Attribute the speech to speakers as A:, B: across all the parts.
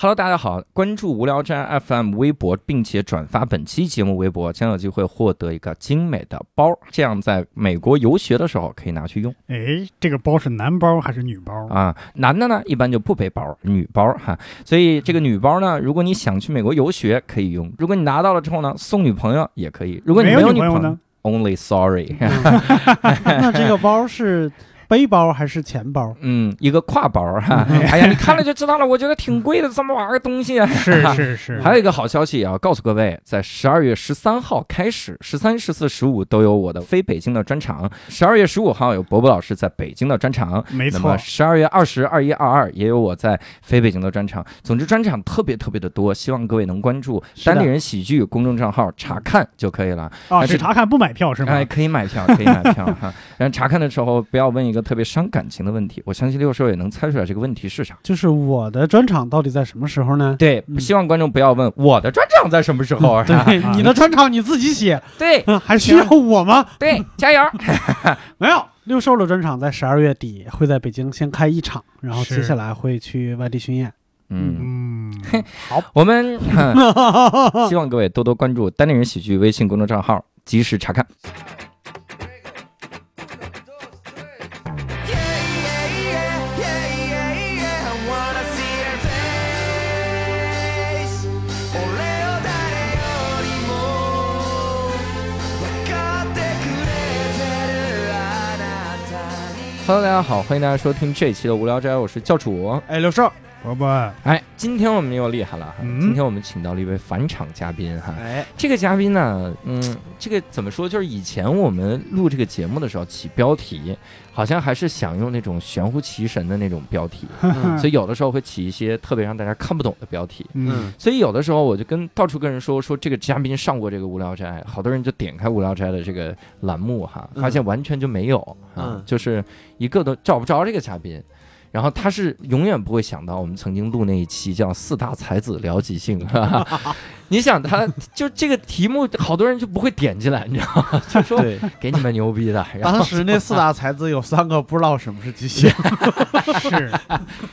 A: Hello，大家好，关注无聊斋 FM 微博，并且转发本期节目微博，将有机会获得一个精美的包，这样在美国游学的时候可以拿去用
B: 哎，这个包是男包还是女包？
A: 啊。男的呢，一般就不背包，女包哈、所以这个女包呢，如果你想去美国游学可以用，如果你拿到了之后呢，送女朋友也可以。如果你
B: 没
A: 有
B: 女
A: 朋
B: 友
A: 友
B: 呢？
A: ，Only Sorry，
C: 那这个包是背包还是钱包？
A: 嗯，一个挎包 哈。哎呀，你看了就知道了，我觉得挺贵的，这么玩意儿东西啊。
B: 是 是是，
A: 还有一个好消息也要告诉各位，在十二月十三号开始，十三、十四、十五都有我的非北京的专场。十二月十五号有伯伯老师在北京的专场，
B: 没
A: 那
B: 错
A: 么，十二月二十二、一、二二也有我在非北京的专场。总之，专场特别特别的多，希望各位能关注
C: 是的
A: 单立人喜剧公众账号查看就可以了。
B: 啊，
A: 还是
B: 只查看不买票是吗
A: 哎，？可以买票，可以买票哈。然后查看的时候不要问一个特别伤感情的问题，我相信六兽也能猜出来这个问题是啥。
C: 就是我的专场到底在什么时候 呢？
A: 对，
C: 嗯
A: 希望观众不要问我的专场在什么时候 啊？
C: 对
B: 啊，
C: 你的专场你自 己写，
A: 对
C: 嗯还需要我吗？
A: 对，加油！
C: 没有，六兽的专场在十二月底会在北京先开一场，然后
B: 是
C: 接下来会去外地巡演。
A: 嗯。
B: 嗯，
A: 我们希望各位多多关注单立人喜剧微信公众账号，及时查看。Hello，大家好，欢迎大家收听这一期的无聊斋，我是教主。
C: 哎，六兽，
B: 伯伯，
A: 哎，今天我们又厉害了哈，
B: 嗯
A: 今天我们请到了一位返场嘉宾哈。
C: 哎，
A: 这个嘉宾呢，嗯，这个怎么说？就是以前我们录这个节目的时候起标题，好像还是想用那种玄乎其神的那种标题，
C: 嗯
A: 所以有的时候会起一些特别让大家看不懂的标题。
B: 嗯，
A: 所以有的时候我就跟到处跟人说说这个嘉宾上过这个无聊斋，好多人就点开无聊斋的这个栏目哈，
C: 嗯
A: 发现完全就没有啊，
C: 嗯
A: 就是一个都找不着这个嘉宾。然后他是永远不会想到我们曾经录那一期叫“四大才子聊即兴”，哈哈你想他就这个题目，好多人就不会点进来，你知道吗？就说
D: 对，
A: 给你们牛逼的。然
D: 当
A: 后
D: 时那四大才子有三个不知道什么是极限，
E: 嗯
B: 是，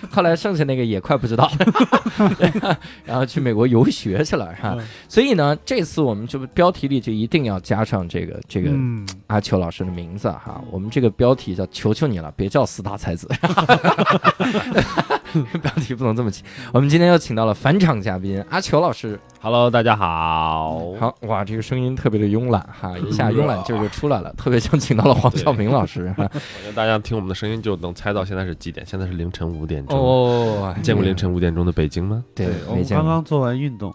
A: 后来剩下那个也快不知道了，然后去美国游学去了哈。
C: 嗯
A: 所以呢，这次我们就标题里就一定要加上这个这个
B: 嗯，
A: 阿秋老师的名字哈。我们这个标题叫“求求你了，别叫四大才子”， 标题不能这么起。我们今天又请到了返场嘉宾阿球老师。
F: Hello，大家好。
E: 哦
A: 好哇，这个声音特别的慵懒哈，一下慵懒劲儿就出来了，特别像请到了黄晓明老师哈。
E: 我觉得大家听我们的声音就能猜到现在是几点，现在是凌晨五点钟。
A: 哦
E: 你见过凌？晨五点钟的北京吗？
A: 对，
D: 我
A: 没
D: 们
A: 见
D: 刚
A: 过。
D: 刚做完运动，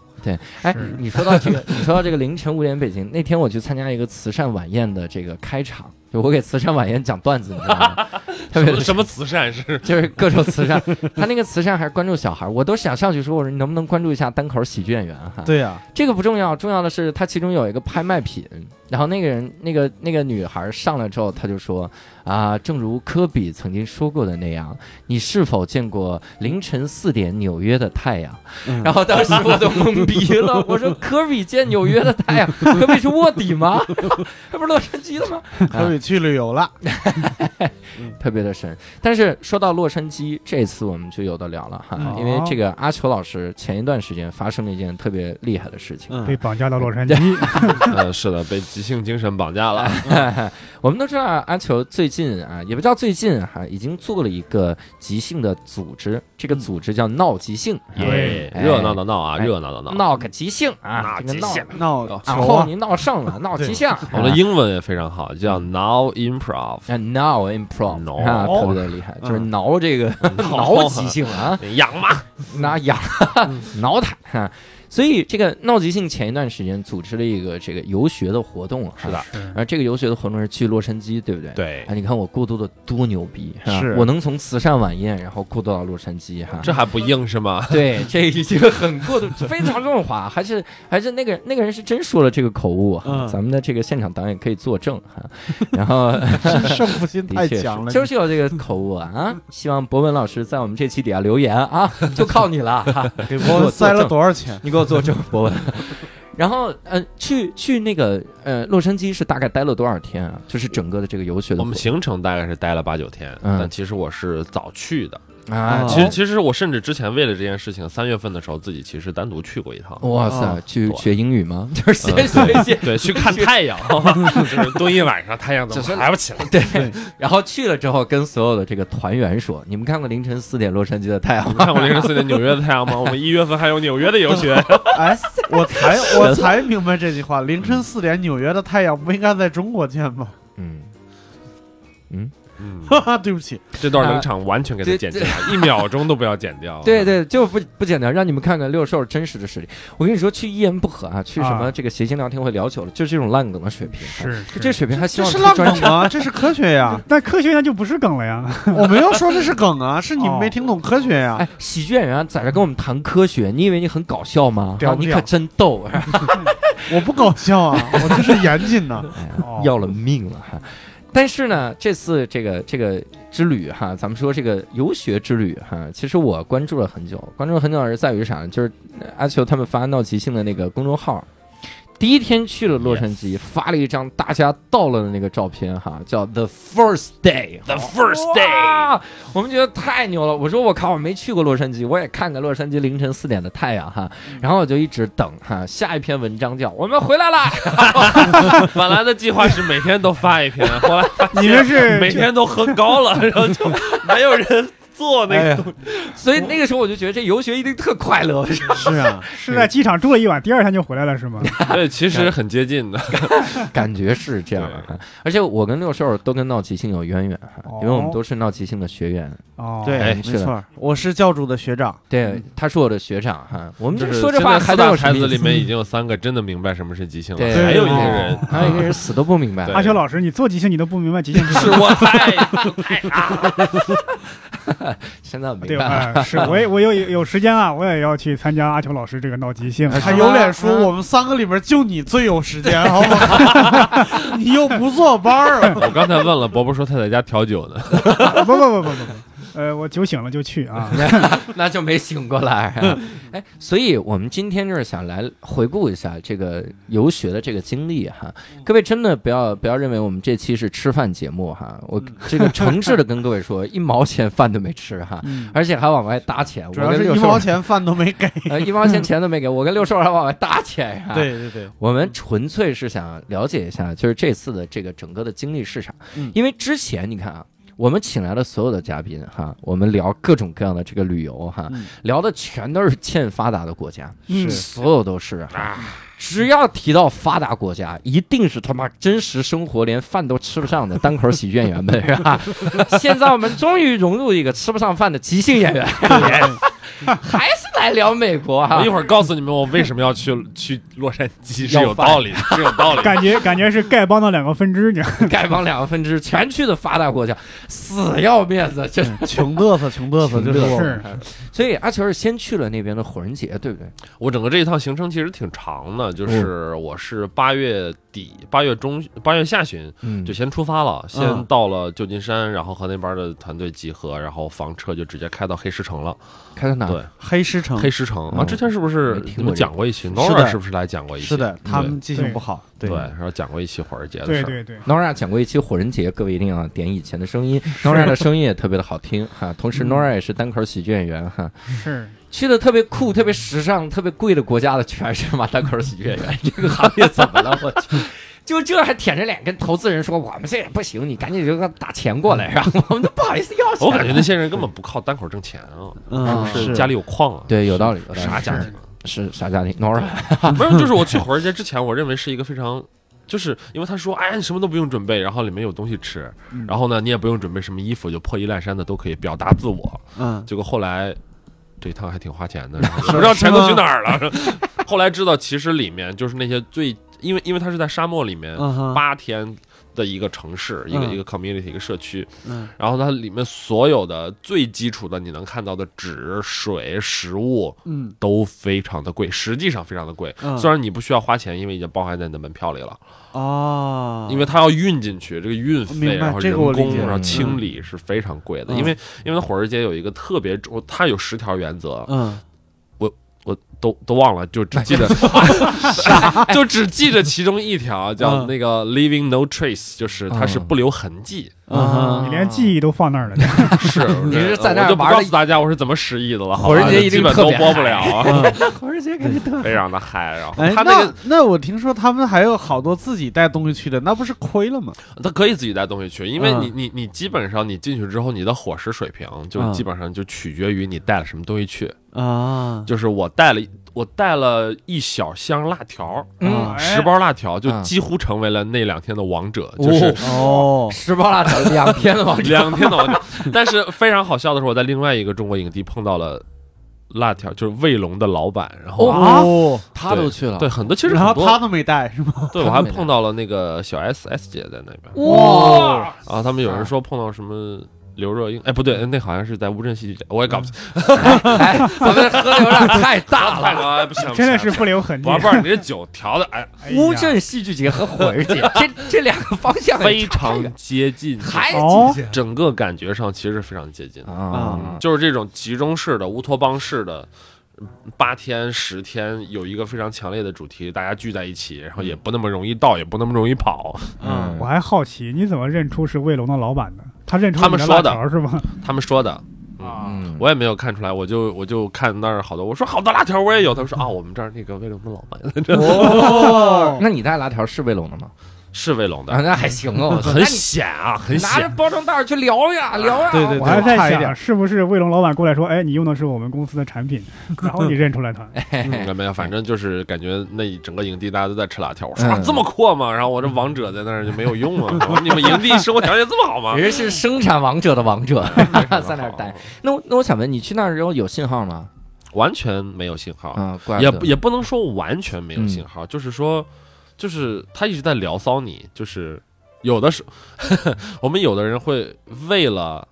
A: 哎
B: 是，
A: 你说到这个，你说到这个凌晨五点北京那天，我去参加一个慈善晚宴的这个开场，就我给慈善晚宴讲段子，你知道吗？特别
E: 什么什么慈善是？
A: 就是各种慈善，他那个慈善还是关注小孩儿，我都想上去说，我说你能不能关注一下单口喜剧演员哈？，
D: 对呀、
A: 这个不重要，重要的是他其中有一个拍卖品，然后那个人那个那个女孩上来之后，他就说啊，正如科比曾经说过的那样，你是否见过凌晨四点纽约的太阳？
C: 嗯
A: 然后当时我都懵逼了，我说科比见纽约的太阳，科比是卧底吗？他不是洛杉矶的吗？
D: 科比去旅游了，
A: 特别的深。但是说到洛杉矶，这次我们就有的聊了哈，
B: 嗯
A: 因为这个阿球老师前一段时间发生了一件特别厉害的事情。
B: 被
D: 嗯，
B: 绑架到 洛杉矶，
E: 呃，是的，被即兴精神绑架了。
A: 我们都知道阿球最近啊，也不叫最近哈、已经做了一个即兴的组织，这个组织叫闹即兴，
B: 对
A: 哎
E: 热闹的闹啊，
A: 哎
E: 热闹的闹。
A: 闹个即兴啊，这个闹。
C: 闹
A: 啊，
C: 球
A: 后
C: 啊，
A: 你闹上了，闹即兴，
E: 我的英文也非常好，叫
A: 嗯
E: Now Improv。
A: 啊，now improv
E: 挠
A: 啊，特别的厉害，就是挠这个 挠
E: 挠
A: 即兴啊，嗯
E: 养嘛，
A: 拿痒 挠他。哈所以这个闹即兴前一段时间组织了一个这个游学的活动，
E: 是的
A: 哈，而这个游学的活动是去洛杉矶，对不对？。
E: 对
A: 啊，，你看我过渡的多牛逼！哈
D: 是
A: 我能从慈善晚宴，然后过渡到洛杉矶哈。
E: 这还不硬是吗？
A: 对，这已经很过度，非常润滑，还是还是那个那个人是真说了这个口误啊哈，
D: 嗯
A: 咱们的这个现场导演可以作证哈。 然后
D: 胜负心
A: 的
D: 太
A: 确是
D: 强了，
A: 就是有这个口误啊啊！希望博文老师在我们这期底下留言啊，就靠你了哈。
D: 给我们塞了多少钱？
A: 你给我作证，博文。 然后，呃，去去那个呃，洛杉矶是大概待了多少天啊？就是整个的这个游学的
E: 我
A: 活
E: 们行程大概是待了八九天，
A: 嗯
E: 但其实我是早去的，
A: 啊，
D: 哦
E: 其实
A: 实
E: 其实我甚至之前为了这件事情，三月份的时候自己其实单独去过一趟。
A: 哇塞
D: 哦，
A: 去
E: 对
A: 学英语吗？就是先
E: 嗯
A: 学一些，
E: 对，去看太阳， 就是蹲一晚上，太阳怎
A: 只
E: 么
A: 是
E: 还不起来？
A: 对， 然后去了之后跟所有的这个团员说，你们看过凌晨四点洛杉矶的太阳
E: 你
A: 吗？
E: 们看过零十四年纽约的太阳吗？我们一月份还有纽约的游学，
D: 哎，我才我才明白这句话。凌晨四点，纽约的太阳不应该在中国见吗？
A: 嗯，
E: 嗯，
D: 哈哈，对不起，
E: 这段冷场完全给它剪掉，一秒钟都不要剪掉。
A: 啊对，对，就不不简单，让你们看看六兽真实的实力。我跟你说，去一言不合啊，去什么
B: 啊
A: 这个谐星聊天会聊久了，就是这种烂梗的水平。
B: 是
A: 就这水平还希
D: 这
A: 望
D: 是
A: 出
D: 烂
A: 专
D: 梗
A: 场？
D: 吗？这是科学 呀！
B: 但科学它就不是梗了呀。
D: 我没有说这是梗啊，是你们没听懂科学呀。
A: 哎，喜剧演员啊在这跟我们谈科学，你以为你很搞笑吗？
B: 屌
A: 啊
B: 不
A: 你
B: 屌
A: 可真逗，
D: 我不搞笑啊，我这是严谨 的。
B: 哦
A: 哎要了命了哈！但是呢，这次这个这个之旅哈，咱们说这个游学之旅哈，其实我关注了很久，关注了很久而在于啥呢？就是呃阿球他们发闹奇性的那个公众号，第一天去了洛杉矶，发了一张大家到了的那个照片哈，叫 The First Day。
E: The first
A: 哇我们觉得太牛了。我说我靠，我没去过洛杉矶，我也看看洛杉矶凌晨四点的太阳哈。然后我就一直等哈，下一篇文章叫我们回来啦，
E: 本来的计划是每天都发一篇，后来发现
B: 你们是
E: 每天都喝高了，然后就没有人做那个东西。
A: 所以那个时候我就觉得这游学一定特快乐，
D: 是啊，
B: 是在机场住了一晚，第二天就回来了是吗？
A: 哎
E: 对，其实很接近的。
A: 感觉是这样的哈。而且我跟六兽都跟闹奇性有渊源哈，因为我们都是闹奇性的学员。
B: 哦，
D: 对，
E: 哎
D: 没
A: 是的
D: 错，我是教主的学长。
A: 对，他是我的学长哈。我们
E: 就
A: 这
E: 是
A: 说这
E: 现
A: 话
E: 在
A: 还
E: 四
A: 能
E: 大
A: 有什
E: 才
A: 么意
E: 子里
A: 思？
E: 面已经有三个真的明白什么是即兴了，
A: 对
E: 还有一
B: 哦
E: 个人
A: 还有一个人死都不明白
E: 对。
B: 阿修老师，你做即兴你都不明白即兴是什
E: 是
B: 么，
E: 我太
A: 现在我明
B: 对
A: 白了。
B: 吧？哎是，我也我有有时间啊，我也要去参加阿秋老师这个闹即 兴。
D: 还有脸说我们三个里边就你最有时 间，好不好？ 你又不坐班儿，
E: 我刚才问了，伯伯说他在家调酒呢。
B: 不不不不不不，呃，我酒醒了就去 啊。
A: 那就没醒过来、啊。 哎，所以我们今天就是想来回顾一下这个游学的这个经历哈。各位真的不要不要认为我们这期是吃饭节目哈，我
D: 嗯
A: 这个诚挚的跟各位说，一毛钱饭都没吃哈。
D: 嗯
A: 而且还往外搭钱，我
D: 主要
A: 跟
D: 是
A: 六
D: 一
A: 兽
D: 毛钱饭都没给。
A: 呃一毛钱钱都没给我，跟六兽还往外搭钱呀、，
D: 对对对，
A: 我们纯粹是想了解一下，就是这次的这个整个的经历是啥？
D: 嗯
A: 因为之前你看啊，我们请来了所有的嘉宾哈，我们聊各种各样的这个旅游哈，
D: 嗯
A: 聊的全都是欠发达的国家，
B: 嗯
A: 所有都是哈。
D: 啊
A: 只要提到发达国家，一定是他妈真实生活连饭都吃不上的单口喜剧演员们，是 吧？现在我们终于融入一个吃不上饭的即兴演员， 还是来聊美国啊哈、
D: 哎
E: 我一会儿告诉你们，我为什么要去去洛杉矶是
A: 要
E: 有
A: 饭
E: 道理的，是有道理的。
B: 感觉感觉是丐帮的两个分支，你
A: 丐帮两个分支全去的发达国家，死要面子，
C: 嗯
A: 真 的
D: 穷嘚瑟，穷嘚瑟，就是
A: 穷嘚
D: 我
A: 瑟
D: 们。
B: 是
A: 所以阿球是先去了那边的火人节，对不对？
E: 我整个这一趟行程其实挺长的，就是
A: 嗯
E: 我是八月底、八月中、八月下旬
A: 嗯
E: 就先出发了，先
D: 嗯
E: 到了旧金山，然后和那边的团队集合，然后房车就直接开到黑石城了。
A: 开到哪？
E: 对，
D: 黑石城，
E: 黑石城啊，
A: 嗯
E: 之前是不是
A: 没听过
E: 你们
A: 这个
E: 讲过一期
D: 的
E: ？Nora 是不是来讲过一期？
D: 是的，他
E: 对
D: 们记性不好。
E: 对，然后讲过一期火儿节的事
B: 对对
E: 儿。
B: 对，
A: Nora 讲过一期火人节，各位一定要点以前的声音，Nora 的声音也特别的好听哈。同时
D: 嗯
A: ，Nora 也是单口喜剧演员哈，
B: 是
A: 去的特别酷、特别时尚、特别贵的国家的全是嘛单口喜剧演员，这个行业怎么了？我去，就这还舔着脸跟投资人说我们这也不行，你赶紧就给我打钱过来，然后我们都不好意思要钱。
E: 我感觉那些人根本不靠单口挣钱啊，
D: 嗯，
A: 是
E: 家里有矿啊，
A: 对有道理，有道理
E: 啥家庭啊？
A: 是啥家庭？Nora
E: 没有，就是我去火儿节之前，我认为是一个非常，就是因为他说，哎，你什么都不用准备，然后里面有东西吃，
D: 嗯
E: 然后呢，你也不用准备什么衣服，就破衣烂衫的都可以表达自我。
D: 嗯，
E: 结果后来这一趟还挺花钱的，然后不知道钱都去哪儿了。 后来知道，其实里面就是那些最，因为因为他是在沙漠里面
D: 嗯哼，
E: 八天的一个城市，一个
D: 嗯
E: 一个 community 一个社区，
D: 嗯
E: 然后它里面所有的最基础的你能看到的纸、水、食物
D: 嗯
E: 都非常的贵，实际上非常的贵。
D: 嗯，
E: 虽然你不需要花钱，因为已经包含在你的门票里了，
C: 啊
D: 哦，
E: 因为它要运进去，这个运费，
D: 明白
E: 然后
D: 这
E: 人
D: 个我理
E: 工，
D: 解
E: 然后
A: 嗯
E: 清理是非常贵的。
D: 嗯
E: 因为因为火儿节有一个特别重，它有十条原则，
D: 嗯
E: 都都忘了，就只记得， 就只记着其中一条叫
C: 嗯
E: 那个 “leaving no trace”，就是它是
A: 嗯
E: 不留痕迹。
D: 嗯
C: 啊
B: 你连记忆都放那儿了，
E: 是，你
A: 是在那儿
E: 我就不
A: 玩了
E: 告诉大家我是怎么失忆的了，好吧
A: 火人节
E: 这
A: 一定
E: 基本
A: 特
E: 都
A: 别
E: 播不了 啊，
C: 火人节肯定特
E: 非常的嗨。然后
D: 嗯哎，
E: 他那个
D: 那我听说他们还有好多自己带东西去的，那不是亏了吗？
E: 他可以自己带东西去，因为
C: 嗯
E: 你你你基本上你进去之后，你的伙食水平就
C: 嗯
E: 基本上就取决于你带了什么东西去。
C: 啊，
E: 就是我带了我带了一小箱辣条，
A: 嗯
B: 哦
C: 啊，
B: 哎
E: 十包辣条就
A: 嗯
E: 几乎成为了那两天的王者，就是？
C: 哦，
A: 十包辣条两天了吧
E: 两天的王者。但是非常好笑的是，我在另外一个中国影帝碰到了辣条，就是卫龙的老板，然后
A: 哦，他都去了，
E: 对很多其
D: 啊
E: 实
D: 然
E: 很
D: 后
E: 多
D: 他都没带是吗？
E: 对我还碰到了那个小 S S 姐在那边，
A: 哇，
E: 然啊后他们有
B: 啊
E: 人说碰到什么。刘若英，哎，不对，那好像是在乌镇戏剧节，我也搞不清，
A: 哎，咱们喝的有点太大
E: 太
A: 了。
E: 搞哎不行，不行
B: 真的是不留痕迹。啊
E: 王伴儿，你这酒调的，哎，
B: 哎呀
A: 乌镇戏剧节和火儿 节，这这两个方向
E: 非
A: 很
E: 常接近，
A: 还
B: 哦，
E: 整个感觉上其实是非常接近的，
A: 啊，
E: 就是这种集中式的乌托邦式的。嗯八天十天有一个非常强烈的主题，大家聚在一起，然后也不那么容易到，也不那么容易跑。
A: 嗯
B: 我还好奇你怎么认出是卫龙的老板呢？他认出
E: 他
B: 你
E: 们
B: 的
E: 说
B: 辣
E: 的
B: 条是吗？
E: 他们说的，
D: 啊，
A: 嗯，
E: 我也没有看出来，我就我就看那儿好多，我说好多辣条我也有，他们说啊，我们这儿那个卫龙的老板
A: 哦，那你带辣条是卫龙的吗？
E: 是卫龙
A: 啊，
E: 的，
A: 那还行哦，
E: 很显啊，
A: 那
E: 很
A: 你啊拿着
E: 显。
A: 包装袋去聊呀聊呀。
D: 对对
B: 我
D: 对
B: 还
D: 怕
B: 在
D: 一点
B: 想是不是卫龙老板过来说，哎，你用的是我们公司的产品， 然后你认出来 他，
E: 嗯没有，反正就是感觉那一整个营地大家都在吃辣条。我说、
A: 嗯
E: 啊、这么阔吗？然后我这王者在那儿就没有用啊！我 说你们营地生活条件这么好吗？
A: 人家是生产王者的王 者，在那儿待
E: 待。，
A: 那我那我想问，你去那儿之后有信号吗？
E: 完全没有信号，
A: 啊，怪
E: 也
A: 不得
E: 也不能说完全没有信
A: 嗯
E: 号，就是说，就是他一直在聊骚你，就是有的时候， 我们有的人会为了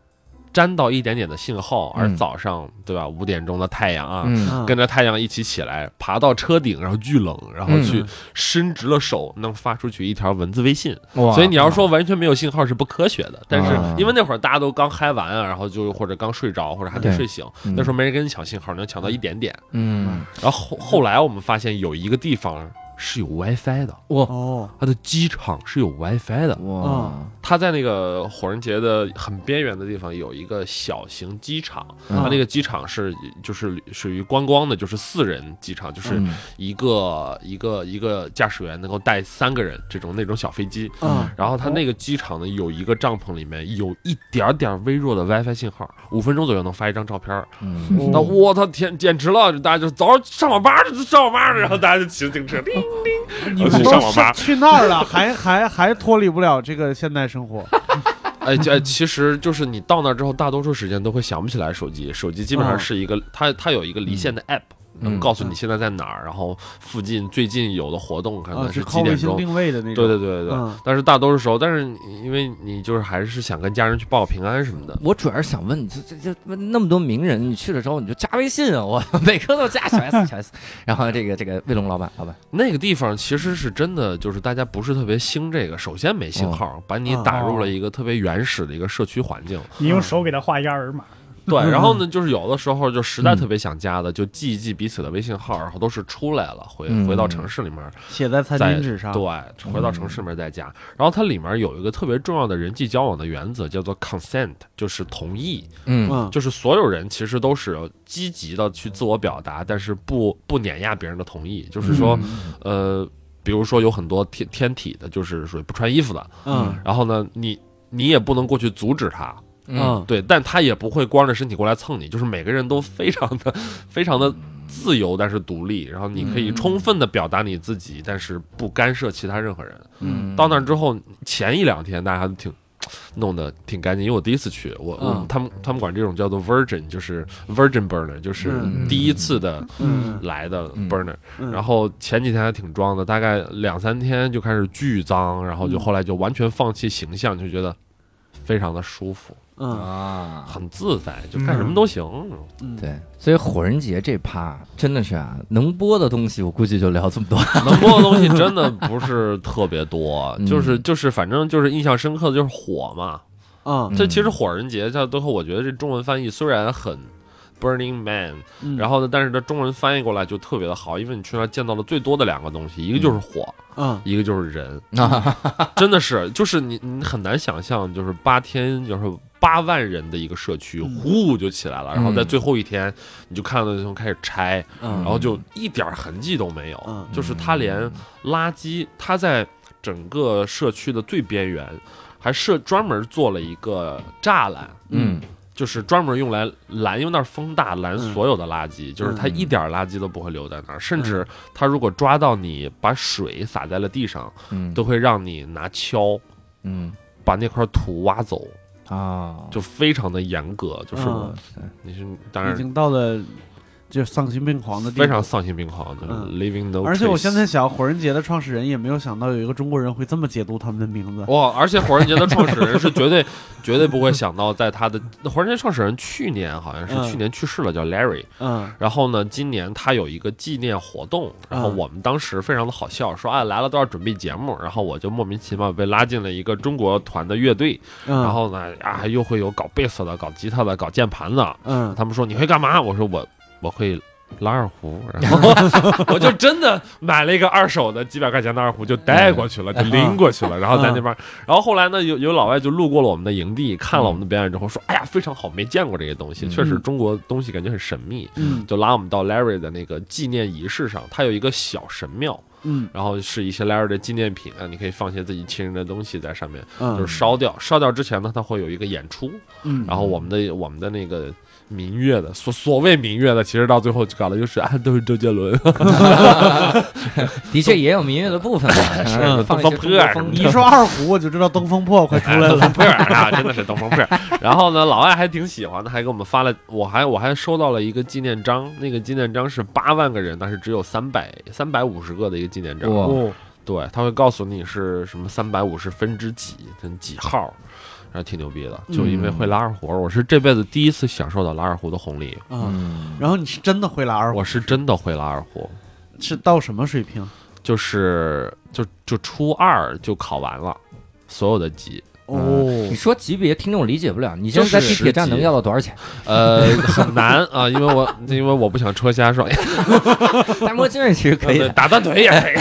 E: 沾到一点点的信号而
A: 嗯
E: 早上、对吧五点钟的太阳啊。
A: 嗯
C: 啊
E: 跟着太阳一起起来，爬到车顶，然后巨冷，然后
A: 嗯
E: 去伸直了手，能发出去一条文字微信。
A: 哇
E: 所以你要说完全没有信号是不科学的，但是
A: 啊
E: 因为那会儿大家都刚嗨完啊，然后就或者刚睡着，或者还没
A: 对
E: 睡醒，
A: 嗯
E: 那时候没人跟你抢信号，能抢到一点点。
A: 嗯，
E: 然后后后来我们发现有一个地方是有 WiFi 的，
C: 哦，
E: 它的机场是有 WiFi
A: 嗯
E: 的。
A: 哇，
E: 它在那个火人节的很边缘的地方有一个小型机场，
A: 嗯
E: 它那个机场是就是属于观光的，就是四人机场，就是
A: 嗯
E: 一个一个一个驾驶员能够带三个人这种那种小飞机。
C: 嗯，
E: 然后它那个机场呢，有一个帐篷里面有一点点微弱的 WiFi 信号，五分钟左右能发一张照片儿。
A: 嗯
B: 哦
D: 哦
E: 那我操天，简直了！大家就走上网吧，就上网吧，然后大家就骑着自行 车，叮叮，
D: 你
E: 我
D: 们
E: 去
D: 都
E: 上网
D: 嗯是
E: 吧。
D: 去那儿了，还还还脱离不了这个现代生活。
E: 哎，这其实就是你到那之后，大多数时间都会想不起来手机，
D: 嗯
E: 手机基本上是一个，它它有一个离线的 app。能告诉
D: 嗯
E: 你现在在哪儿，然后附近最近有的活动可
D: 啊，
E: 能
D: 是
E: 是
D: 靠
E: 几
D: 卫
E: 点
D: 星
E: 钟。
D: 定位的那
E: 对
D: 种。
E: 对对对
D: 嗯
E: 对，但是大多数时候，但是你因为你就是还是想跟家人去报平安什么的，
A: 我主要是想问你，这这这那么多名人，你去了之后你就加微信啊，我每个都加小 S 小 S，然后这个这个卫龙老板老板，
E: 那个地方其实是真的，就是大家不是特别兴这个。首先没信号，把你打入了一个特别原始的一个社区环境。
B: 你用手给他画一个二维码，
E: 对，然后呢，就是有的时候就实在特别想加的，就记一记彼此的微信号，然后都是出来了，回
A: 嗯
E: 回到城市里面，
D: 写在餐
E: 在
D: 巾纸
C: 嗯
D: 上。
E: 对，回到城市里面再加。然后它里面有一个特别重要的人际交往的原则，叫做 consent，就是同意。
A: 嗯
D: 嗯，
E: 就是所有人其实都是积极的去自我表达，但是不不碾压别人的同意，就是说，
A: 嗯
E: 呃，比如说有很多天天体的，就是属于不穿衣服的，
D: 嗯
E: 然后呢，你你也不能过去阻止他，
A: 嗯，
D: 嗯
E: 对，但他也不会光着身体过来蹭你，就是每个人都非常的 非常的自由，但是独立，然后你可以充分的表达你自己，但是不干涉其他任何人。
A: 嗯
E: 到那之后，前一两天大家都挺弄得挺干净，因为我第一次去，我、我
C: 嗯
E: 他们他们管这种叫做 virgin，就是 virgin burner，就是
D: 嗯
E: 第一次的
D: 嗯
E: 来的
A: 嗯
E: burner、
D: 嗯
E: 然后前几天还挺装的，大概两三天就开始巨脏，然后就
D: 嗯
E: 后来就完全放弃形象，就觉得非常的舒服，
D: 嗯
A: 啊，
E: 很自在，就干什么都行。
D: 嗯，
A: 对，所以火人节这趴真的是啊，能播的东西我估计就聊这么多，
E: 能播的东西真的不是特别多，
A: 嗯
E: 就是就是反正就是印象深刻的就是火嘛，
D: 嗯
E: 这其实火人节，这最后我觉得这中文翻译虽然很 Burning Man，
D: 嗯
E: 然后呢，但是它中文翻译过来就特别的好，因为你去那儿见到了最多的两个东西，一个就是火，
C: 嗯
E: 一个就是人，
A: 啊，
E: 真的是，就是你你很难想象，就是八天，就是八万人的一个社区，
D: 嗯
E: 呼就起来了，然后在
A: 嗯
E: 最后一天，你就看到那从开始拆，
A: 嗯
E: 然后就一点痕迹都没有，
C: 嗯
E: 就是他连垃圾，他在整个社区的最边缘，还设专门做了一个栅栏，
A: 嗯
E: 就是专门用来拦，因为那儿风大，拦
C: 嗯
E: 所有的垃圾，就是它
A: 嗯
E: 一点儿垃圾都不会留在那儿，甚至它如果抓到你把水洒在了地上，
A: 嗯
E: 都会让你拿锹
A: 嗯
E: 把那块土挖走，
A: 啊，
E: 就非常的严格，就是
C: 嗯
E: 你是当
C: 已
E: 然
C: 经到了就丧心病狂的地步
E: 非常。丧心病狂的
C: 嗯
E: living no，
C: 而且我
E: trace
C: 现在想，火人节的创始人也没有想到有一个中国人会这么解读他们的名字。
E: 哇！而且火人节的创始人是绝对绝对不会想到，在他的火人节创始人去年好像
C: 嗯
E: 是去年去世了，叫 Larry。
C: 嗯
E: 然后呢，今年他有一个纪念活动，然后
C: 嗯
E: 我们当时非常的好笑，说啊来了都要准备节目，然后我就莫名其妙被拉进了一个中国团的乐队，
C: 嗯，
E: 然后呢啊又会有搞贝斯的、搞吉他的、搞键盘的，
C: 嗯
E: 他们说你会干嘛？我说我我会拉二胡，然 后我就真的买了一个二手的几百块钱的二胡，就带过
C: 嗯
E: 去了，就拎过去了，然后在那边，然后后来呢，有有老外就路过了我们的营地，看了
C: 嗯
E: 我们的表演之后说，哎呀，非常好，没见过这些东西，
A: 嗯
E: 确实中国东西感觉很神秘。
C: 嗯
E: 就拉我们到 Larry 的那个纪念仪式上，它有一个小神庙，
C: 嗯
E: 然后是一些 Larry 的纪念品啊，你可以放些自己亲人的东西在上面，就
C: 嗯
E: 是烧掉。烧掉之前呢，它会有一个演出，
C: 嗯，
E: 然后我们的我们的那个民乐的所所谓民乐的，其实到最后搞的就是啊，都是周杰伦，
A: 的确也有民乐的部分嘛，是
C: 嗯
A: 放一
E: 东
A: 些中国
E: 方破
A: 风
C: 你一说二胡，我就知道东风破快出 来了。
E: 东方贝尔啊，真的是东方贝尔。然后呢，老外还挺喜欢的，还给我们发了，我还我还收到了一个纪念章，那个纪念章是八万个人，但是只有三百三百五十个的一个纪念章。
A: 哇
C: 哦，
E: 对，他会告诉你是什么三百五十分之几，跟几号，然后挺牛逼的。就因为会拉二胡，我是这辈子第一次享受到拉二胡的红利，
C: 嗯，
A: 嗯
C: 然后你是真的会拉二胡，
E: 我是真的会拉二胡，
C: 是到什么水平？
E: 就是就就初二就考完了所有的级，
C: 哦，
A: 嗯
E: 嗯
A: 你说级别，听众理解不了。你现在在
E: 就是
A: 地铁站
E: 十级
A: 能要到多少钱？
E: 呃，很难啊、因为我因为我不想戳瞎说，哎呀
A: 戴墨镜其实 可 以的。
E: 打断腿也可以。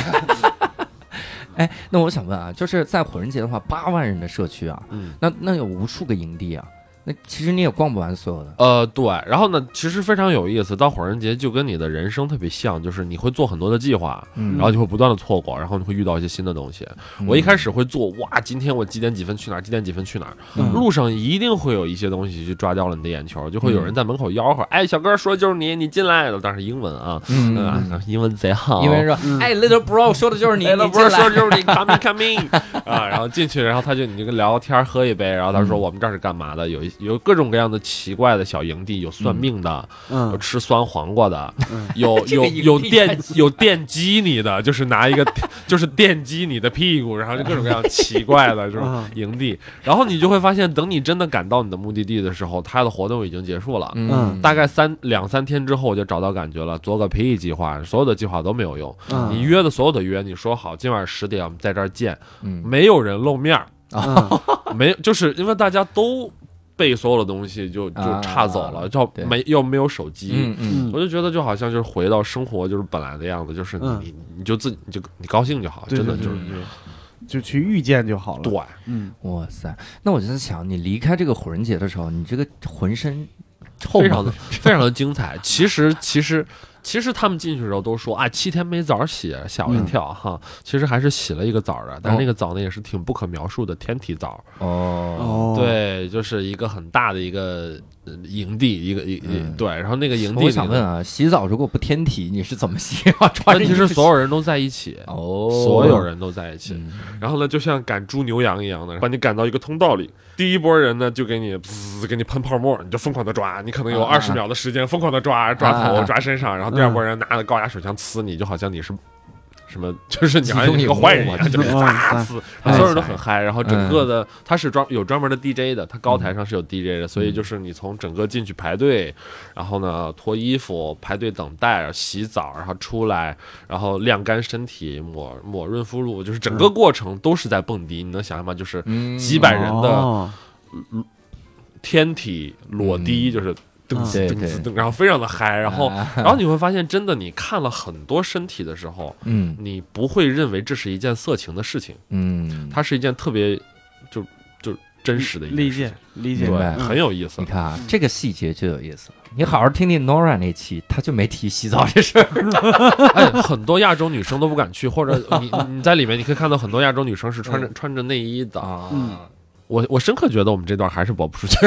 A: 哎，那我想问啊，就是在火人节的话，八万人的社区啊，
E: 嗯
A: 那那有无数个营地啊，那其实你也逛不完所有的。
E: 呃，对，然后呢，其实非常有意思，到火人节就跟你的人生特别像，就是你会做很多的计划，
A: 嗯
E: 然后就会不断的错过，然后你会遇到一些新的东西。我一开始会做，哇，今天我几点几分去哪儿，几点几分去哪儿，
A: 嗯
E: 路上一定会有一些东西去抓掉了你的眼球，就会
A: 嗯
E: 有人在门口吆喝，哎，小哥说的就是你，你进来了，但是英文啊，
A: 嗯
E: 嗯啊，英文贼好，
A: 因为说，
C: 嗯
A: 哎，little bro 说的就是你，
E: 哎，那
A: 你
E: 不是
A: 进来
E: 说就 是你 come in come in 啊，然后进去，然后他就你就跟聊天喝一杯，然后他说
A: 嗯
E: 我们这儿是干嘛的？有一有各种各样的奇怪的小营地，有算命的，有
C: 嗯
E: 吃酸黄瓜的
C: 嗯，
E: 有
A: 这个
E: 有
A: 营地
E: 有
A: 太
E: 电有电击你的，就是拿一个 就是电击你的屁股，然后就各 种各样奇怪的这种
C: 嗯
E: 营地，然后你就会发现，等你真的赶到你的目的地的时候，他的活动已经结束了。
A: 嗯，
E: 大概三两三天之后，我就找到感觉了。做个培育计划，所有的计划都没有用。
A: 啊
C: 嗯
E: 你约的所有的约，你说好今晚十点我们在这儿见，
A: 嗯
E: 没有人露面儿，
C: 嗯
E: 没 就是因为大家都被所有的东西就就
A: 啊
E: 岔走了，就
A: 对
E: 没又没有手机。
A: 嗯嗯
E: 我就觉得就好像就是回到生活就是本来的样子，就是你
C: 嗯
E: 你你就自己你就你高兴就好，
C: 对
E: 真的
C: 对
E: 就
C: 对
E: 是
C: 对就去遇见就好了。
E: 对，
C: 嗯，
A: 哇塞，那我就在想，你离开这个火人节的时候，你这个浑身臭
E: 非
A: 吗
E: 常的非常的精彩。其实其实其实他们进去的时候都说啊，七天没澡洗，吓我一
C: 嗯
E: 跳哈。其实还是洗了一个澡的，但
A: 哦
E: 是那个澡呢也是挺不可描述的天体澡。
A: 哦，
C: 哦，，
E: 对，就是一个很大的一个呃营地，一个一、一
A: 嗯
E: 对，然后那个营地，
A: 我想问，啊，洗澡如果不天体，你是怎么洗 啊？穿
E: 问
A: 着
E: 题
A: 衣
E: 是
A: 服
E: 所有人都在一起，
A: 洗哦，
E: 所有人都在一起，
A: 嗯
E: 然后呢，就像赶猪牛羊一样的，把你赶到一个通道里，第一波人呢就给你滋，给你喷泡沫，你就疯狂的抓，你可能有
A: 啊啊
E: 二十秒的时间疯狂的抓，抓
A: 啊啊
E: 头
A: 啊、嗯
E: 抓身上，然后第二波人拿着高压手枪呲你，就好像你是。什么？就是你
A: 集
E: 好
A: 中
E: 像你是个
A: 营
E: 坏人一
A: 我哎嗯
E: 样，
A: 知
E: 就是
C: 道
E: 呲
C: 嗯
E: 呲，然后所有人都很嗨。然后整个的它是专有专门的 DJ 的，它
A: 嗯
E: 高台上是有 DJ 的，所以就是你从整个进去排队，然后呢脱衣服排队等待，洗澡，然后出来，然后晾干身体，抹抹润肤露，就是整个过程都是在蹦迪。你能想象吗？就是
A: 嗯
E: 几百人的
C: 哦
E: 天体裸滴，就是噔呲
A: 嗯对
E: 噔
A: 对
E: 呲噔，然后非常的嗨，然后
A: 啊
E: 然后你会发现，真的你看了很多身体的时候，
A: 嗯
E: 你不会认为这是一件色情的事情，
A: 嗯，
E: 它是一件特别就就真实的一件
C: 理
E: 事情
C: 解，理解
E: 对，
A: 明白嗯
E: 很有意 思
A: 你。看啊，这个细节就有意思。你好好听听 Nora 那期，他就没提洗澡这事儿。
E: 哎，很多亚洲女生都不敢去，或者你你在里面你可以看到很多亚洲女生是穿 着穿着内衣的啊。
C: 嗯
E: 我我深刻觉得我们这段还是播不出去，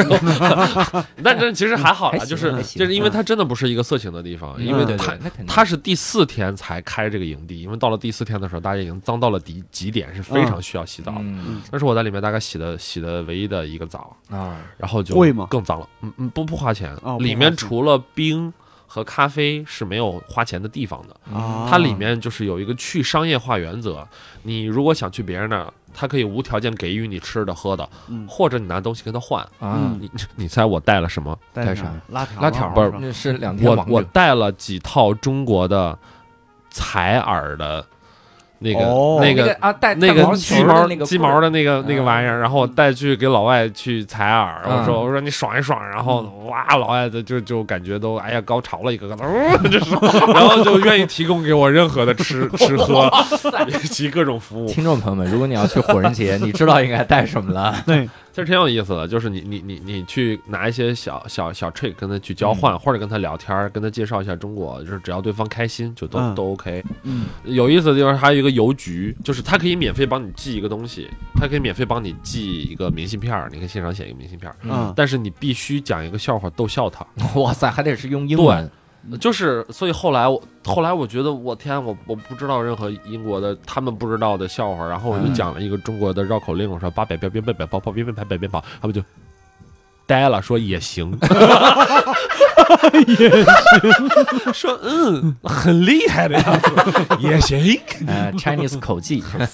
E: 但但其实还好
A: 还
E: 啦，
A: 行
E: 就是
A: 还行
E: 就是因为它真的不是一个色情的地方，
A: 嗯
E: 因为
A: 对对
E: 它
A: 那肯定
E: 他是第四天才开这个营地，因为到了第四天的时候，大家已经脏到了极极点，是非常需要洗澡的。
A: 嗯
E: 那是我在里面大概洗的洗的唯一的一个澡，
A: 啊，
E: 然后就
C: 贵吗
E: 更脏了，嗯嗯，不不花钱
C: 哦不花，钱
E: 里面除了冰和咖啡是没有花钱的地方的。
A: 嗯
C: 啊，
E: 它里面就是有一个去商业化原则，你如果想去别人那儿，他可以无条件给予你吃的喝的，
C: 嗯
E: 或者你拿东西跟他换。
A: 啊，
E: 你你猜我带了什么？
A: 带上
C: 拉条
E: 拉条
C: 吧
E: 不是
C: 吧
A: 那是两天
E: 我
A: 王
E: 我
A: 者
E: 带了几套中国的采耳的，那个、
C: 哦
E: 那
A: 个
E: 个。
A: 啊带
E: 那
A: 带毛球
E: 鸡
A: 的
E: 毛
A: 那个
E: 鸡
A: 棍儿
E: 毛的那个那个
A: 嗯
E: 玩意儿，然后我带去给老外去采耳，
A: 嗯
E: 我说我说你爽一爽，然后哇，老外的就就感觉都哎呀高潮了一个个，嗯 这是，然后就愿意提供给我任何的吃吃喝以及各种服务，
A: 听众朋友们，如果你要去火人节，你知道应该带什么 了？
C: 对，
E: 其实挺有意思的，就是你你你你去拿一些小小小 trick 跟他去
A: 嗯
E: 交换，或者跟他聊天儿，跟他介绍一下中国，就是只要对方开心就都、
C: 嗯
E: 都 OK。
C: 嗯，
E: 有意思的地方还有一个邮局，就是他可以免费帮你寄一个东西，他可以免费帮你寄一个明信片儿，你可以现场写一个明信片儿，
C: 嗯
E: 但是你必须讲一个笑话逗笑他。
A: 哇塞，还得是用英文
E: 就是所以后来我后来我觉得我天，我我不知道任何英国的他们不知道的笑话，然后我就
A: 嗯
E: 讲了一个中国的绕口令，我说八百标兵奔北跑，跑兵奔跑北边跑，他们就呆了，说也行，也行，说嗯，很厉害的样子，
C: 嗯
E: 也行，
A: 呃 Chinese 口技。
E: 真的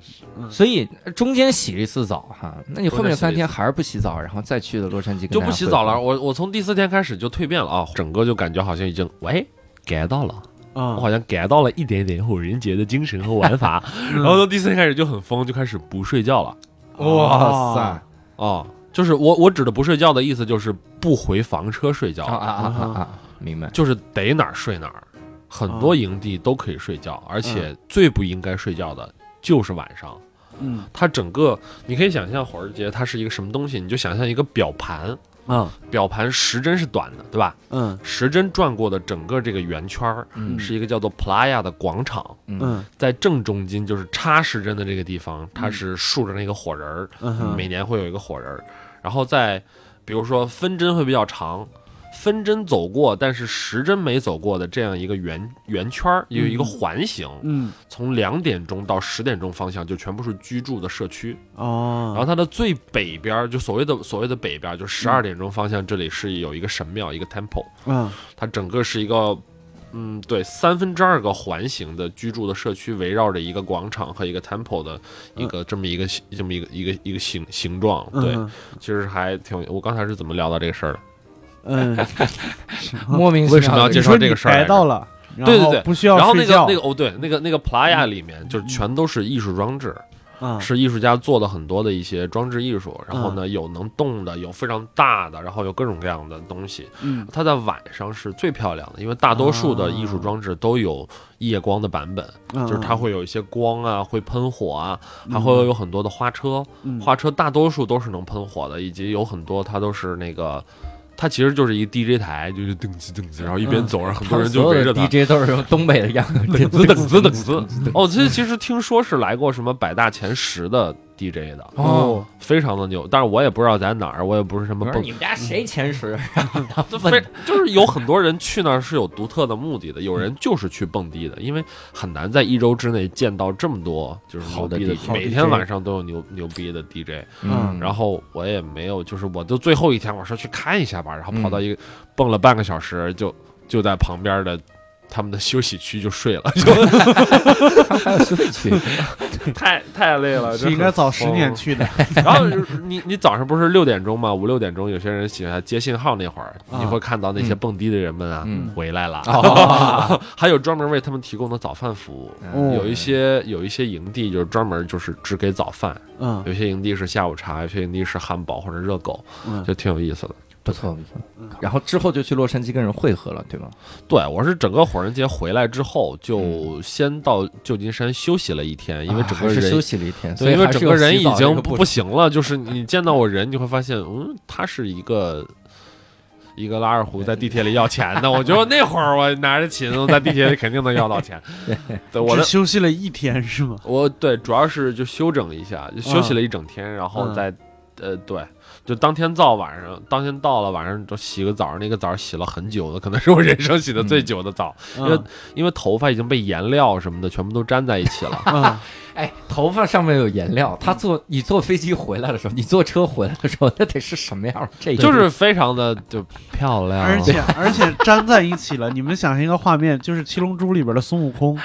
E: 是
A: 所以中间洗了一次澡哈，那你后面三
E: 中间洗了
A: 天
E: 一
A: 还是不洗澡，然后再去的洛杉矶跟
E: 就
A: 大
E: 不
A: 家
E: 洗
A: 汇
E: 澡
A: 报
E: 了。我我从第四天开始就蜕变了啊，整个就感觉好像已经喂 get 到了。我
C: 啊，
E: 好像 get 到了一点点火人节的精神和 玩法，然后从第四天开始就很疯，就开始不睡觉了。
A: 哇塞！
E: 哦，就是我我指的不睡觉的意思就是不回房车睡觉，
A: 啊啊啊啊啊！明白。
E: 就是得哪儿睡哪儿。很多
A: 啊
E: 营地都可以睡觉，
A: 嗯
E: 而且最不应该睡觉的就是晚上。
C: 嗯
E: 它整个你可以想象火人节它是一个什么东西，你就想象一个表盘，
C: 嗯
E: 表盘时针是短的，对吧？
C: 嗯
E: 时针转过的整个这个圆圈儿
A: 嗯
E: 是一个叫做 Playa 的广场。
A: 嗯
C: 嗯
E: 在正中间就是插时针的这个地方，它是竖着那个火人儿，
C: 嗯哼，
E: 每年会有一个火人儿。然后在比如说分针会比较长，分针走过但是时针没走过的这样一个圆圆圈儿，有一个环形，
C: 嗯
E: 从两点钟到十点钟方向就全部是居住的社区。
C: 哦，
E: 然后它的最北边儿，就所谓的所谓的北边儿，就十二点钟方向，这里是有一个神庙，一个 temple。
C: 嗯
E: 它整个是一个，嗯，对，三分之二个环形的居住的社区，围绕着一个广场和一个 temple 的一个、这么一个形这么一个一个一个形形状。对，
C: 嗯
E: 其实还挺有。我刚才是怎么聊到这个事儿的？
C: 嗯，
A: 莫名其妙
E: 为什么要
A: 的
E: 介
C: 你
E: 绍
C: 说
E: 这
C: 你
E: 个事儿来
C: 改
E: 着
C: 到了，然
E: 对对
C: 后
E: 对
C: 不需要
E: 然后那
C: 睡
E: 个
C: 觉嗯
E: 那个哦，对，那个那个 playa 里面就是全都是艺术装置，
C: 啊
E: 是艺术家做的很多的一些装置艺术。
C: 嗯
E: 然后呢，有能动的，有非常大的，然后有各种各样的东西。
C: 嗯
E: 它在晚上是最漂亮的，因为大多数
C: 啊
E: 的艺术装置都有夜光的版本。
C: 嗯
E: 就是它会有一些光啊，会喷火啊，还会有很多的花车，
C: 嗯
E: 花车大多数都是能喷火的，以及有很多它都是那个，它其实就是一个 DJ 台，就是噔哧噔哧，然后一边走，然后很多人就
A: 所
E: 围
A: 有
E: 着
A: 的
E: 嗯它。
A: DJ 都是用东北的样子，
E: 噔哧噔哧噔哧，哦，其实其实听说是来过什么百大前十的 DJ 的，
A: 哦，
E: 非常的牛，但是我也不知道在哪儿，我也不是什么
A: 不
E: 蹦
A: 是你们家谁前十？
E: 就非就是有很多人去那儿是有独特的目的的，有人就是去蹦迪的，因为很难在一周之内见到这么多就是
A: 好
E: 牛逼
A: 的
E: 的
A: DJ，
E: 每天晚上都有牛牛逼的 DJ。
A: 嗯，
E: 然后我也没有，就是我就最后一天我说去看一下吧，然后
A: 嗯
E: 跑到一个蹦了半个小时，就就在旁边的。他们的休息区就睡了， 就
A: 还有休息区，
E: 哦太太累 了，
C: 是应该早十年
E: 去。
C: 去的，
E: 然后你你早上不是六点钟吗？五六点钟，有些人喜欢接信号那会儿，
C: 啊
E: 你会看到那些蹦迪的人们啊，
A: 嗯
E: 回来了，
A: 哦
E: 还有专门为他们提供的早饭服务。
A: 嗯
E: 有一些有一些营地就是专门就是只给早饭，
C: 嗯
E: 有些营地是下午茶，有些营地是汉堡或者热狗，
C: 嗯
E: 就挺有意思的。
A: 不错嗯不错。然后之后就去洛杉矶跟人会合了，对吗？
E: 对，我是整个火人节回来之后，就先到旧金山休息了一天，因
A: 嗯
E: 为
A: 啊
E: 整
A: 还
E: 个
A: 是
E: 人
A: 休息了一天，所
E: 对，
A: 以
E: 因为
A: 还是
E: 整个
A: 有
E: 人
A: 洗
E: 已
A: 澡这
E: 经
A: 个步
E: 不不
A: 骤
E: 行了，就是你见到我人，你会发现，嗯，他是一个一个拉二胡在地铁里要钱的。我觉得那会儿我拿着琴在地铁里肯定能要 到钱。对，我
C: 只
E: 的
C: 休息了一天是吗？
E: 我对主要是就休整一下，就休息
A: 嗯
E: 了一整天，然后再呃对。就当天到晚上，当天到了晚上就洗个澡，那个澡洗了很久的，可能是我人生洗的
A: 嗯
E: 最久的澡，因 为因为头发已经被颜料什么的全部都粘在一起 了。
C: 啊，
A: 哎，头发上面有颜料，他坐你坐飞机回来的时候，你坐车回来的时候，那得是什么样儿？这
E: 就是非常的就漂亮，啊
C: 而且而且粘在一起了。你们想象一个画面，就是《七龙珠》里边的孙悟空，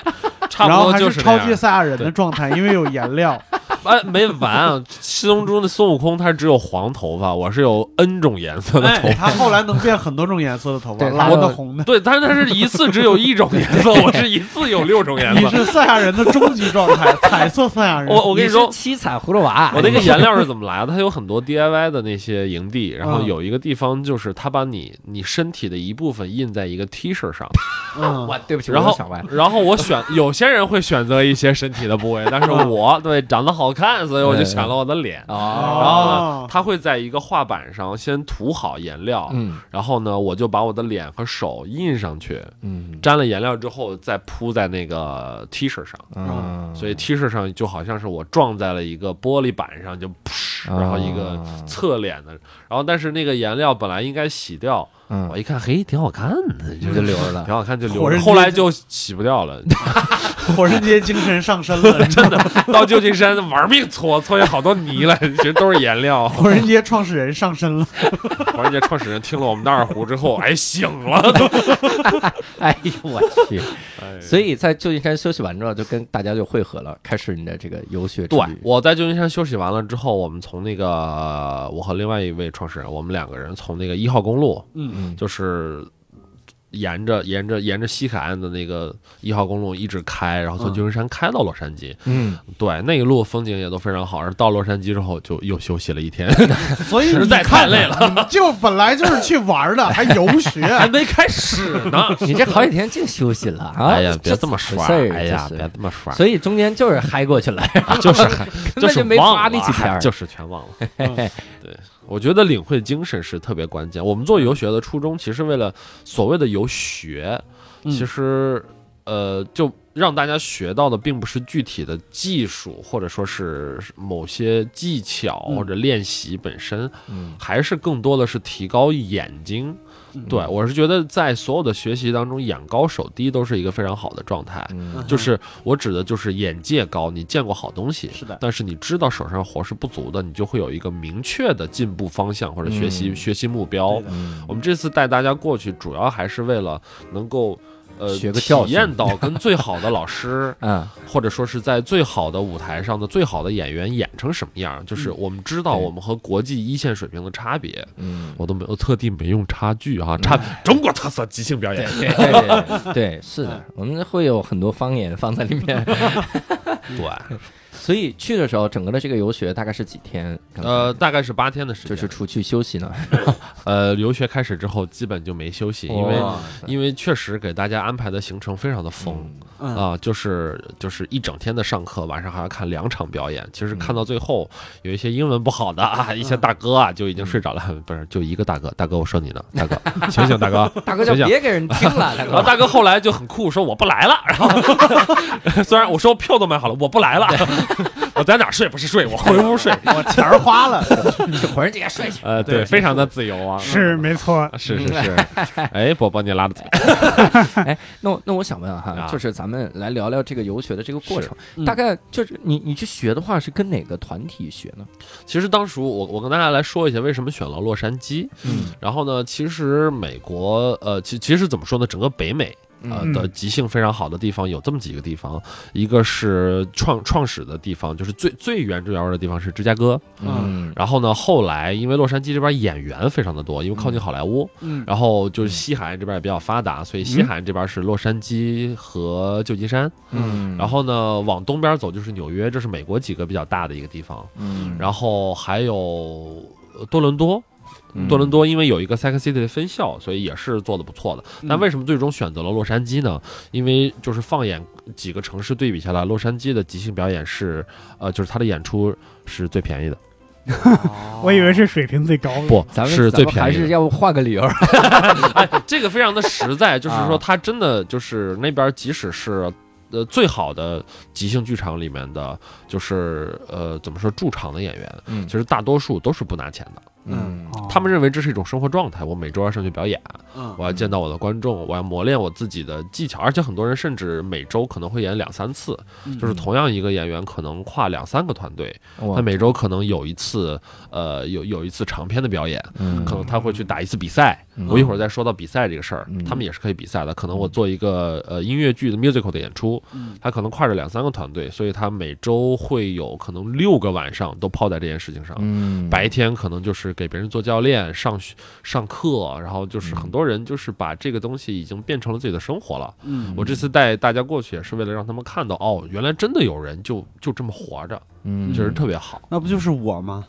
E: 差不
C: 然后
E: 多
C: 还
E: 就是
C: 超
E: 那
C: 级
E: 样
C: 赛亚人的状态，因为有颜料。
E: 哎，没完啊！七龙珠的孙悟空他只有黄头发，我是有 N 种颜色的头
C: 哎，
E: 发。
C: 他后来能变很多种颜色的头发，
A: 对
C: 蓝的、红的。
E: 对，但是他是一次只有一种颜色，我是一次有六种 颜
C: 你是
E: 色。
C: 赛亚人的终极状态，彩色赛亚人。
E: 我我跟你
A: 是
E: 说，
A: 七彩葫芦娃，哎
E: 我那个颜料是怎么来的？它有很多 DIY 的那些营地，然
C: 嗯
E: 后有一个地方就是他把你你身体的一部分印在一个 T 恤上，
C: 嗯，
A: 我对不起，
E: 然
A: 我
E: 后
A: 又想歪了。
E: 然后我选有些人会选择一些身体的部位，但是
C: 嗯
E: 我对长得好看，所以我就选了我的脸。
A: 哦，
E: 然后呢
C: 哦，
E: 他会在一个画板上先涂好颜料，
A: 嗯
E: 然后呢，我就把我的脸和手印上去，
A: 嗯
E: 沾了颜料之后再铺在那个 T 恤上，
A: 嗯，
E: 所以 T 恤上就好像是我撞在了一个玻璃板上，就噗，
A: 啊
E: 然后一个侧脸的，然后但是那个颜料本来应该洗掉，
A: 嗯
E: 我，一看，嘿，挺好看的，就
A: 你就留着 了。
E: 挺好看，就留
C: 火
E: 着。
C: 人
E: 后来就洗不掉了，
C: 火人节精神上身了，真的。
E: 到旧金山玩命搓，搓下好多泥来，其实都是颜料。
C: 火人节创始人上身了，
E: 火人节创始人听了我们的二胡之后，哎，醒了。
A: 哎呦我去！
E: 哎
A: 所以在旧金山休息完之后，就跟大家就会合了，开始你的这个游学之
E: 对
A: 旅。，
E: 我在旧金山休息完了之后，我们从那个我和另外一位创始人，我们两个人从那个一号公路，
A: 嗯
E: 就是沿着沿着沿着西海岸的那个一号公路一直开，然后从旧金山开到洛杉矶。
A: 嗯，
E: 对，那一路风景也都非常好。而到洛杉矶之后，就又休息了一天，
C: 所以
E: 实
C: 你
E: 在太
C: 看
E: 累了，
C: 你就本来就是去玩的，还游学，
E: 还没开始呢。
A: 你这好几天净休息了啊！
E: 哎呀，别
A: 这
E: 这么说！
A: 事儿
E: 哎呀，
A: 这是
E: 别这么说！
A: 所以中间就是嗨过去 了，
E: 就是
A: 根
E: 就
A: 本
E: 是
A: 没
E: 忘
A: 发那几嗯
E: 了
A: 天，
E: 就是全忘了。 对，我觉得领会精神是特别关键。我们做游学的初衷，其实为了所谓的游学，
C: 嗯
E: 其实呃，就让大家学到的并不是具体的技术，或者说是某些技巧
C: 嗯
E: 或者练习本身，
A: 嗯
E: 还是更多的是提高眼睛。
C: 嗯
E: 对我是觉得，在所有的学习当中，眼高手低都是一个非常好的状态。
A: 嗯
E: 就是我指的就是眼界高，你见过好东西，
C: 是的
E: 但是你知道手上活是不足的，你就会有一个明确的进步方向或者学习、
A: 嗯
E: 学习目标
C: 对。的
A: 嗯
E: 我们这次带大家过去，主要还是为了能够。呃，
A: 学个
E: 体
A: 教训，
E: 验到跟最好的老师
A: 嗯
E: 或者说是在最好的舞台上的最好的演员演成什么样，就是我们知道
A: 嗯对
E: 我们和国际一线水平的差别。
A: 嗯，
E: 我都没有特地没用差距啊，差中国特色即兴表演
A: 对。对对对对，是的，
E: 嗯
A: 我们会有很多方言放在里面。
E: 对，
A: 所以去的时候，整个的这个游学大概是几天？刚才
E: 呃，，大概是八天的时间，
A: 就是除去休息呢，
E: 呃，留学开始之后基本就没休息，因为、
A: 哇
E: 因为确实给大家安排的行程非常的丰啊、
C: 嗯，
E: 就是就是一整天的上课，晚上还要看两场表演。其实看到最后，有一些英文不好的啊，一些大哥啊就已经睡着了，不是就一个大哥，大哥我说你呢，大哥醒醒，大哥。
A: 大哥就别给人听 了，大
E: 然后
A: 哥。
E: 大哥后来就很酷，说我不来了。然后 虽然我说票都买好了，我不来了， 我在哪儿睡不是睡，我回屋睡。
C: 我钱儿花了，
A: 去火人节睡去。
E: 呃，对，非常的自由啊。
B: 是没错，
E: 是是 是，哎，宝宝你拉的怎么样
A: 那我那我想问哈，
E: 啊
A: 就是咱们来聊聊这个游学的这个过程，
C: 嗯
A: 大概就是你你去学的话是跟哪个团体学呢？
E: 其实当时我我跟大家来说一下为什么选了洛杉矶。
A: 嗯
E: 然后呢，其实美国呃，其其实怎么说呢，整个北美
A: 啊
E: 呃
B: 嗯
E: 的极性非常好的地方有这么几个地方，一个是创创始的地方，就是最最原汁原味的地方是芝加哥。
A: 嗯
E: 然后呢，后来因为洛杉矶这边演员非常的多，因为靠近好莱坞，
C: 嗯，
E: 然后就是西海岸这边也比较发达，所以西海岸这边是洛杉矶和旧金山。
A: 嗯
E: 然后呢，往东边走就是纽约，这是美国几个比较大的一个地方。
A: 嗯
E: 然后还有呃多伦多，
A: 嗯
E: 多伦多因为有一个 Sex City 的分校，所以也是做的不错的。
A: 嗯
E: 那为什么最终选择了洛杉矶呢？因为就是放眼几个城市对比下来，洛杉矶的即兴表演是，呃，就是它的演出是最便宜的，
B: 我以为是水平最高的。
E: 不
A: 嗯咱们
E: 是
A: 咱
E: 最
A: 们
E: 便
A: 还
E: 宜的
A: 是。要换个理由。
E: 这个非常的实在，就是
A: 啊
E: 说它真的就是那边，即使是呃最好的即兴剧场里面的，就是呃怎么说驻场的演员，
A: 嗯
E: 其实大多数都是不拿钱的。
A: 嗯
C: 哦
E: 他们认为这是一种生活状态，我每周要上去表演，
C: 嗯
E: 我要见到我的观众，我要磨练我自己的技巧，而且很多人甚至每周可能会演两三次，
A: 嗯
C: 嗯
E: 就是同样一个演员可能跨两三个团队，
A: 我
E: 他每周可能有一次，呃，有有一次长篇的表演，
A: 嗯
E: 可能他会去打一次比赛。
A: 嗯
E: 我一会儿再说到比赛这个事儿
A: 嗯，
E: 他们也是可以比赛的。可能我做一个呃音乐剧的 musical 的演出，
A: 嗯
E: 他可能跨着两三个团队，所以他每周会有可能六个晚上都泡在这件事情上。
A: 嗯
E: 白天可能就是给别人做教练、上学、上课，然后就是很多人就是把这个东西已经变成了自己的生活了。
C: 嗯
E: 我这次带大家过去也是为了让他们看到，哦，原来真的有人就就这么活着，
A: 嗯哎
E: 确实特别好。
C: 那不就是我吗？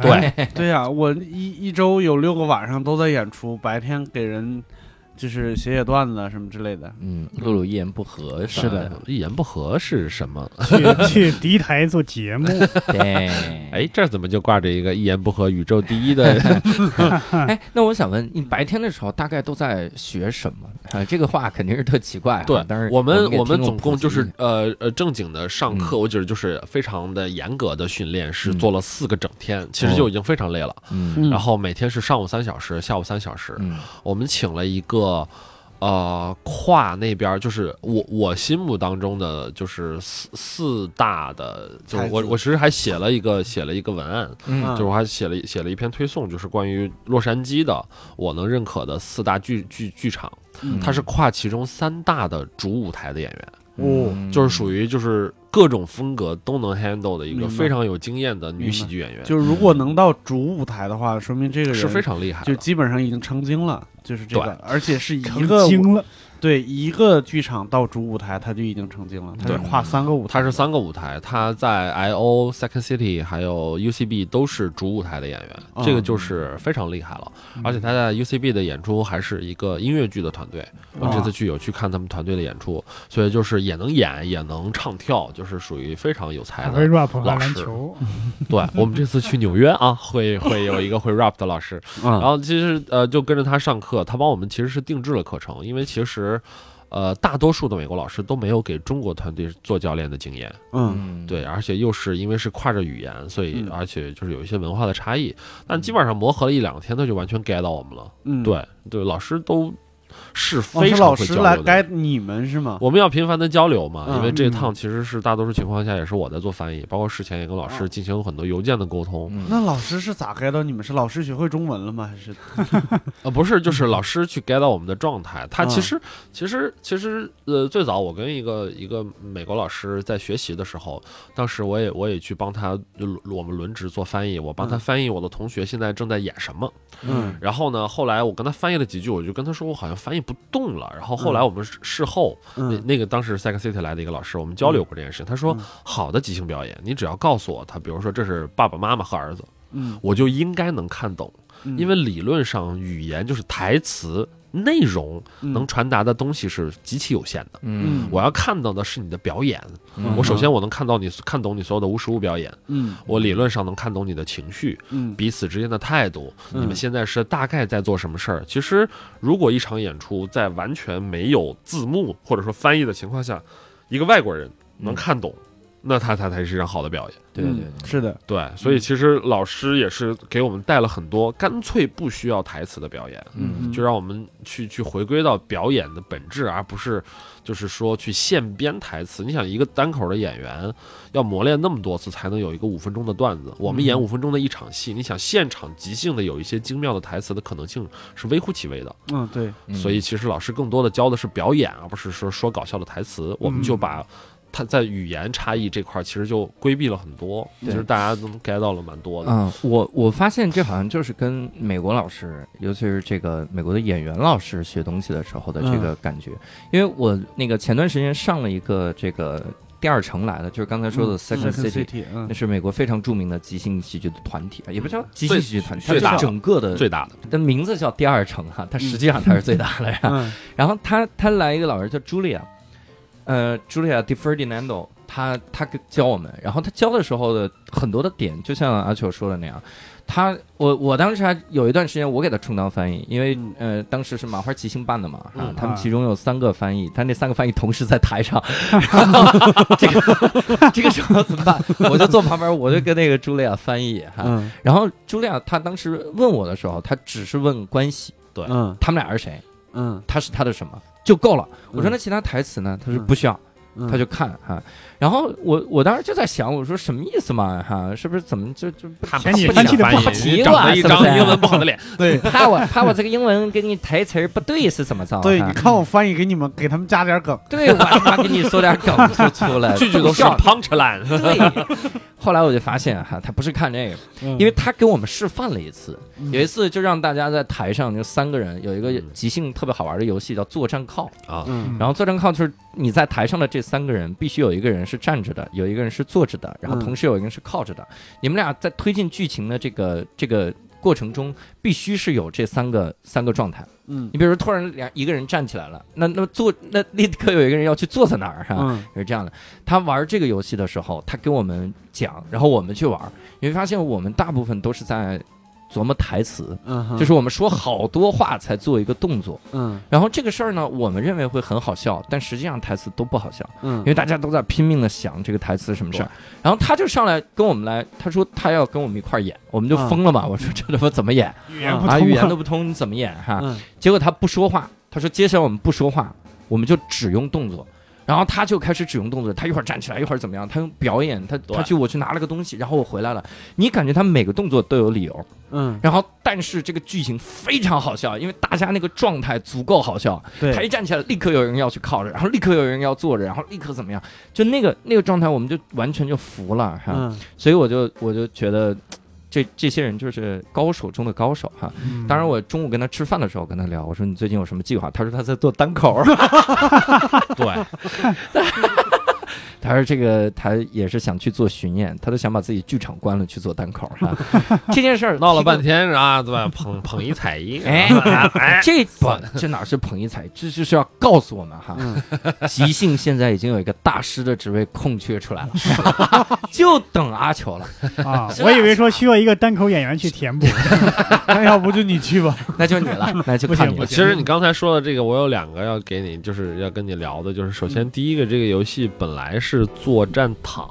B: 哎
E: 对，
C: 对呀、我一一周有六个晚上都在演出，白天给人就是写写段子什么之类的。
A: 嗯，露露一言不合
E: 是 的，，呃一言不合是什么？
B: 去 去敌台做节 目，
A: 对，
E: 哎，这怎么就挂着一个一言不合宇宙第一的？
A: 哎，那我想问你，白天的时候大概都在学什么？啊，这个话肯定是特奇怪啊。
E: 对
A: 但是，
E: 我们
A: 我
E: 我们总共就是
A: 给
E: 呃呃正经的上课，
A: 嗯
E: 我觉得就是非常的严格的训练，是
A: 嗯
E: 做了四个整天，其实
A: 哦
E: 就已经非常累了。
A: 听众普及
C: 嗯
E: 然后每天是上午三小时，下午三小时。
A: 嗯
E: 我们请了一个，呃，跨那边儿就是我我心目当中的就是四四大的，就是
C: 才子
E: 我我其实还写了一个写了一个文案，
A: 嗯
C: 啊
A: 嗯
E: 就是我还写了写了一篇推送，就是关于洛杉矶的我能认可的四大剧剧剧场，
A: 嗯，
E: 它是跨其中三大的主舞台的演员，
C: 哦
A: 嗯
E: 哦就是属于就是各种风格都能 handle 的一
C: 明
E: 个
C: 白
E: 非常有经验的
C: 明
E: 女
C: 白
E: 喜剧演员，
C: 就是如果能到主舞台的话，说明这个人
E: 是非常厉害
C: 就
E: 的。
C: 基本上已经成精了，就是这个，而且是一
B: 成
C: 个
B: 精了。
C: 对一个剧场到主舞台，他就已经成精了，他是
A: 对
C: 跨三个舞台
E: 他
C: 的，
E: 是三个舞台，他在 I O Second City 还有 U C B 都是主舞台的演员，
C: 嗯
E: 这个就是非常厉害了。
B: 嗯
E: 而且他在 U C B 的演出还是一个音乐剧的团队，
B: 哦
E: 我
C: 哇
B: 啊
E: 这次去有去看他们团队的演出，所以就是也能演也能唱跳，就是属于非常有才
B: 还
E: 的
B: 会 rap 还
E: 老
B: 篮
E: 师
B: 球，
E: 对我们这次去纽约啊， 会会有一个会 rap 的老师，
C: 嗯
E: 然后其实呃就跟着他上课，他帮我们其实是定制了课程，因为其实呃大多数的美国老师都没有给中国团队做教练的经验，
C: 嗯
A: 嗯
E: 对，而且又是因为是跨着语言，所以
C: 嗯
E: 而且就是有一些文化的差异，但基本上磨合了一两天，他就完全 get 到我们了。
C: 嗯，
E: 对对，老师都是
C: 哦，
E: 非
C: 是
E: 常
C: 老
E: 会
C: 师
E: 交
C: 来
E: 流的
C: 该
E: 人
C: 你们是吗？
E: 我们要频繁的交流嘛，因为
C: 嗯
E: 这趟其实是大多数情况下也是我在做翻译，包括事前也跟老
C: 嗯
E: 师进行很多邮件的沟通。
A: 嗯
C: 那老师是咋该到你们？是老师学会中文了吗？还是
E: 呃，不是，就是老师去 get 到我们的状态。他其
C: 嗯
E: 实，其实，其实，呃，最早我跟一个一个美国老师在学习的时候，当时我也我也去帮他，就轮我们轮值做翻译，我帮他
C: 嗯
E: 翻译我的同学现在正在演什么。
C: 嗯
E: 然后呢，后来我跟他翻译了几句，我就跟他说我好像翻译不动了。然后后来我们事事后，那
C: 嗯
E: 那个当时 Sex City 来的一个老师，我们交流过这件事情。他说
C: 嗯，
E: 好的即兴表演，你只要告诉我他，比如说这是爸爸妈妈和儿子，
C: 嗯，
E: 我就应该能看懂。
C: 嗯
E: 因为理论上语言就是台词内容
C: 嗯
E: 能传达的东西是极其有限的。
A: 嗯
E: 我要看到的是你的表演，
A: 嗯
E: 我首先我能看到你看懂你所有的无实物表演，
C: 嗯
E: 我理论上能看懂你的情绪，
C: 嗯
E: 彼此之间的态度，
C: 嗯
E: 你们现在是大概在做什么事嗯儿？其实，如果一场演出在完全没有字幕或者说翻译的情况下，一个外国人能看懂，那他才才是一场好的表演。
A: 对对对，
C: 嗯是的，
E: 对，所以其实老师也是给我们带了很多干脆不需要台词的表演，
A: 嗯
E: 就让我们去去回归到表演的本质，而不是就是说去现编台词。你想，一个单口的演员要磨练那么多次才能有一个五分钟的段子，我们演五分钟的一场戏，你想现场即兴的有一些精妙的台词的可能性是微乎其微的。
C: 嗯对，
A: 嗯
E: 所以其实老师更多的教的是表演，而不是说说搞笑的台词。我们就把他在语言差异这块儿其实就规避了很多，其
A: 对
E: 实大家都 get 到了蛮多的。
A: 嗯，我我发现这好像就是跟美国老师，尤其是这个美国的演员老师嗯学东西的时候的这个感觉，因为我那个前段时间上了一个这个第二城来的，就是刚才说的 Second
C: 嗯 Second
A: City，
C: City，嗯
A: 那，是美国非常著名的即兴喜剧的团体，啊也不叫即兴
E: 最
A: 喜剧团体，它
E: 最大
A: 是
E: 的
A: 整个的
E: 最大的，
A: 但名字叫第二城哈、它实际上它是最大的呀。
C: 嗯
A: 然后他他来一个老人叫 Julia，呃，Julia Di Ferdinando，他他给教我们，然后他教的时候的很多的点，就像阿球说的那样，他我我当时还有一段时间我给他充当翻译，因为、
C: 嗯
A: 呃当时是麻花即兴办的嘛，哈、
E: 嗯
A: 他
B: 啊
A: 们其中有三个翻译，他那三个翻译同时在台上，然后这个这个 时候怎么办？我就坐旁边，我就跟那个 Julia 翻译哈、
C: 嗯
A: 然后 Julia 她当时问我的时候，她只是问关系，
C: 嗯
A: 他们俩是谁？
C: 嗯
A: 他是他的什么就够了。我说
C: 嗯
A: 那其他台词呢？他说
C: 嗯
A: 不需要，
C: 嗯，
A: 他就看哈、然后我我当时就在想，我说什么意思嘛哈、是不是怎么就就
E: 看
B: 嫌你
E: 不
B: 翻译得不
A: 好
E: 你长得一张英文不 好的脸，
C: 对
A: 怕我怕我这个英文给你台词儿不对是怎么着？
C: 对，
A: 哈
C: 你看我翻译给你们，给他们加点梗，
A: 对我他妈给你说点梗就出来，
E: 句句都是
A: 笑
E: punch line。
A: 对。 后来我就发现哈、他不是看这个，
C: 因
A: 因为他给我们示范了一次，
C: 嗯
A: 有一次就让大家在台上就三个人有一个
E: 嗯
A: 即兴特别好玩的游戏叫作战靠，
C: 嗯
A: 然后坐正靠就是你在台上的这三个人，必须有一个人是站着的，有一个人是坐着的，然后
C: 嗯
A: 同时有一个人是靠着的。你们俩在推进剧情的这个这个过程中，必须是有这三个三个状态。
C: 嗯
A: 你比如说，突然两一个人站起来了，那那么坐那立刻有一个人要去坐在那儿哈、
C: 嗯
A: 是这样的，他玩这个游戏的时候，他跟我们讲，然后我们去玩，你会发现我们大部分都是在琢磨台词，
C: 嗯哼，
A: 就是我们说好多话才做一个动作。
C: 嗯
A: 然后这个事儿呢，我们认为会很好笑，但实际上台词都不好笑，
C: 嗯
A: 因为大家都在拼命的想这个台词什么事儿。然后他就上来跟我们来，他说他要跟我们一块儿演，我们就疯了嘛。我说这他妈怎么演
B: 语言不
A: 啊？语言
B: 通
A: 都不通，你怎么演哈？
C: 嗯
A: 结果他不说话，他说接下来我们不说话，我们就只用动作。然后他就开始只用动作，他一会儿站起来，一会儿怎么样，他用表演，他他
E: 对
A: 去我去拿了个东西，然后我回来了。你感觉他每个动作都有理由，
C: 嗯，
A: 然后但是这个剧情非常好笑，因为大家那个状态足够好笑，他一
C: 对，嗯
A: 站起来，立刻有人要去靠着，然后立刻有人要坐着，然后立刻怎么样？就那个那个状态，我们就完全就服了哈。
C: 嗯
A: 所以我就我就觉得，嘖这这些人就是高手中的高手哈。
B: 嗯
A: 当然，我中午跟他吃饭的时候跟他聊，我说你最近有什么计划？他说他在做单口儿，
E: 对，
A: 他说这个他也是想去做巡演，他都想把自己剧场关了去做单口儿 哈。这件事儿
E: 闹了
A: 听着
E: 半 天啊，对吧？捧捧一踩一，
A: 哎
E: 啊 哎，
A: 这不，这哪是捧一踩，这就是要告诉我们哈， 即兴现在已经有一个大师的职位空缺出来了， 就等阿球了，
B: 啊，我以为说需要一个单口演员去填补，
C: 那要不就你去 吧，
A: 那就你了，那就
B: 不
A: 看
B: 行
A: 你
B: 不
A: 了。
E: 其实你刚才说的这个，我有两个要给你，就是要跟你聊的，就是首
A: 嗯
E: 先第一个，这个游戏本来是作战躺，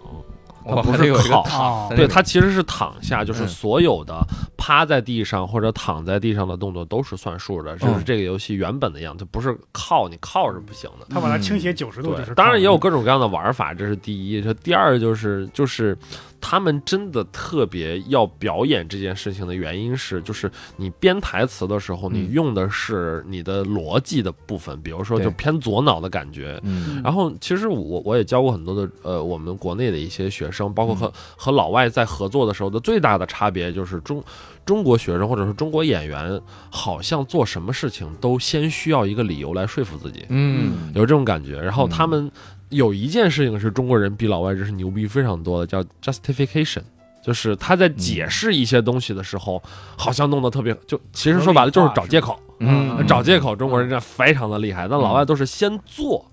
E: 它不
A: 还得
E: 是
A: 有一个
E: 考，
B: 躺
A: 在那
E: 对，
A: 边
E: 它其实是躺下，就是
A: 哎嗯
E: 所有的趴在地上或者躺在地上的动作都是算数的，就是
A: 嗯
E: 这个游戏原本的样子，不是靠你靠是不行的。
B: 他把它倾斜九十度，就
E: 对，
B: 是
E: 当然也有各种各样的玩法，这是第一。这第二就是就是他们真的特别要表演这件事情的原因是，就是你编台词的时候，
A: 嗯
E: 你用的是你的逻辑的部分，比如说
A: 对
E: 就偏左脑的感觉。
A: 嗯
E: 然后，其实我我也教过很多的呃，我们国内的一些学生，包括
A: 嗯
E: 和和老外在合作的时候的最大的差别就是中中国学生或者是中国演员，好像做什么事情都先需要一个理由来说服自己。
A: 嗯，
E: 有这种感觉。然后
A: 嗯
E: 他们有一件事情是中国人比老外真是牛逼非常多的，叫 justification。就是他
A: 嗯
E: 在解释一些东西的时候，好像弄得特别就，其实说白了就是找借口，
A: 嗯
E: 找借口。中国人这非常的厉害，但老外都是先做，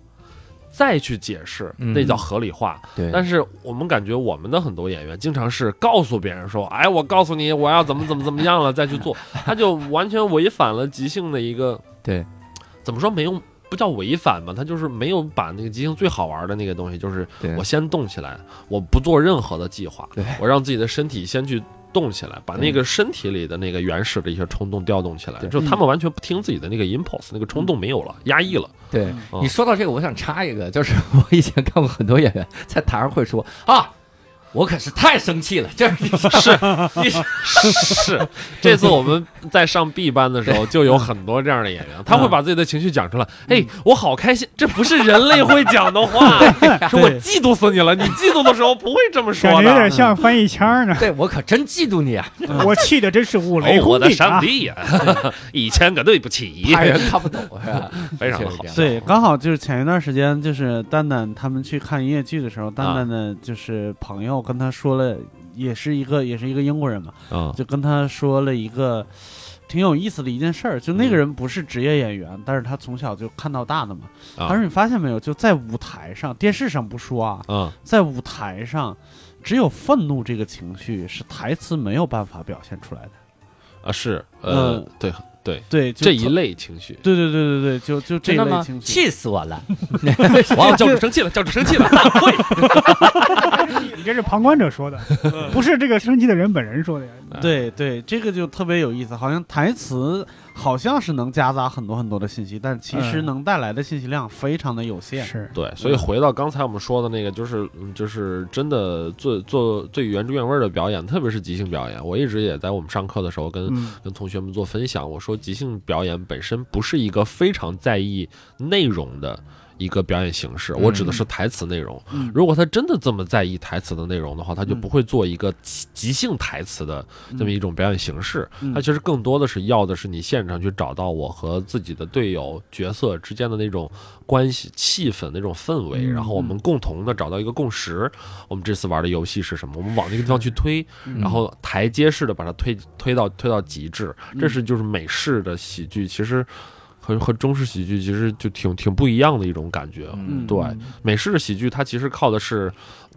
E: 再去解释，
A: 嗯
E: 那叫合理化。
A: 对，
E: 但是我们感觉我们的很多演员经常是告诉别人说：“哎，我告诉你我要怎么怎么怎么样了，再去 做。”他就完全违反了即兴的一个
A: 对，
E: 怎么说没用不叫违反吧，他就是没有把那个即兴最好玩的那个东西，就是
A: 对
E: 我先动起来，我不做任何的计划
A: 对，
E: 我让自己的身体先去。动起来，把
A: 对
E: 那个身体里的那个原始的一些冲动调动起来，
A: 对
E: 就他们完全不听自己的那个 impulse，那个冲动没有了，压抑了。
A: 对
E: 嗯
A: 你说到这个，我想插一个，就是我以前看过很多演员在台上会说啊，我可是太生气了，这是。
E: 是，这次我们在上 B 班的时候，就有很多这样的演员，他会把自己的情绪讲出来。哎，我好开心，这不是人类会讲的话，是我嫉妒死你了。你嫉妒的时候不会这么
B: 感
E: 说
B: 觉有
E: 的
B: 点。像翻译腔呢
A: 对我可真嫉妒你啊！
B: 我气的真是五雷
E: 嗯哦，
B: 轰
E: 我的
B: 顶
E: 上
B: 啊！
E: 帝呀、一千个对不起，
A: 怕人看不懂是吧？
E: 非常的好。
C: 对，刚好就是前一段时间，就是蛋蛋他们去看音乐剧的时候，蛋
E: 啊
C: 蛋的就是朋友跟他说了，也是一个也是一个英国人嘛，
E: 嗯
C: 就跟他说了一个挺有意思的一件事儿。就那个人不是职业演员，但是他从小就看到大的嘛。
E: 啊
C: 他说：“你发现没有？就在舞台上，电视上不说啊，
E: 嗯，
C: 在舞台上，只有愤怒这个情绪是台词没有办法表现出来的。
E: 啊是，呃
C: 嗯，
E: 对，
C: 对，就
E: 这一
C: 从
E: 类情绪。
C: 对对对对对，就就
A: 真
C: 这一
A: 的
C: 类
A: 吗
C: 情？绪。
A: 气死我了！
E: 哇，教主生气了，教主生气了，
B: 你这是旁观者说的，
E: 嗯
B: 不是这个生气的人本人说的呀。
C: 对对，这个就特别有意思，好像台词好像是能夹杂很多很多的信息，但其实
B: 嗯
C: 能带来的信息量非常的有限。
B: 是，
E: 对，所以回到刚才我们说的那个，就是嗯就是真的做做最原汁原味儿的表演，特别是即兴表演。我一直也在我们上课的时候跟、
B: 嗯，
E: 跟同学们做分享，我说即兴表演本身不是一个非常在意内容的。一个表演形式，我指的是台词内容。
C: 嗯
E: 如果他真的这么在意台词的内容的话，他就
C: 嗯
E: 不会做一个即即兴台词的这么一种表演形式。
C: 嗯
E: 它其实更多的是要的是你现场去找到我和自己的队友角色之间的那种关系、气氛、那种氛围，
B: 嗯
E: 然后我们共同的找到一个共识。我们这次玩的游戏是什么？我们往那个地方去推，
C: 嗯
E: 然后台阶式的把它推推到推到极致。
C: 嗯
E: 这是就是美式的喜剧，其实和和中式喜剧其实就挺挺不一样的一种感觉。
C: 嗯
E: 对，美式的喜剧它其实靠的是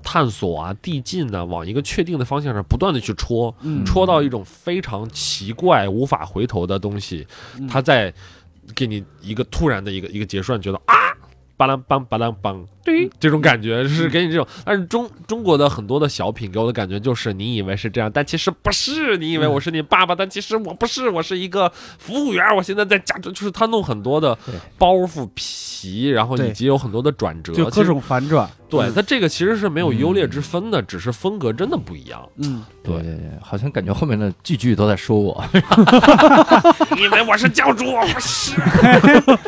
E: 探索啊、递进啊，往一个确定的方向上不断的去戳，
C: 嗯
E: 戳到一种非常奇怪、无法回头的东西，
C: 嗯
E: 它再给你一个突然的一个一个结束，你觉得啊。巴啷梆巴啷梆，对，
C: 嗯
E: 这种感觉是给你这种，但是中中国的很多的小品给我的感觉就是，你以为是这样，但其实不是，你以
C: 嗯
E: 为我是你爸爸，但其实我不是，我是一个服务员，我现在在家，就是他弄很多的
A: 对
E: 包袱皮，然后
C: 对
E: 以及有很多的转折，
C: 就
E: 其
C: 各
E: 实
C: 种反转。
E: 对，它这个其实是没有优劣之分的，只是风格真的不一样。
C: 嗯，
A: 对对对，好像感觉后面的句句都在说我。
C: 嗯
E: 你以为我是教主，我不是。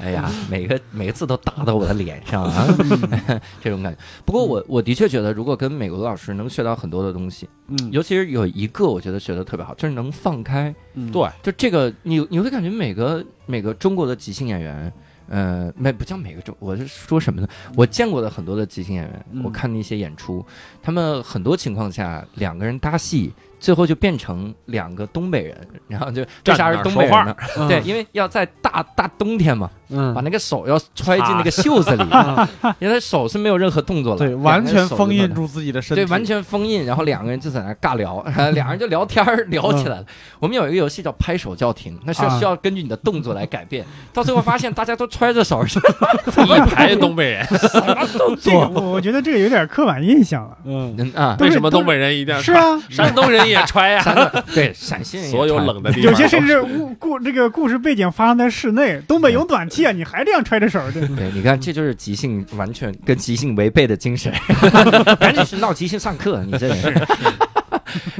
A: 哎呀，每个每个字都打到我的脸上啊， 这种感觉。不过我我的确觉得，如果跟美国的老师能学到很多的东西，
C: 嗯
A: 尤其是有一个我觉得学的特别好，就是能放开。
C: 嗯，
E: 对，
A: 就这个，你你会感觉每个每个中国的即兴演员，呃，没不叫每个中，我是说什么呢？我见过的很多的即兴演员，
C: 嗯
A: 我看的一些演出，他们很多情况下两个人搭戏，最后就变成两个东北人， 然后就这
E: 站
A: 啥
E: 那
A: 是
E: 儿
A: 东
E: 说
A: 北人
E: 话
A: 呢？
C: 嗯
A: 对，因为要在大大冬天嘛，把
C: 嗯，
A: 那个手要揣进那个袖子里，
C: 啊
A: 因为他手是没有任何动作了，
C: 对，
A: 两个
C: 完全
A: 手就
C: 封
A: 在
C: 印
A: 那
C: 住自己的身体，
A: 对，完全封印，然后两个人就在那尬聊， 两人就聊天儿聊起来了。我们有一个游戏叫拍手叫停，那是
C: 啊
A: 需要根据你的动作来改变。到最后发现大家都揣着手，什
E: 一排东北人，
A: 么动
B: 这个
A: 作？
B: 我我觉得这个有点刻板印象了。
C: 嗯，
A: 嗯 啊，
E: 为什么东北人一定要
B: 是
E: 穿？
B: 啊，
E: 山东人也揣呀、
A: 山东对陕西人也
E: 所有
A: 揣
E: 冷的地方，哦
B: 有些甚至故故这个故事背景发生在室内，东北有暖气啊，
E: 嗯
B: 你还这样揣着手儿，这
A: 对，你看，这就是即兴，完全跟即兴违背的精神。 赶紧去闹即兴上课，你这人。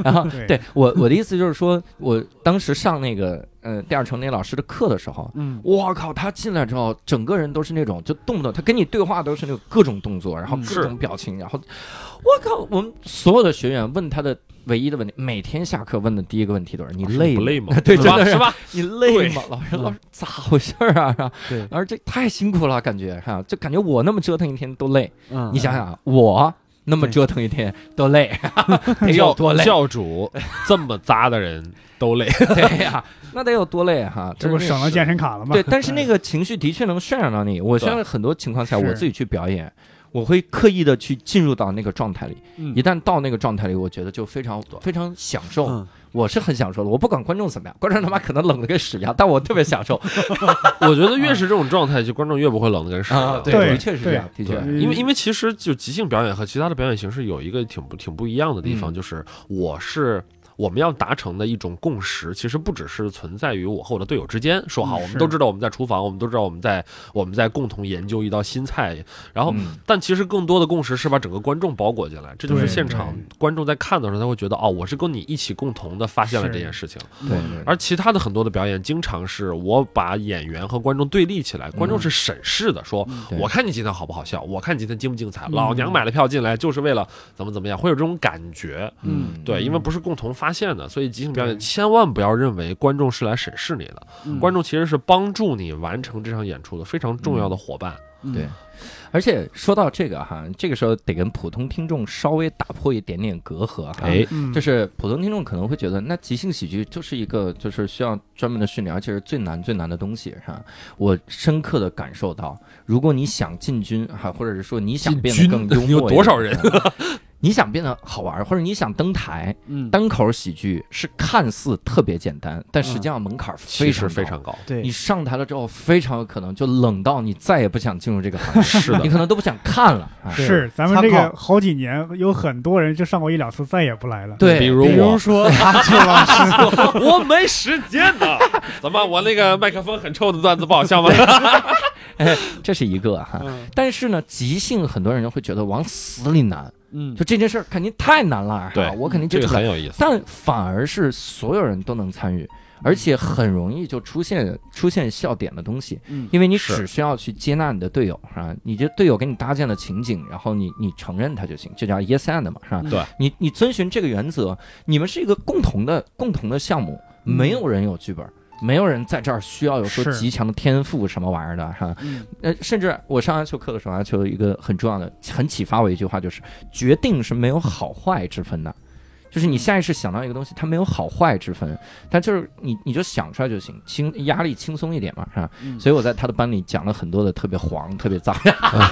A: 然后，
B: 对
A: 对我我的意思就是说，我当时上那个呃第二程那老师的课的时候，
C: 嗯
A: 我靠，他进来之后，整个人都是那种就动不动他跟你对话都是那种各种动作，然后
C: 嗯
A: 各种表情，然后我靠，我们所有的学员问他的唯一的问题，每天下课问的第一个问题都是你累
E: 不
A: 吗？
E: 累吗？
A: 对，
E: 是
A: 真
E: 吧
A: 的
E: 是吧？
A: 你累吗？老师，
C: 嗯
A: 老师咋回事儿啊？ 然后
C: 对
A: 老师这太辛苦了，感觉哈，就感觉我那么折腾一天都累。
C: 嗯，
A: 你想想啊，我那么
C: 对
A: 折腾一天都累， 得有
E: 教
A: 多累？
E: 哎教主这么渣的人 都累，
A: 对呀，那得有多累哈？
B: 这不
A: 真是
B: 省了健身卡了吗？
A: 对，但是那个情绪的确能渲染到你。我现在很多情况下，
B: 是
A: 我自己去表演，我会刻意的去进入到那个状态里。
C: 嗯
A: 一旦到那个状态里，我觉得就非常非常享受。
C: 嗯
A: 我是很享受的，我不管观众怎么样，观众他妈可能冷的跟屎一样，但我特别享受
E: 我觉得越是这种状态，就观众越不会冷的跟屎一
A: 啊！
E: 样。
B: 对
A: 的确是这样，的确
B: 对。
E: 因为因为其实就即兴表演和其他的表演形式有一个挺不挺不一样的地方，
A: 嗯
E: 就是我是我们要达成的一种共识，其实不只是存在于我和我的队友之间。说好，
B: 嗯
E: 我们
B: 是
E: 都知道我们在厨房，我们都知道我们在我们在共同研究一道新菜，然后
A: 嗯
E: 但其实更多的共识是把整个观众包裹进来，这就是
B: 对
E: 现场观众在看的时候，他会觉得哦，我是跟你一起共同的发现了
B: 是
E: 这件事情。
C: 嗯
A: 对对，嗯
E: 而其他的很多的表演，经常是我把演员和观众对立起来，观众是审视的，说
A: 对
E: 我看你今天好不好笑，我看你今天精不精彩，
B: 嗯
E: 老娘买了票进来就是为了怎么怎么样，会有这种感觉。
A: 嗯
E: 对，因为不是共同发现的，所以即兴表演千万不要认为观众是来审视你的，
C: 嗯
E: 观众其实是帮助你完成这场演出的非常重要的伙伴。
C: 嗯
A: 对，而且说到这个哈，这个时候得跟普通听众稍微打破一点点隔阂哈。
E: 哎，
B: 嗯
A: 就是普通听众可能会觉得，那即兴喜剧就是一个就是需要专门的训练，而且是最难最难的东西哈。我深刻的感受到，如果你想进军哈，或者是说你想变得更幽默一点，
E: 有多少人
A: 哈？ 你想变得好玩，或者你想登台，
C: 嗯，
A: 单口喜剧是看似特别简单，但实际上门槛
E: 其
A: 非常
E: 实非
A: 高
E: 常高，
C: 对
A: 你上台了之后，非常有可能就冷到你再也不想进入这个 行业，
E: 是
A: 你
E: 的。
A: 可能都不想看了。啊
B: 是咱们这
C: 参
B: 个
C: 考
B: 好几年有很多人就上过一两次，再也不来了。
A: 对，
E: 比如
C: 比
E: 我
C: 如，说阿秋老师，
E: 我没时间 呢。怎么，我那个麦克风很臭的段子不好笑吗？
A: 这是一个哈。
C: 嗯
A: 但是呢，即兴很多人就会觉得往死里难，
C: 嗯
A: 就这件事儿肯定太难了，哈
E: 对
A: 我肯定
E: 这
A: 接
E: 个
A: 触不
E: 很嗯
A: 了。
E: 有意思。
A: 但反而是所有人都能参与，而且很容易就出现出现笑点的东西，
C: 嗯
A: 因为你
E: 是
A: 只需要去接纳你的队友，是吧？你这队友给你搭建的情景，然后你你承认它就行，这叫 yes and 嘛，是吧？
E: 嗯对，
A: 你你遵循这个原则，你们是一个共同的共同的项目，
B: 嗯
A: 没有人有剧本。没有人在这儿需要有说
B: 是
A: 极强的天赋什么玩意儿的哈，
C: 嗯
A: 呃，甚至我上阿丘课的时候，阿丘有一个很重要的、很启发我一句话，就是决定是没有好坏之分的，就是
B: 嗯
A: 你下意识想到一个东西，它没有好坏之分，但就是你你就想出来就行，轻压力轻松一点嘛，是吧？
C: 嗯
A: 所以我在他的班里讲了很多的特别黄、特 别脏，
B: 啊，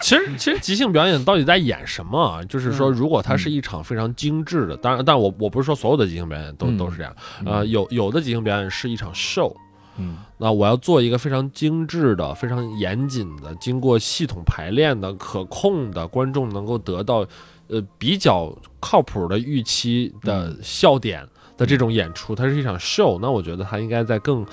E: 其实，其实即兴表演到底在演什么啊？就是说，如果它是一场非常精致的，当然，但我我不是说所有的即兴表演都
A: 嗯
E: 都是这样。
B: 啊
E: 呃，有有的即兴表演是一场 show，
A: 嗯，
E: 那我要做一个非常精致的、非常严谨的、经过系统排练的、可控的，观众能够得到呃比较靠谱的预期的笑点的这种演出，它是一场 show。那我觉得它应该在更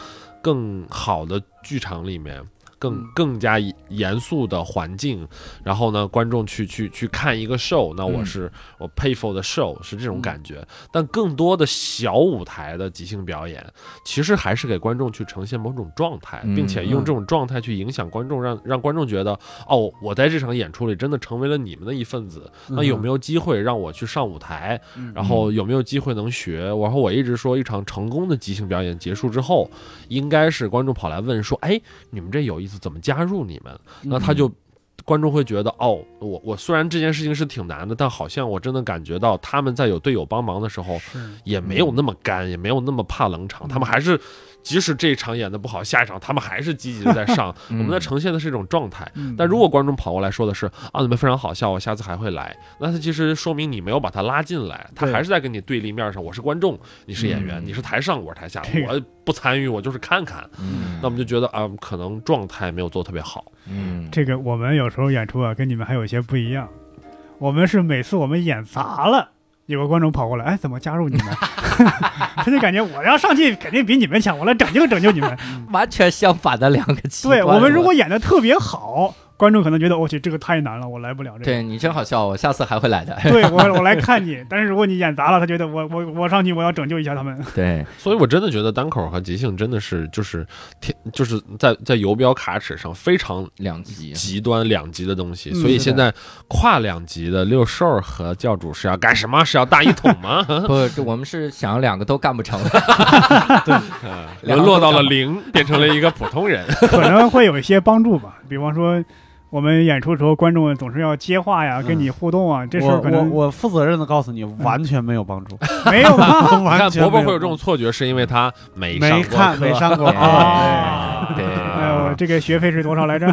E: 更好的剧场里面。更更加严肃的环境，然后呢，观众去去去看一个 show，那我
A: 嗯
E: 是、我 pay for the show 是这种感觉。但更多的小舞台的即兴表演，其实还是给观众去呈现某种状态，
A: 嗯
E: 并且用
A: 嗯
E: 这种状态去影响观众，让让观众觉得哦，我在这场演出里真的成为了你们的一份子。那有没有机会让我去上舞台？
C: 嗯
E: 然后有没有机会能学？然后我一直说，一场成功的即兴表演结束之后，应该是观众跑来问说：“哎，你们这有意思，怎么加入你们？”那他就。观众会觉得哦，我我虽然这件事情是挺难的，但好像我真的感觉到他们在有队友帮忙的时候，也没有那么干，也没有那么怕冷场，他们还是即使这一场演的不好，下一场他们还是积极的在上。我
A: 嗯
E: 们在呈现的是一种状态。
B: 嗯
E: 但如果观众跑过来说的是啊，你们非常好笑，我下次还会来，那他其实说明你没有把他拉进来，他
C: 对
E: 还是在跟你对立面上。我是观众，你是演员，
A: 嗯
E: 你是台上，我是台下，
B: 这个
E: 我不参与，我就是看看。
A: 嗯
E: 那我们就觉得啊，可能状态没有做特别好。
A: 嗯
B: 这个我们有时候演出啊，跟你们还有一些不一样。我们是每次我们演砸了，有个观众跑过来，哎，怎么加入你们？他就感觉我要上去肯定比你们强，我来拯救拯救你们。
A: 完全相反的两个极端。
B: 对我们如果演的特别好，观众可能觉得我哦去这个太难了，我来 不了这个。
A: 对你真好笑，我下次还会来 的。
B: 对我我来看你，但是如果你演砸了，他觉得我我我上去我要拯救一下他们。
A: 对，
E: 所以，我真的觉得单口和即兴真的是就是天，就是在在游标卡尺上非常
A: 两极。
E: 极端两极的东西，
C: 嗯
E: 所以现在跨两极的六兽儿和教主是要干什么？是要大一统 吗？
A: 不，这我们是想要两个都干不成的。
E: 沦落到了零，变成了一个普通人。
B: 可能会有一些帮助吧。比方说，我们演出的时候，观众总是要接话呀，跟你互动啊，这时
C: 我
B: 候可
C: 我
B: 能
C: 我负责任的告诉你，完全没有帮助，
B: 没有吧？
E: 你看
C: 嗯 完全
E: 伯伯
C: 没嗯
E: 会有这种错觉，是因为他没上
C: 没
E: 过
C: 看
E: 课
C: 没上 过
A: 对哦
C: 啊，
A: 对，
B: 哎呦，这个学费是多少来着？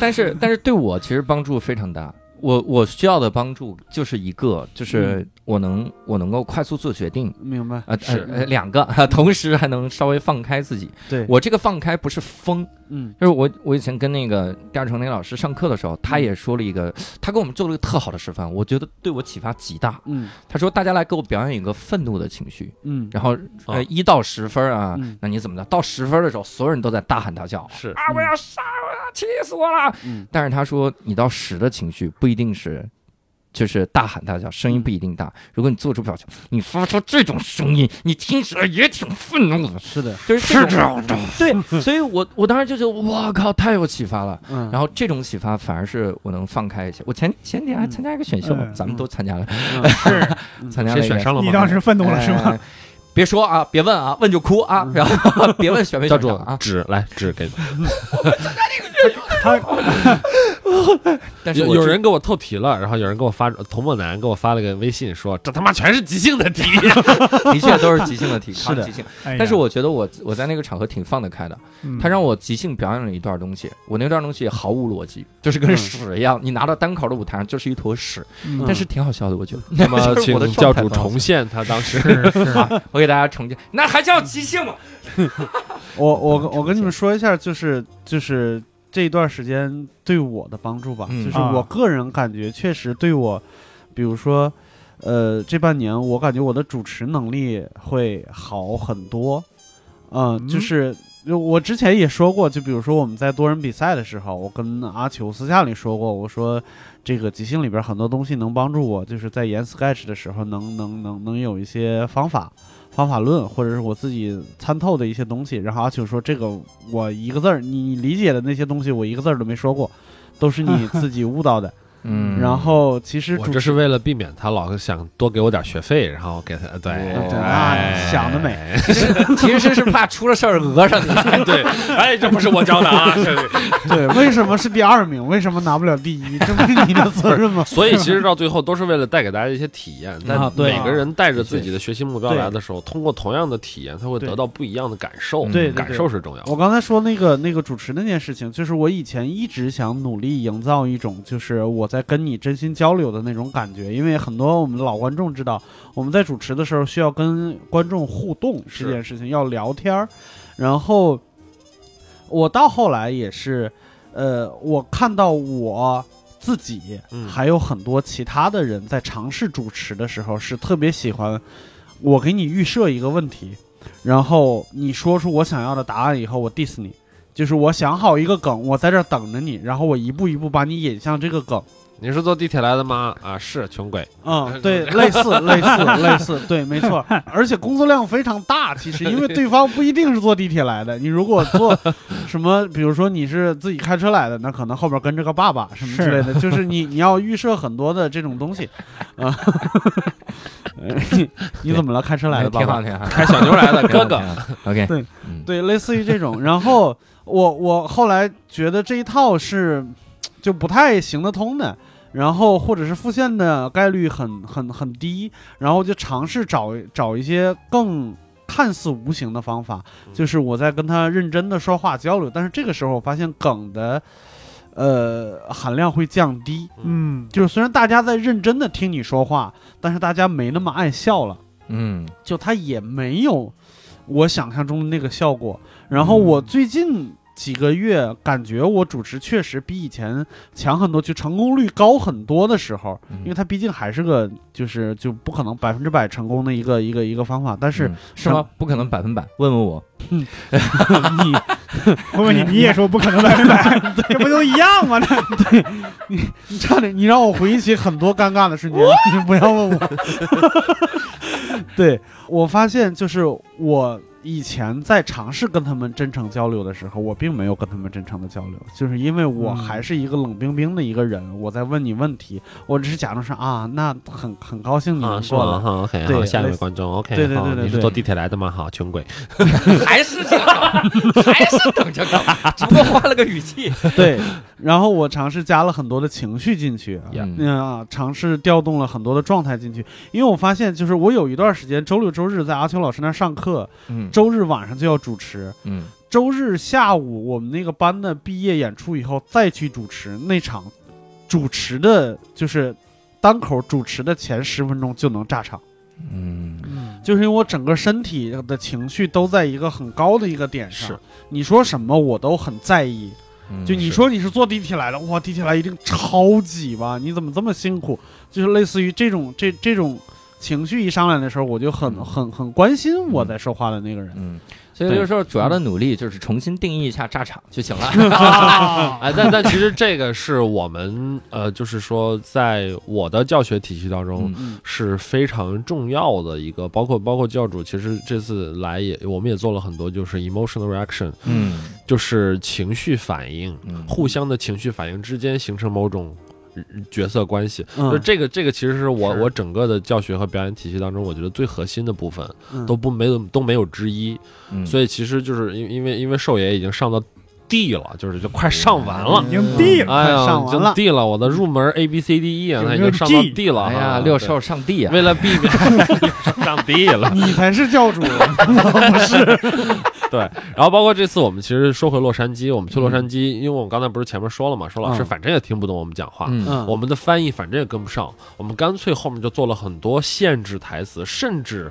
A: 但是但是对我其实帮助非常大。我我需要的帮助就是一个，就是我能我能够快速做决定，
C: 明白？
A: 啊、呃
E: 是
A: 呃两个， 同时还能稍微放开自己。
C: 对
A: 我这个放开不是疯，
C: 嗯
A: 就是我我以前跟那个第二程那老师上课的时候，他也说了一个，他给我们做了一个特好的示范，我觉得对我启发极大。
C: 嗯
A: 他说大家来给我表演一个愤怒的情绪，
C: 嗯，
A: 然后呃
E: 啊
A: 一到十分啊，
C: 嗯
A: 那你怎么着？到十分的时候，所有人都在大喊大叫。
E: 是
A: 啊！我要杀！我要气死我了！
C: 嗯
A: 但是他说，你到十的情绪不一定是，就是大喊大叫，声音不一定大。如果你做出表情，你发出这种声音，你听起来也挺愤怒的，
C: 是 的，
A: 就是这种。对，所以我我当时就觉得，哇靠，太有启发了。
C: 嗯，
A: 然后这种启发反而是我能放开一些。我前前天还参加一个选秀，
B: 嗯
A: 咱们都参加了，
C: 后是
A: 参加了
E: 谁
A: 一个
E: 选上了
B: 你
E: 吗
B: 当？时愤怒了是吗？
A: 哎别说啊，别问啊，问就哭啊，然后别问选没
E: 教
A: 选
E: 主
A: 上啊。
E: 纸来纸给你，
B: 他
A: 但是
E: 有
A: 我
E: 有
A: 就
E: 人给我透题了，然后有人给我发童漠男给我发了个微信说这他妈全是即兴 的题，
A: 的确都是即兴的题，
C: 是的
A: 即兴。
B: 哎呀
A: 但是我觉得我我在那个场合挺放得开的，
B: 嗯
A: 他让我即兴表演了一段东西，我那段东西毫无逻辑，就是跟
C: 嗯
A: 屎一样，你拿到单口的舞台上就是一坨屎，
B: 嗯
A: 但是挺好笑的，我觉得。
E: 那么
A: 就是
E: 请
A: 我的
E: 教
A: 状态
E: 主
A: 很好
E: 重现他当时
B: 是是
A: 笑，我给大家重建，那还叫即兴吗？
C: 我我我跟你们说一下，就是就是这一段时间对我的帮助吧，
A: 嗯
C: 就是
B: 啊
C: 我个人感觉确实对我，比如说，呃，这半年我感觉我的主持能力会好很多，嗯，就
B: 嗯
C: 是。就我之前也说过，就比如说我们在多人比赛的时候，我跟阿球私下里说过，我说这个即兴里边很多东西能帮助我，就是在演 sketch 的时候能能能能有一些方法，方法论，或者是我自己参透的一些东西。然后阿九说：“这个我一个字儿，你你理解的那些东西，我一个字儿都没说过，都是你自己悟到的。
A: 嗯
C: 然后其实
E: 我
C: 主
E: 这是为了避免他老想多给我点学费，然后给他对
A: 哦
C: 对
E: 哎
C: 啊想得美
A: 其实其实是怕出了事儿讹上你。
E: 对，哎，这不是我教的啊，是？
C: 对，为什么是第二名？为什么拿不了第一？这不是你的责任吗
E: 所以其实到最后都是为了带给大家一些体验。但
C: 啊对
E: 每个人带着自己的学习目标来的时候，通过同样的体验，他会得到不一样的感受。
C: 对对对
E: 感受是重要的。
C: 我刚才说那个那个主持那件事情，就是我以前一直想努力营造一种，就是我在跟你真心交流的那种感觉。因为很多我们的老观众知道，我们在主持的时候需要跟观众互动
E: 是
C: 这件事情，要聊天儿。然后我到后来也是，呃，我看到我自己
E: 嗯
C: 还有很多其他的人在尝试主持的时候，是特别喜欢我给你预设一个问题，然后你说出我想要的答案以后，我 diss 你。就是我想好一个梗，我在这儿等着你，然后我一步一步把你引向这个梗。
E: 你是坐地铁来的吗？啊，是穷鬼。
C: 嗯，对，类似，类似，类似，对，没错。而且工作量非常大，其实因为对方不一定是坐地铁来的，你如果坐什么，比如说你是自己开车来的，那可能后边跟着个爸爸什么之类的，就是你你要预设很多的这种东西啊。 你你怎么了？ 开车 来的爸
A: 挺
C: 爸
A: 好？挺好，
E: 开小牛来的哥哥，
A: 挺好。OK，
C: 对
A: 嗯
C: 对，类似于这种。然后我我后来觉得这一套是就不太行得通的，然后或者是复现的概率很很很低，然后就尝试找找一些更看似无形的方法，就是我在跟他认真的说话交流，但是这个时候我发现梗的呃含量会降低，
B: 嗯
C: 就是虽然大家在认真的听你说话，但是大家没那么爱笑了。
A: 嗯
C: 就它也没有我想象中的那个效果。然后
A: 嗯
C: 我最近几个月感觉我主持确实比以前强很多，就成功率高很多的时候，
A: 嗯
C: 因为它毕竟还是个就是就不可能百分之百成功的一个一个一个方法。但是
A: 嗯是吗？不可能百分百，问问我。
C: 你
B: 我问你，你也说不可能百分百，这不都一样吗？那
C: 你差点，你让我回忆起很多尴尬的瞬间，你不要问我。对我发现，就是我以前在尝试跟他们真诚交流的时候，我并没有跟他们真诚的交流，就是因为我
B: 嗯
C: 还是一个冷冰冰的一个人，我在问你问题，我只是假装说啊，那很很高兴你
E: 啊，
C: 能
E: 是
C: 嗯过来
E: 吗？。哈，OK，
C: 对
E: 好，下一
C: 类
E: 位
C: 似
E: 观众，OK，
C: 对对
E: 好
C: 对对
E: 你是
C: 对
E: 坐地铁来的吗？好，穷鬼。
A: 还是这个，还是等着等，只不过换了个语气。
C: 对，然后我尝试加了很多的情绪进去，嗯、啊，尝试调动了很多的状态进去，因为我发现，就是我有一段时间周六周日在阿秋老师那儿上课，
A: 嗯
C: 周日晚上就要主持，
A: 嗯
C: 周日下午我们那个班的毕业演出以后再去主持那场主持的，就是单口主持的前十分钟就能炸场，
A: 嗯，
C: 就是因为我整个身体的情绪都在一个很高的一个点上
E: 是，
C: 你说什么我都很在意。
A: 嗯
C: 就你说你是坐地铁来了，哇，地铁来一定超挤吧？你怎么这么辛苦？就是类似于这种这这种情绪一上来的时候，我就很
A: 嗯
C: 很很关心我在说话的那个人。
A: 嗯，所以就是说，主要的努力就是重新定义一下炸场就行了。
E: 哎，但但其实这个是我们呃，就是说，在我的教学体系当中
A: 嗯
E: 是非常重要的一个，包括包括教主，其实这次来也我们也做了很多，就是 emotional reaction，
A: 嗯
E: 就是情绪反应，
A: 嗯
E: 互相的情绪反应之间形成某种。呃角色关系，就
C: 嗯，
E: 这个，这个其实是我
A: 是
E: 我整个的教学和表演体系当中，我觉得最核心的部分，
C: 嗯
E: 都不没有都没有之一。
A: 嗯，
E: 所以其实就是因因为因为寿爷已经上到 D 了，就是就快上完了
B: 已，经毙了。
E: 哎呀，
C: 上完了
E: 已经 D 了，我的入门 A B C D E 啊，
B: 有
E: 他
B: 没
E: 已
B: 有
E: 经上到
B: G？
E: D 了哈。
A: 哎呀，六兽上帝
E: 对，
A: 啊！
E: 为了避免上 D 了，
C: 你才是 教主。
E: 然后包括这次我们其实说回洛杉矶，我们去洛杉矶，因为我们刚才不是前面说了嘛，说老师
C: 嗯
E: 反正也听不懂我们讲话。
A: 嗯
C: 嗯，
E: 我们的翻译反正也跟不上，我们干脆后面就做了很多限制台词，甚至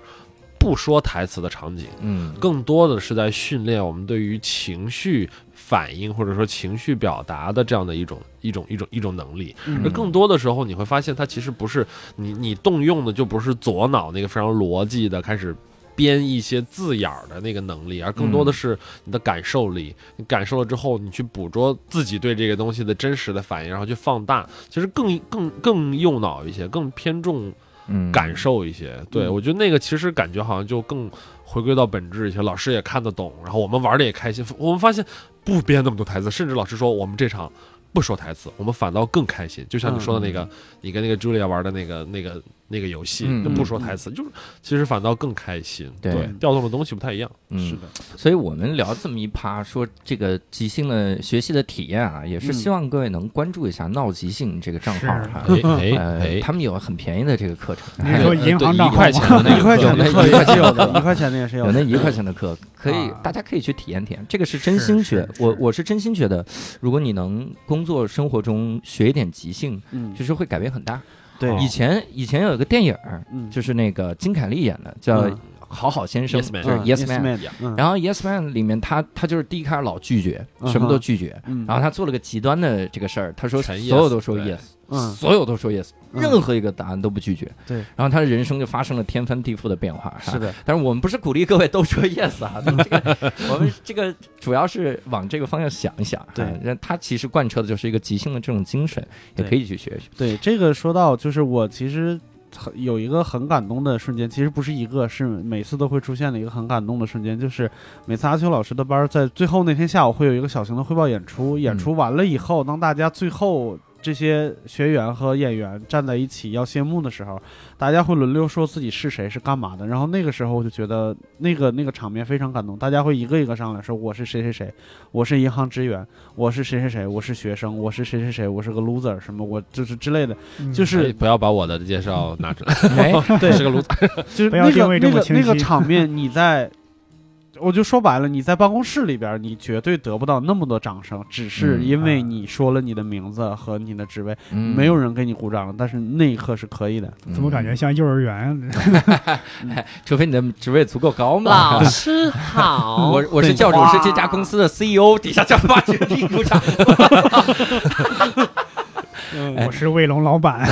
E: 不说台词的场景，
A: 嗯
E: 更多的是在训练我们对于情绪反应或者说情绪表达的这样的一种一种一种一种能力。
A: 嗯
E: 而更多的时候，你会发现它其实不是你你动用的就不是左脑那个非常逻辑的开始编一些字眼儿的那个能力，而更多的是你的感受力。你感受了之后，你去捕捉自己对这个东西的真实的反应，然后去放大，其实更更更右脑一些，更偏重
A: 嗯
E: 感受一些。对我觉得那个其实感觉好像就更回归到本质一些，老师也看得懂，然后我们玩的也开心。我们发现不编那么多台词，甚至老师说我们这场不说台词，我们反倒更开心。就像你说的那个，你跟那个 Julia 玩的那个那个那个游戏，
A: 嗯
E: 就不说台词，就是其实反倒更开心。
A: 对
E: 调动的东西不太一样。
A: 嗯
C: 是的，
A: 所以我们聊这么一趴，说这个即兴的学习的体验啊，也是希望各位能关注一下闹即兴这个账号哈。
E: 哎 哎
A: 呃，他们有很便宜的这个课 程，哎
B: 你说
E: 呃
B: 银行
E: 对
B: 账
E: 一
B: 号
E: 块钱的那个
C: 一块钱
A: 有
C: 的
A: 那
C: 也
A: 一块
C: 是
A: 钱
C: 有
A: 的
C: 的，一块钱的也是有
A: 有那
C: 的。
A: 一块钱的课，可以
B: 啊
A: 大家可以去体验体验，这个是真心学
B: 是。是
A: 我
B: 是
A: 我是真心觉得，如果你能工作生活中学一点即兴，
C: 嗯，
A: 就是会改变很大。
E: 哦
C: 对
A: 以前以前有一个电影儿，
C: 嗯
A: 就是那个金凯利演的，叫
C: 嗯
A: 《好好先生
E: Yes》，Man
A: 就是 Yes Man。
C: 嗯
A: 然后《Yes Man》里面他他就是第一开始老拒绝，
C: 嗯哼
A: 什么都拒绝。
C: 嗯
A: 然后他做了个极端的这个事儿，他说所
E: 全 yes，
A: 有都说
E: 对
A: yes，
C: 嗯
A: 所有都说 yes，
C: 嗯
A: 任何一个答案都不拒绝。
C: 对，
A: 然后他的人生就发生了天翻地覆的变化。
C: 是
A: 的，
C: 的，
A: 但是我们不是鼓励各位都说 yes 啊， 这 个我们这个主要是往这个方向想一想。
C: 对
A: 啊，那他其实贯彻的就是一个即兴的这种精神，也
C: 对
A: 可以去学一学。
C: 对这个说到就是我其实很有一个很感动的瞬间，其实不是一个，是每次都会出现的一个很感动的瞬间，就是每次阿秋老师的班儿在最后那天下午会有一个小型的汇报演出，演出完了以后，当大家最后。这些学员和演员站在一起要谢幕的时候，大家会轮流说自己是谁是干嘛的。然后那个时候我就觉得那个那个场面非常感动，大家会一个一个上来说我是谁谁谁，我是银行职员，我是谁谁谁，我是学生，我是谁谁谁，我是个 loser 什么我就是之类的，啊
B: 嗯
C: 就
E: 哎
C: 是
E: 不要把我的介绍拿出来，
A: 哎，
C: 对，
E: 是个炉子。
C: 就是
B: 不要
C: 那
B: 定
C: 个
B: 位
C: 那
B: 这么
C: 个
B: 清
C: 那个
B: 晰
C: 场 面，你在，我就说白了，你在办公室里边儿，你绝对得不到那么多掌声，只是
A: 嗯
C: 因
E: 哎
C: 为
B: 啊
C: 你说了你的名字和你的职位，
A: 嗯
C: 没有人给你鼓掌了，但是那一刻是可以的。
B: 怎么感觉？像幼儿园？
A: 除非你的职位足够高嘛。
F: 老师好，
A: 我我是教主，是这家公司的 CEO，底下叫八九屁股掌。
B: 我是卫龙老板，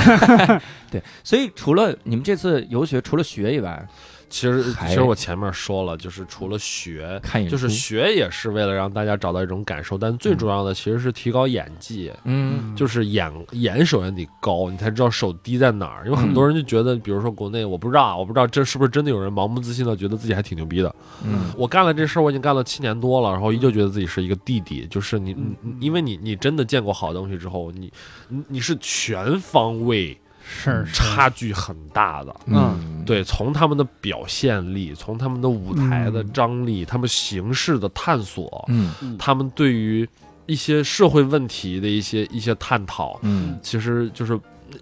A: 对， 所以除了你们这次游学，除了学以外，
E: 其实
A: 还
E: 其实我前面说了，就是除了学，
A: 看演出
E: 呃就是学也是为了让大家找到一种感受，但最重要的其实是提高演技。
A: 嗯
E: 就是眼眼首先得高，你才知道手低在哪儿。因为
A: 嗯
E: 很多人就觉得，比如说国内，我不知道，我不知道这是不是真的有人盲目自信的觉得自己还挺牛逼的。
A: 嗯
E: 我干了这事儿，我已经干了七年多了，然后依旧觉得自己是一个弟弟。就是你，
A: 嗯
E: 你你因为你你真的见过好东西之后，你你你是全方位
B: 是是
E: 差距很大的。
A: 嗯，
E: 对，从他们的表现力，从他们的舞台的
B: 嗯
E: 张力，他们形式的探索，
A: 嗯
E: 他们对于一些社会问题的一些一些探讨，
A: 嗯
E: 其实就是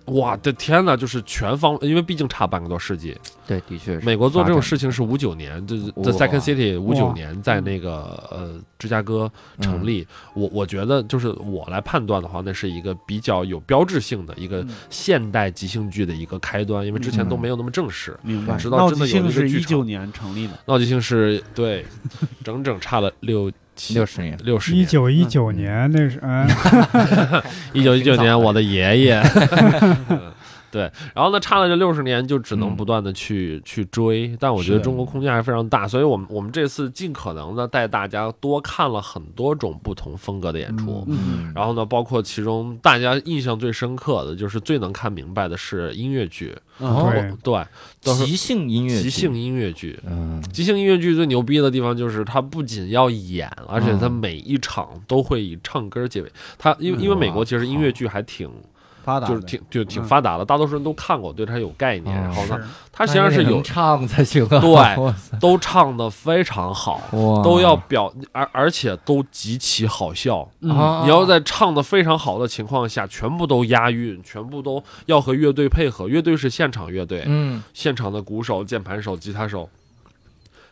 E: 我的天呐，就是全方，因为毕竟差半个多世纪。
A: 对，的确是
E: 美国做这
A: 发
E: 种
A: 展
E: 事情是五九年，就是
A: 哇嗯
E: The Second City 五九年在那个呃芝加哥成立。我我觉得就是我来判断的话，那是一个比较有标志性的一个
C: 嗯
E: 现代即兴剧的一个开端，因为之前
A: 嗯
E: 都没有那么正式。
C: 明白。
E: 直到
C: 闹
E: 真
C: 即
E: 的有
C: 兴
E: 一个
C: 是
E: 剧
C: 一
E: 场
C: 九年成立的，
E: 闹即兴是对， 整整差了六七
A: 六十年，
E: 六十
B: 一
E: 年。
B: 九一九年那是嗯，
E: 一九一九年，我的爷爷。 对，然后呢，差了这六十年，就只能不断的去、去追。但我觉得
A: 是
E: 中国空间还是非常大，所以我们我们这次尽可能的带大家多看了很多种不同风格的演出。
A: 嗯，
E: 然后呢，包括其中大家印象最深刻的就是最能看明白的是音乐剧，
C: 嗯
A: 哦
B: 对，
E: 对，都是
A: 即兴音乐，
E: 即兴，音乐剧。
A: 嗯，
E: 即兴音乐剧最牛逼的地方就是它不仅要演，而且它
A: 嗯
E: 每一场都会以唱歌结尾。它因为因为美国其实音乐剧还挺
C: 发达
E: 就是
C: 的
E: 挺就挺
C: 嗯
E: 发达的，大多数人都看过，对它有概念。
A: 哦
E: 然后呢，
B: 是
E: 它实际上是
A: 那也
E: 有
A: 能唱才行啊，
E: 对
A: 哇塞
E: 都唱的非常好，
A: 哇
E: 都要表，而而且都极其好
C: 哦
E: 笑。
C: 嗯
A: 啊
E: 嗯你要在唱的非常好的情况下，全部都押韵，全部都要和乐队配合。乐队是现场乐队，
A: 嗯
E: 现场的鼓手、键盘手、吉他手。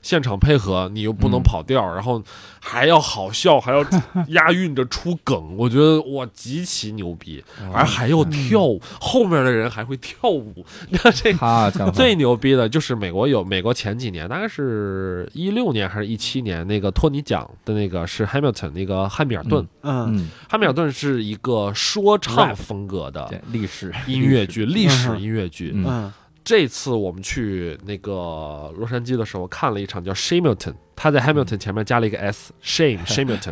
E: 现场配合，你又不能
A: 嗯
E: 跑调，然后还要好笑，还要 押韵着出梗，我觉得哇极其牛逼，而还要跳舞，后面的人还会跳舞，你 看这
A: 他讲
E: 最牛逼的就是美国有美国前几年，大概是一六年还是一七年，那个托尼奖的那个是 Hamilton 那个汉密尔顿，
C: 嗯
A: 嗯，
E: 汉密尔顿是一个说唱
A: Rap
E: 风格的
A: 对历史
E: 音乐，剧，历
C: 嗯
E: 史
C: 哼
E: 音乐剧。
A: 嗯
C: 嗯
E: 这次我们去那个洛杉矶的时候，看了一场叫 Shamilton，他在 Hamilton 前面加了一个 S，Shame Shamilton。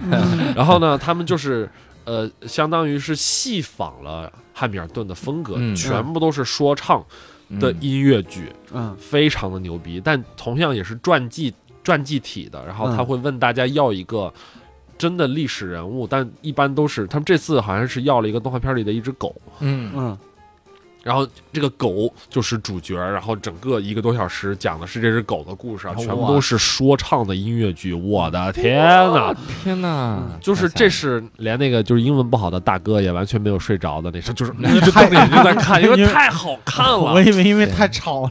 E: 然后呢，他们就是呃，相当于是戏仿了汉密尔顿的风格，
A: 嗯
E: 全部都是说唱的
A: 嗯
E: 音乐剧。
C: 嗯
E: 非常的牛逼，但同样也是传记传记体的。然后他
C: 嗯
E: 会问大家要一个真的历史人物，但一般都是他们这次好像是要了一个动画片里的一只狗，
A: 嗯
C: 嗯
E: 然后这个狗就是主角，然后整个一个多小时讲的是这只狗的故事啊，
A: 哇
E: 全部都是说唱的音乐剧。我的天呐！
A: 天哪，
E: 嗯就是
A: 太吓
E: 这
A: 人
E: 是连那个就是英文不好的大哥也完全没有睡着的那 是，就是一直瞪着眼睛在看，因为太好看
C: 我
E: 了，
C: 以为因为
A: 对
C: 太吵了，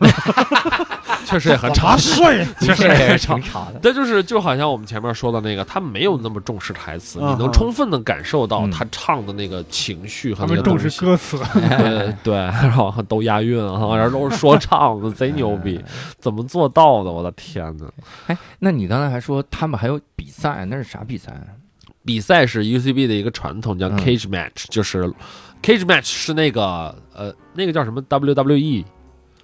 E: 确实也很长，
C: 睡，
E: 确实也很长。
A: 吵的，
E: 但就是就好像我们前面说的那个，他没有那么重视台词，
C: 嗯
E: 你能充分的感受到
A: 嗯
E: 他唱的那个情绪和
B: 他
E: 那
B: 们
E: 个东
B: 重
E: 西
B: 视。 歌词，
E: 对对，然后都押韵啊，然后都是说唱的，贼牛 逼，
B: 哎
E: 怎么做到的？我的天呐！
A: 哎，那你刚才还说他们还有比赛，那是啥比赛啊？
E: 比赛是 UCB 的一个传统，叫
A: 嗯
E: Cage Match，、就是 Cage Match 是那个呃那个叫什么 E？WWE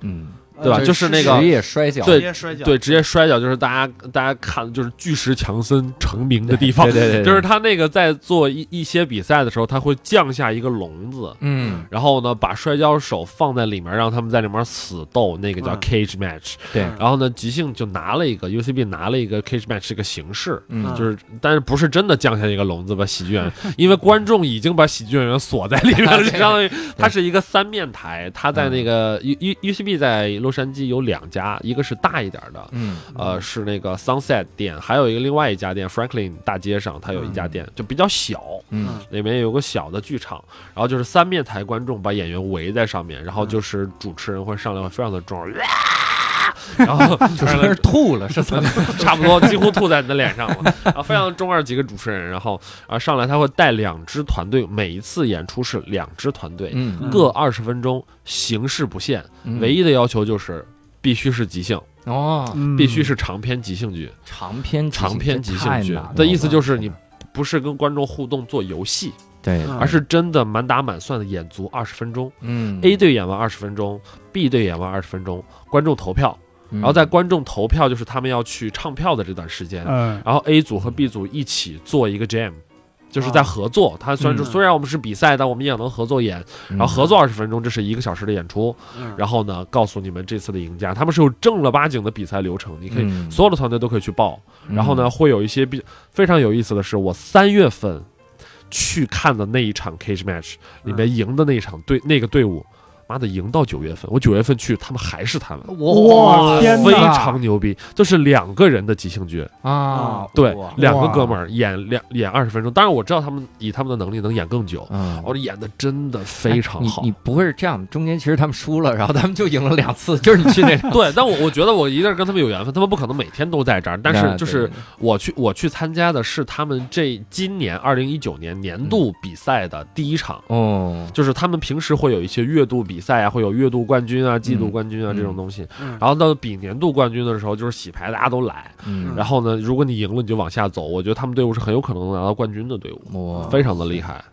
A: 嗯，
E: 对吧？
C: 呃
E: 就是那个
A: 职业摔跤，
E: 对
C: 直接摔跤，
E: 对，职业摔跤就是大家大家看就是巨石强森成名的地方
A: 对，对对，
E: 就是他那个在做一一些比赛的时候，他会降下一个笼子，
A: 嗯，
E: 然后呢，把摔跤手放在里面，让他们在里面死斗，那个叫
C: 嗯
E: cage match。
A: 对
E: 然后呢，即兴就拿了一个 UCB 拿了一个 cage match 这个形式。
A: 嗯，
E: 就是，但是不是真的降下一个笼子把喜剧演员，因为观众已经把喜剧演员锁在里面了，就相当于它是一个三面台。它在那个 U U UCB 在洛杉矶有两家，一个是大一点的，
A: 嗯
E: 呃，是那个 Sunset 店，还有一个另外一家店 Franklin 大街上，它有一家店，就比较小，
A: 嗯
E: 里面有个小的剧场，然后就是三面台观众把演员围在上面，然后就是主持人会上来会非常的壮，然后就是
A: 那是吐了， 是怎么？
E: 差不多几乎吐在你的脸上了，然后非常中二几个主持人，然后啊上来他会带两支团队，每一次演出是两支团队，
A: 嗯，
E: 各二十分钟，形式不限，
A: 嗯
E: 唯一的要求就是必须是即兴，
A: 哦，
B: 嗯
E: 必须是长篇即兴剧。
A: 长篇即兴
E: 长篇即兴
A: 嗯
E: 剧
A: 这太难了
E: 的意思就是你不是跟观众互动做游戏，
A: 对，
C: 嗯
E: 而是真的满打满算的演足二十分钟。
A: 嗯
E: A 队演完二十分钟，B 队演完二十分钟，观众投票，
A: 然
E: 然后在观众投票就是他们要去唱票的这段时
A: 啊
E: 间，
B: 嗯，
E: 然后 A 组和 B 组一起做一个 jam。就是在合作，他虽然说
C: 嗯
E: 虽然我们是比赛，但我们也能合作演，
A: 嗯
E: 然后合作二十分钟，这是一个小时的演出，
C: 嗯
E: 然后呢，告诉你们这次的赢家，他们是有正儿八经的比赛流程，你可以
A: 嗯
E: 所有的团队都可以去报，
A: 嗯
E: 然后呢，会有一些比非常有意思的是，我三月份去看的那一场 cage match 里面赢的那一场队那个队伍，妈的赢到九月份，我九月份去，他们还是他们，
B: 哇天
E: 非
B: 哪
E: 常牛逼，这是两个人的即兴剧，
A: 啊，
E: 对
A: 哇，
E: 两个哥们儿演两演二十分钟，当然我知道他们以他们的能力能演更久，
A: 嗯，哎
E: 我演的真的非常好
A: 你。你不会是这样，中间其实他们输了，然后他们就赢了两次，就是你去那
E: 对，但我我觉得我一定是跟他们有缘分，他们不可能每天都在这儿，但是就是我去我去参加的是他们这今年二零一九年年
A: 嗯
E: 度比赛的第一场，
A: 哦，
E: 就是他们平时会有一些月度比赛啊，会有月度冠军啊、季度冠军啊、
A: 嗯
E: 这种东西。
C: 嗯
E: 然后到比年度冠军的时候，就是洗牌，大家都来。
A: 嗯，
E: 然后呢，如果你赢了，你就往下走。我觉得他们队伍是很有可能拿到冠军的队伍，
A: 我
E: 非常的
A: 啊
E: 厉害。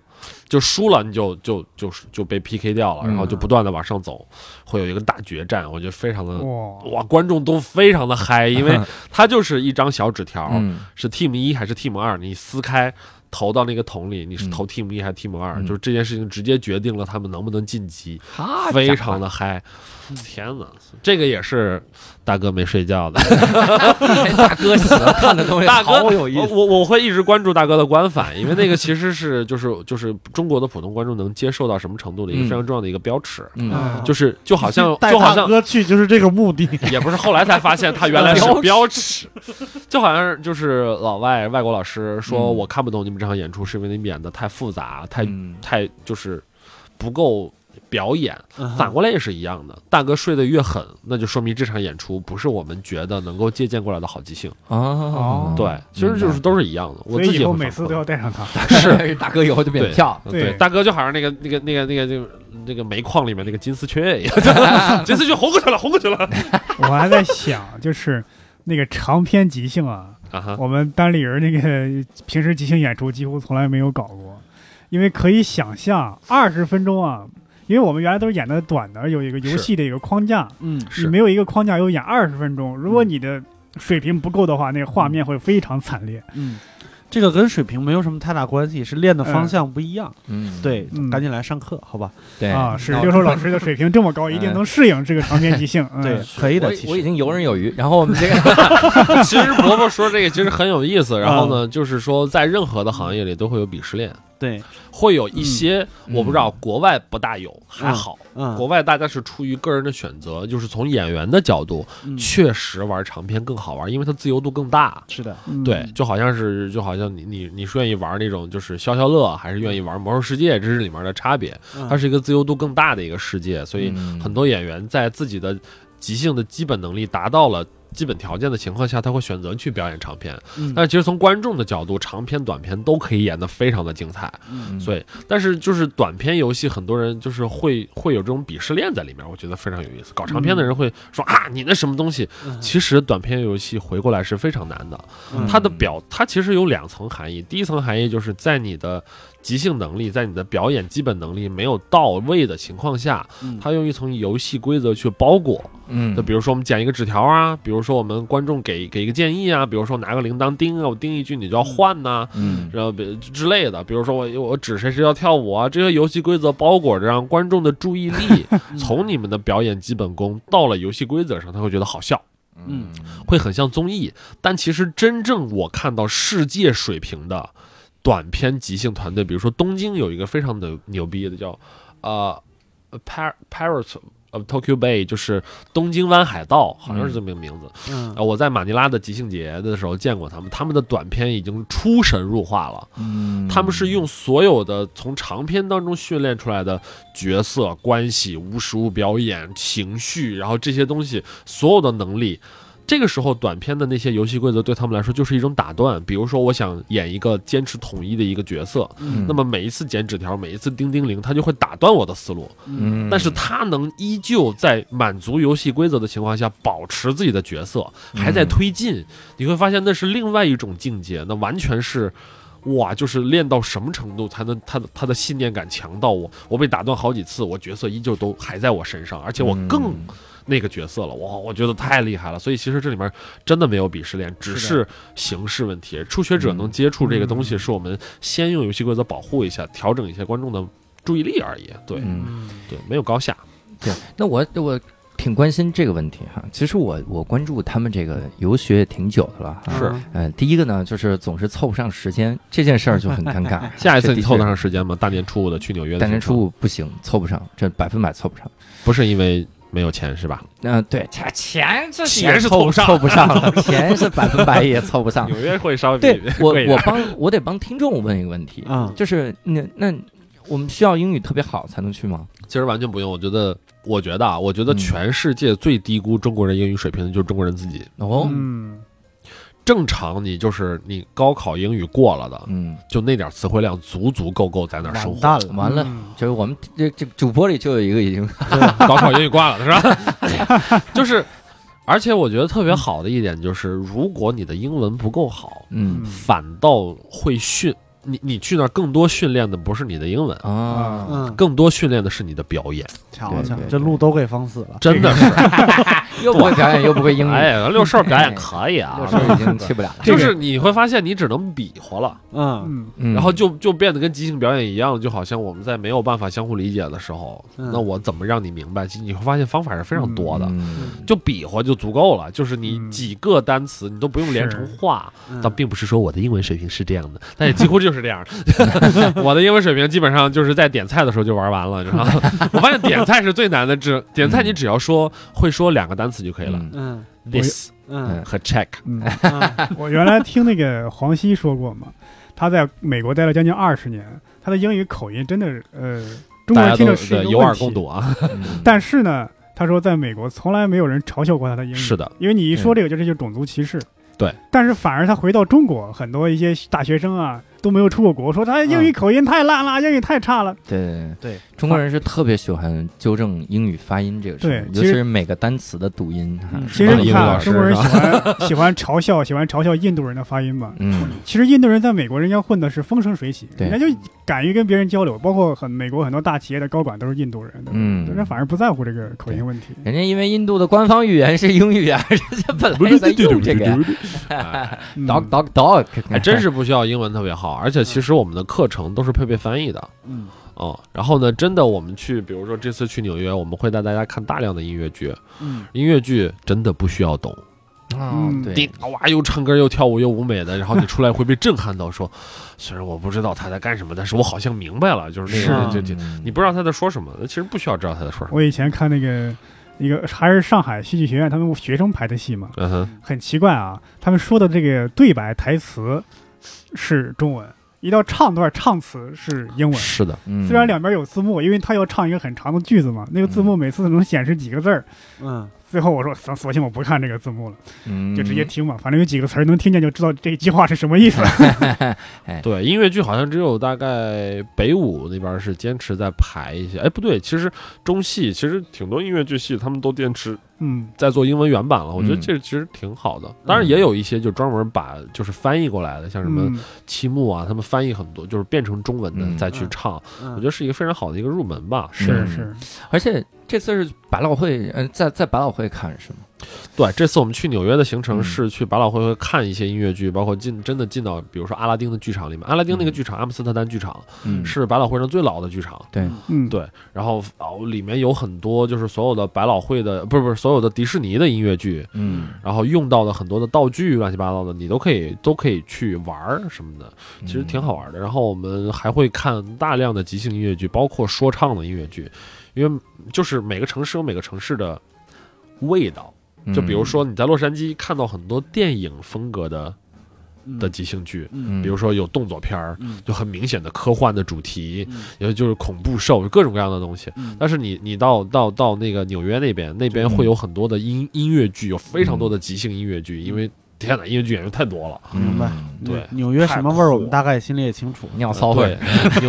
E: 就输了，你就就就就被 PK 掉了，
A: 嗯
E: 然后就不断的往上走，会有一个大决战。我觉得非常的
B: 哇，
E: 哇，观众都非常的嗨，因为它就是一张小纸条，
A: 嗯
E: 是 team 一还是 team 二，你撕开投到那个桶里，你是投 team 一还是 team 二、
A: 嗯
E: 就是这件事情直接决定了他们能不能晋级，
A: 哈
E: 非常的嗨。
A: 嗯
E: 天哪，这个也是大哥没睡觉的，
A: 哎大哥喜欢看的东西
E: 大
A: 好
E: 哥
A: 有意
E: 我
A: 思，
E: 呃我我会一直关注大哥的官反，因为那个其实是就是就是中国的普通观众能接受到什么程度的一
A: 嗯
E: 个非常重要的一个标尺，
B: 哎
A: 嗯，
E: 就是就好 像
D: 带
E: 就好
D: 大
E: 像
D: 哥去就是这个目的。
E: 也不是后来才发现他原来是标尺，就好像就是老外外国老师说
A: 嗯
E: 我看不懂你们这场演出是因为你们演的太复杂，太
A: 嗯
E: 太就是不够表演。反过来也是一样的，大哥睡得越狠，那就说明这场演出不是我们觉得能够借鉴过来的好即兴。
A: 哦
B: 哦，
E: 对，其实就是都是一样的。我
B: 所
E: 自
B: 以
E: 己
B: 以
E: 也
B: 后
E: 会
B: 每
E: 反
B: 次
E: 思
B: 都要带上他。
A: 是 大哥以后就变票，
B: 对
E: 嗯对，大哥就好像那个那个那个那个那个那个煤矿里面那个金丝雀一 样，金丝雀红过去了，红过去了
B: 我还在想，就是那个长篇即兴啊，
E: 啊哈，
B: 我们单立人那个平时即兴演出几乎从来没有搞过，因为可以想象二十分钟啊，因为我们原来都是演的短的，有一个游戏的一个框架，
C: 嗯，
B: 你
E: 是嗯
B: 没有一个框架又演二十分钟，如果你的水平不够的话，那个画面会非常惨烈。
C: 嗯，这个跟水平没有什么太大关系，是练的方
B: 嗯
C: 向不一样。
A: 嗯，
C: 对
B: 嗯，
C: 赶紧来上课，好吧？
A: 对
B: 啊，是
A: 那我
B: 六兽老师的水平这么 高，
E: 嗯
B: 一定能适应这个长篇即兴。嗯、
C: 对，，可以的。
A: 我
C: 其
A: 我已
C: 实
A: 经游刃有余，然后我们这个
E: 其实伯伯说这个其实很有意思，然后呢，就是说在任何的行业里都会有鄙视链，
C: 对，
E: 会有一些我不知道国外不大有，还好，国
C: 嗯，
E: 外大家是出于个人的选择，就是从演员的角度，
C: 嗯
E: 确实玩长篇更好玩，因为它自由度更大。
C: 是的，
B: 嗯、
E: 对，就好像是就好像你你你是愿意玩那种就是消消乐，还是愿意玩魔兽世界，这是里面的差别。它
C: 嗯
E: 是一个自由度更大的一个世界，所以
A: 嗯
E: 很多演员在自己的即兴的基本能力达到了基本条件的情况下，他会选择去表演长片。
C: 嗯
E: 但其实从观众的角度，长片、短片都可以演得非常的精彩。
A: 嗯
E: 所以，但是就是短片游戏，很多人就是会会有这种鄙视链在里面，我觉得非常有意思。搞长片的人会说啊，你那什么东西？
C: 嗯
E: 其实短片游戏回过来是非常难的。
A: 嗯
E: 它的表，它其实有两层含义。第一层含义就是在你的即兴能力，在你的表演基本能力没有到位的情况下，
C: 嗯
E: 它用一层游戏规则去包裹。
A: 嗯
E: 就比如说我们剪一个纸条啊，比如说我们观众给给一个建议啊，比如说拿个铃铛叮啊，我叮一句你就要换呐、
A: 嗯
E: 然后比之类的，比如说我我指谁谁要跳舞啊，这些游戏规则包裹着让观众的注意力从你们的表演基本功到了游戏规则上，他会觉得好笑，
C: 嗯
E: 会很像综艺。但其实真正我看到世界水平的短片即兴团队，比如说东京有一个非常的牛逼的叫呃 Par Pirates of Tokyo Bay，就是东京湾海盗，好像是这么一个名字。
C: 嗯
E: 呃，我在马尼拉的即兴节的时候见过他们，他们的短片已经出神入化了。
A: 嗯
E: 他们是用所有的从长篇当中训练出来的角色关系、无实物表演、情绪，然后这些东西所有的能力。这个时候，短片的那些游戏规则对他们来说就是一种打断。比如说，我想演一个坚持统一的一个角色，
A: 嗯
E: 那么每一次剪纸条，每一次叮叮铃，它就会打断我的思路。
A: 嗯
E: 但是他能依旧在满足游戏规则的情况下保持自己的角色，还在推进，你会发现那是另外一种境界，那完全是。哇，就是练到什么程度才能他的他的信念感强到我，我被打断好几次，我角色依旧都还在我身上，而且
A: 嗯
E: 我更那个角色了，哇，我觉得太厉害了。所以其实这里面真的没有鄙视链，只是形式问题。初学者能接触这个东西，是我们先用游戏规则保护一下，调整一下观众的注意力而已。对
A: 嗯
E: 对，没有高下。
A: 对，那我我挺关心这个问题哈。其实我我关注他们这个游学也挺久的了哈。
E: 是。
C: 嗯
A: 嗯，第一个呢，就是总是凑不上时间，这件事儿就很尴 尬
E: 下一次你
A: 这的确
E: 凑得上时间吗？大年初五的去纽约的
A: 大
E: 行
A: 年
E: 程，
A: 初五不行，凑不上，这百分百凑不上。
E: 不是因为没有钱是吧？
A: 嗯、对，钱钱这
E: 钱
A: 也
E: 是
A: 凑
E: 凑不上
A: 凑不上 了，钱是百分百也凑不 上。
E: 纽约会稍微
A: 对
E: 比
A: 我
E: 贵一，点
A: 我帮我得帮听众问一个问题，
C: 啊，
A: 就是那那我们需要英语特别好才能去吗？
E: 其实完全不用。我觉得，我觉得啊，我觉得
A: 嗯
E: 全世界最低估中国人英语水平的就是中国人自己。
A: 哦，
B: 嗯，
E: 正常，你就是你高考英语过了的，
A: 嗯，
E: 就那点词汇量足足够够在那儿生活。
C: 蛋了，
A: 完了，
B: 嗯
A: 就是我们这这主播里就有一个已经
E: 高考英语挂了是吧？ 就是，而且我觉得特别好的一点就是，如果你的英文不够好，
A: 嗯
B: 嗯
E: 反倒会训你，你去那儿更多训练的不是你的英文，
A: 啊，
C: 嗯，
E: 更多训练的是你的表演，
C: 瞧
A: 对
C: 瞧
A: 对，
C: 这路都给封死了。
E: 真的是。
A: 又不会表演又不会 英语，
E: 哎，六兽表演可以啊
A: 六，叔已经去不了了。
B: 这
E: 就
B: 个
E: 是你会发现你只能比划了，
C: 嗯，
B: 嗯，
A: 嗯
E: 然后就就变得跟即兴表演一样，就好像我们在没有办法相互理解的时候，
C: 嗯
E: 那我怎么让你明白？其实你会发现方法是非常多的。
A: 嗯
E: 就比划就足够了，就是你
B: 嗯
E: 几个单词你都不用连成话，
C: 嗯
E: 但并不是说我的英文水平是 这样的，但也几乎就是这样的。 我的英文水平基本上就是在点菜的时候就玩完了，你知道吗？ 我发现点菜是最难的，只点菜你只要说会说两个单词就可以了、
A: 嗯
C: 嗯
E: t h i s
C: 嗯
E: 和 check。
B: 嗯，
C: 嗯
B: 我原来听那个黄西说过嘛，他在美国待了将近二十年，他的英语口音真的是呃，中国
E: 大家
B: 人听
E: 都
B: 着是
E: 对
B: 一个
E: 有
B: 问
E: 耳
B: 题
E: 共，睹啊，
A: 嗯
B: 但是呢，他说在美国从来没有人嘲笑过他的英语，
E: 是的，
B: 因为你一说这个就是就种族歧视。
E: 对，
B: 但是反而他回到中国，很多一些大学生啊都没有出过国，说他
E: 嗯
B: 英语口音太烂了，英语太差了。
A: 对
C: 对，
A: 中国人是特别喜欢纠正英语发音这个事儿，
B: 对
A: 尤
B: 其
A: 其
B: 实
A: 是每个单词的读音。
C: 嗯
A: 哈
B: 其实你看
E: 嗯英语
B: 啊，
E: 老师
B: 中国人
E: 是
B: 喜欢 喜欢嘲笑，喜欢嘲笑印度人的发音嘛。
A: 嗯
B: 其实印度人在美国，人家混的是风生水起，
A: 对
B: 人家就敢于跟别人交流，包括很美国很多大企业的高管都是印度人，对吧人家
A: 嗯，
B: 反而不在乎这个口音问题。
A: 人家因为印度的官方语言是英语啊，人家本来也在用这个啊呀
B: 嗯
A: dog dog dog，
E: 还哎真是不需要英文特别好，而且其实我们的课程都是配备翻译的。
C: 嗯
E: 哦，然后呢，真的我们去，比如说这次去纽约，我们会带大家看大量的音乐剧，
C: 嗯
E: 音乐剧真的不需要懂，
A: 啊，
B: 嗯
A: 对
E: 你，哇又唱歌又跳舞又舞美的，然后你出来会被震撼到，说虽然我不知道他在干什么，但是我好像明白了，就是那
C: 是啊
E: 个这
A: 嗯
E: 这，你不知道他在说什么，其实不需要知道他在说什么。
B: 我以前看那个一个还是上海戏剧学院他们学生排的戏嘛，
E: 嗯哼，
B: 很奇怪啊，他们说的这个对白台词是中文，一到唱段唱词是英文。
E: 是的，
A: 嗯
B: 虽然两边有字幕，因为他要唱一个很长的句子嘛，那个字幕每次能显示几个字儿。
C: 嗯
B: 最后我说，索索性我不看这个字幕了，
A: 嗯
B: 就直接听吧，反正有几个词儿能听见就知道这句话是什么意思。
E: 对，音乐剧好像只有大概北舞那边是坚持在排一些，哎，不对，其实中戏其实挺多音乐剧系他们都坚持
B: 嗯，
E: 在做英文原版了，我觉得
A: 嗯
E: 这其实挺好的。当然也有一些就专门把就是翻译过来的，像什么
B: 嗯
E: 七木啊，他们翻译很多，就是变成中文的
A: 嗯
E: 再去唱，
C: 嗯，
E: 我觉得是一个非常好的一个入门吧。
B: 是
A: 嗯
B: 是，
A: 而且这次是百老汇，嗯，在在百老汇看是吗？
E: 对，这次我们去纽约的行程
A: 嗯
E: 是去百老汇会看一些音乐剧，包括进真的进到比如说阿拉丁的剧场里面，阿拉丁那个
A: 嗯
E: 剧场阿姆斯特丹剧场
A: 嗯，
E: 是百老汇上最老的剧场。
B: 嗯，
E: 对，然后哦，里面有很多就是所有的百老汇的，不是不是所有的迪士尼的音乐剧，
A: 嗯，
E: 然后用到的很多的道具乱七八糟的，你都可以都可以去玩儿什么的，
A: 嗯，
E: 其实挺好玩的。然后我们还会看大量的即兴音乐剧，包括说唱的音乐剧，因为就是每个城市有每个城市的味道。
A: 嗯，
E: 就比如说你在洛杉矶看到很多电影风格的
C: 嗯
E: 的即兴剧，
A: 嗯，
E: 比如说有动作片儿，
C: 嗯
E: 就很明显的科幻的主题，
C: 嗯
E: 有就是恐怖兽，各种各样的东西。
C: 嗯
E: 但是你你到到到那个纽约那边，那边会有很多的音音乐剧，有非常多的即兴音乐
C: 嗯
E: 剧，因为天哪，音乐剧演员太多了。
A: 嗯
C: 明白
E: 对
C: 纽约什么味儿，我们大概心里也清楚。
A: 尿骚味
E: 对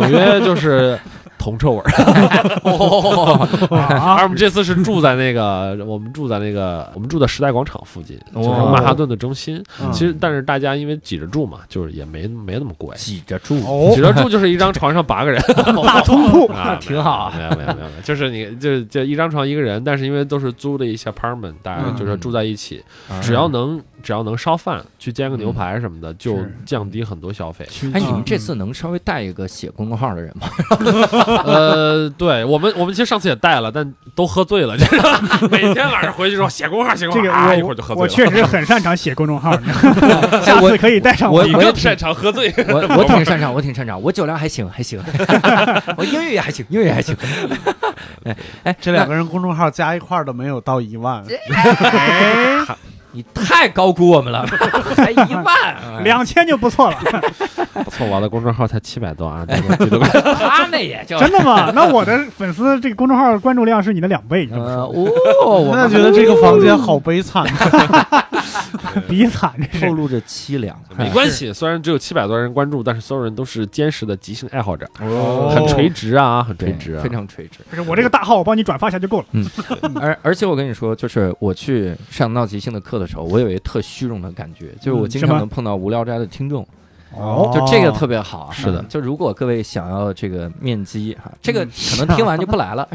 A: 儿，，
E: 纽约就是铜臭味儿。
A: 哦
B: 啊，
E: 而我们这次是住在那个， 我们住在那个，我们住在时代广场附近， 就是
A: 哇
E: 曼哈顿的中心。
C: 哦嗯
E: 其实，但是大家因为挤着住嘛，就是也没没那么贵。
A: 挤着住，
C: 哦
E: 挤，着住就是一张床上八个人，
B: 大通铺，
E: 啊，
A: 挺好啊
E: 没有没有没有没有，就是你就就一张床一个人，但是因为都是租的一些 apartment，大家
C: 嗯
E: 就是住在一起，
A: 啊
E: 只要能只要能烧饭，去煎个牛排什么的，就是 降低很多消费。
B: 嗯
C: 嗯
A: 哎，你们这次能稍微带一个写公众号的人吗？
E: 呃，对我们，我们其实上次也带了，但都喝醉 了， 就是每天晚上回去说写公号，写公
B: 这
E: 号，
B: 个
E: 啊一会
B: 我
E: 儿就喝
B: 我
E: 醉
B: 确
E: 了。
B: 实很擅长写公众号，
A: 哎
B: 下
A: 我
B: 次可以带上
A: 我
B: 一
E: 你
B: 个
A: 也
E: 更
A: 挺
E: 擅长喝醉，
A: 我 我挺擅长，我挺擅长，我酒量还行，还行， 我英语也还行，英语也还行。哎哎，
C: 这两个人公众号加一块儿都没有到一万，
A: 你太高估我们了，才一
E: 哎
A: 万，哎
B: 两千就不错了，
E: 不错，我的公众号才七百多啊，这个记得吧
A: 他那也就
B: 真的吗？那我的粉丝这个公众号关注量是你的两倍，你知道吗
A: 呃哦，我
C: 那
A: 们
C: 觉得这个房间好悲惨。啊
E: 嗯
B: 比惨这
A: 透
B: 是。
A: 露着凄 凉。
E: 没关系，虽然只有七百多人关注，但是所有人都是坚实的即兴爱好者，
A: 哦
E: 很垂直啊，很垂
A: 对
E: 直啊
A: 非。常垂直。
B: 不是我这个大号，我帮你转发一下就够了。
A: 而而且我跟你说，就是我去上闹即兴的课的时候，我有一个特虚荣的感觉，就是我
B: 嗯
A: 经
B: 什
A: 常
B: 么
A: 能碰到无聊斋的听众，
C: 哦
A: 就这个特别好。
E: 是的
A: 嗯就如果各位想要这个面基哈，这个可能听完就不来 了。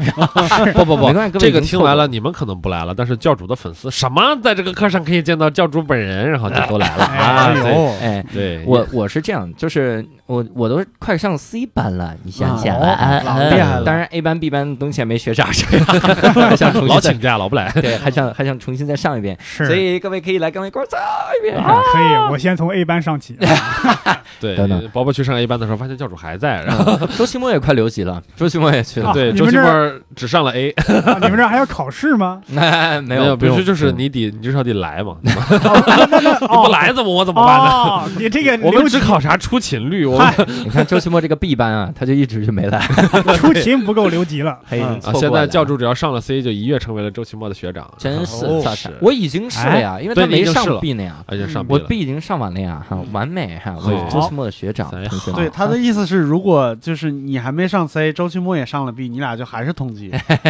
A: 不不
E: 不
A: 没关系，各位
E: 嗯这个
A: 已经
E: 听
A: 错
E: 完
A: 过
E: 了，你们可能不来了，但是教主的粉丝什么，在这个课上可以见到教主本人，然后就都来了啊！对
C: 哦，
A: 哎，
E: 对，
A: 我我是这样，就是我我都快上 C 班了，你想想，
C: 哦
A: 啊
C: 老
A: 啊
C: 厉害了
A: 当然 A 班 B 班东西还没学啥，所以 还想重
E: 老
A: 新再
E: 请假老不来，
A: 对，还想还想重新再上一遍，
B: 是，
A: 所以各位可以来跟我一块儿走一遍。
B: 啊可以，我先从 A 班上 起。
E: 对
A: 等等，
E: 包包去上 A 班的时候，发现教主还在，然后
A: 周奇墨也快留级了，周奇墨也去了
B: 啊，
E: 对
B: 你
E: 周
B: 们
E: 奇
B: 这
E: 墨只上了 A，
B: 啊你们这儿还要考试吗？
A: 那 没有，
E: 必
A: 不
E: 须
A: 用
E: 就是
A: 嗯
E: 你得你至少得来嘛，你不
B: 哦
E: 来怎么 我怎么办呢？
B: 哦，你这个
E: 我
B: 留
E: 们只考察出勤率，我们
B: 嗨
A: 你看周奇墨这个 B 班啊，他就一直就没 来，
B: 出勤不够留级了。
A: 他已经
C: 嗯
A: 错
E: 嗯啊，
A: 过
E: 现在
A: 了
E: 教主只要上了 C，就一跃成为了周奇墨的学长，
A: 真是
E: 哦
A: 咋
E: 是哎
A: 咋我已经是了呀，因为他
E: 对你已
A: 没
E: 经是
A: 上
E: 了
A: B 那呀，
E: 而且上
A: 我
E: B
A: B 已经上完了呀，哈，完美哈，我
E: 好
A: 是周奇墨的学长，
E: 咱
A: 同学们啊
C: 对，他的意思是，如果就是你还没上 C，周奇墨也上了 B，你俩就还是同级。
A: 哎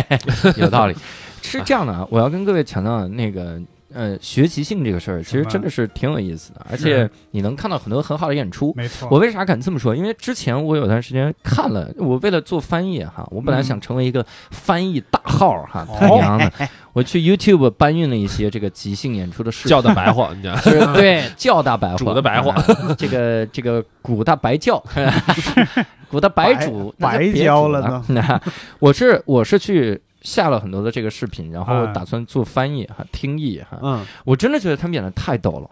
A: 有道理。是这样的，啊，我要跟各位强调那个。呃，学习性这个事儿，其实
B: 什么
A: 真的是挺有意思的，而且你能看到很多很好的演出。
B: 没错，
A: 我为啥敢这么说？因为之前我有段时间看了，我为了做翻译哈，我本来
B: 嗯
A: 想成为一个翻译大号哈，
B: 哦
A: 他娘 的，我去 YouTube 搬运了一些这个即兴演出的视频，
E: 叫的白话，你讲
A: 就是对叫大白话，
E: 煮的白话
A: 啊，这个这个古大白 叫，古大白煮
C: 白
A: 那就别
C: 教
A: 煮
C: 了
A: 了
C: 呢。
A: 那 我是我是去。下了很多的这个视频，然后
E: 啊
B: 嗯
A: 打算做翻译哈、听译哈。
C: 嗯，
A: 我真的觉得他们演的太逗了，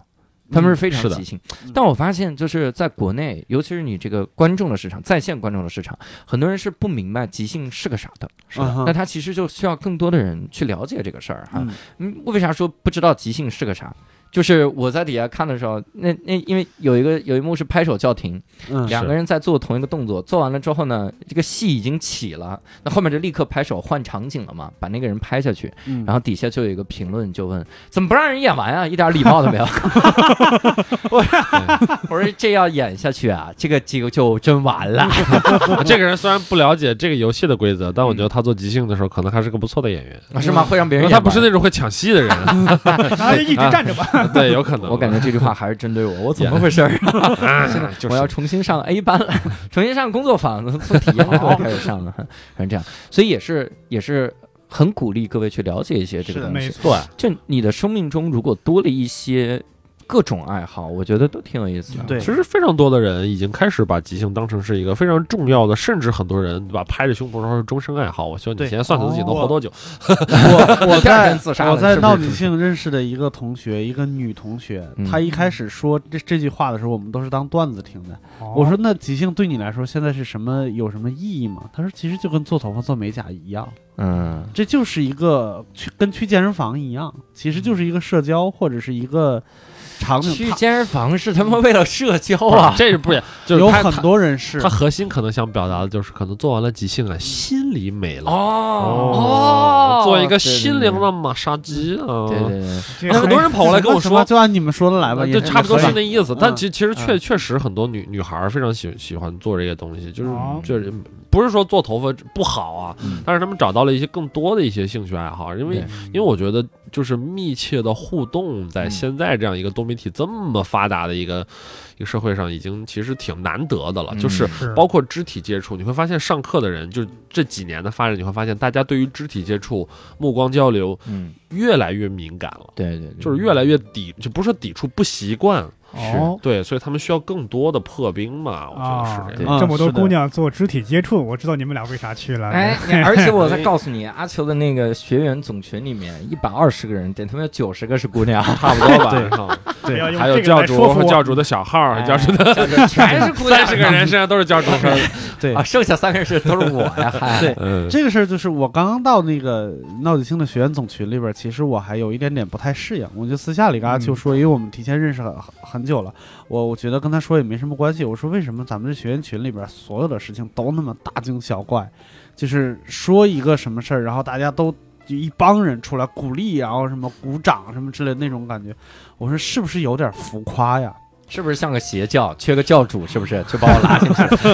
A: 他们是非
E: 是
A: 常
E: 的
A: 即兴。
C: 嗯
A: 但我发现，就是在国内，尤其是你这个观众的市场，在线观众的市场，很多人是不明白即兴是个啥的。
C: 是的
E: 啊
A: 那他其实就需要更多的人去了解这个事儿哈。
C: 嗯
A: 嗯，为啥说不知道即兴是个啥？就是我在底下看的时候，那那因为有一个有一幕是拍手叫停，
C: 嗯
A: 两个人在做同一个动作，做完了之后呢，这个戏已经起了，那后面就立刻拍手换场景了嘛，把那个人拍下去，
C: 嗯，
A: 然后底下就有一个评论就问，怎么不让人演完啊？一点礼貌都没 有。我说我说这要演下去啊，这个就就真完了。
E: 这个人虽然不了解这个游戏的规则，但我觉得他做即兴的时候，可能还是个不错的演员，
A: 是吗？会让嗯别
E: 因
A: 人演
E: 为嗯他不是
A: 完
E: 那种会抢戏 的人，
B: 然后就
E: 啊
B: 一直站着吧。
E: 对，有可能。啊
A: 我感觉这句话还是针对我， 我怎么回事儿？现在啊我要重新上 A 班了， 重新上工作坊，做体验课 开始上了，反正这样，所以也是也是很鼓励各位去了解一些这个
C: 是的
A: 东
B: 没
A: 西。
B: 错，
A: 就你的生命中如果多了一些各种爱好，我觉得都挺有意思的。
C: 对
E: 其实非常多的人已经开始把即兴当成是一个非常重要的，甚至很多人把拍着胸脯说是终身爱好。我希望你
C: 对
E: 先算算自己能
A: 哦
E: 活多久。
C: 我我
A: 第二天
C: 在
A: 自杀了
C: 我在
A: 是不是
C: 闹女性认识的一个同学，一个女同学
A: 嗯，
C: 她一开始说这这句话的时候，我们都是当段子听的。我
B: 哦
C: 说那即兴对你来说现在是什么有什么意义吗？她说其实就跟做头发、做美甲一样，
A: 嗯，
C: 这就是一个去跟去健身房一样，其实
E: 嗯
C: 就是一个社交或者是一个场景
A: 去。健身房是他妈为了社交
E: 哇
A: 啊！
E: 这 是不是
C: 她
E: 就是
C: 有
E: 他
C: 很多人是
E: 他他核心可能想表达的就是，可能做完了即兴啊，心里美了。
A: 哦
E: 做一个
A: 对对对
E: 心灵的马杀鸡啊！
A: 对对对，
B: 这哎
E: 很多人跑过来跟我
C: 什么
E: 说，
C: 就按你们说的来吧，
E: 就
C: 也
E: 差不多
C: 也
E: 是
C: 可以
E: 那意思。但
C: 嗯
E: 其其实确
C: 嗯
E: 确实很多女女孩儿非常喜喜欢做这些东西，就是
B: 哦
E: 就是不是说做头发不好啊，
C: 嗯
E: 但是他们找到了一些更多的一些兴趣爱好，因为
A: 对
E: 因为我觉得就是密切的互动，
C: 嗯
E: 在现在这样一个多媒体这么发达的一个一个社会上，已经其实挺难得的了，啊
C: 嗯
E: 就是。
B: 是
E: 包括肢体接触，你会发现上课的人，就这几年的发展，你会发现大家对于肢体接触、目光交流
A: 嗯，
E: 越来越敏感了。
A: 对对，对
E: 就是越来越抵，就不是说抵触，不习惯，
B: 哦，
E: 对，所以他们需要更多的破冰嘛，我觉
B: 啊
E: 得是这
A: 对
E: 样。
C: 嗯
B: 这么多
C: 是的
B: 姑娘做肢体接触，我知道你们俩为啥去了。
A: 哎，你而且我再告诉你，阿球的那个学员总群里面，一百二十个人，得他妈有九十个是姑娘，
E: 差不多吧，然后
B: 不 要用
E: 还有
B: 这个
E: 教
B: 来说
E: 主
B: 服
E: 和
B: 我哎
E: 教主的小号儿，教主
A: 的全哎是姑娘，
E: 三十个人身上都是教主分儿。
C: 对
A: 啊，剩下三个人是都是我呀，还
C: 对
E: 嗯，
C: 这个事儿就是我刚刚到那个闹剧星的学员总群里边儿，其实我还有一点点不太适应。我就私下里跟阿秋说，因为我们提前认识很很很久了，我我觉得跟他说也没什么关系。我说为什么咱们这学员群里边儿所有的事情都那么大惊小怪，就是说一个什么事儿，然后大家都就一帮人出来鼓励，啊然后什么鼓掌什么之类的那种感觉。我说是不是有点浮夸呀？
A: 是不是像个邪教，缺个教主，是不是就把我拉进去？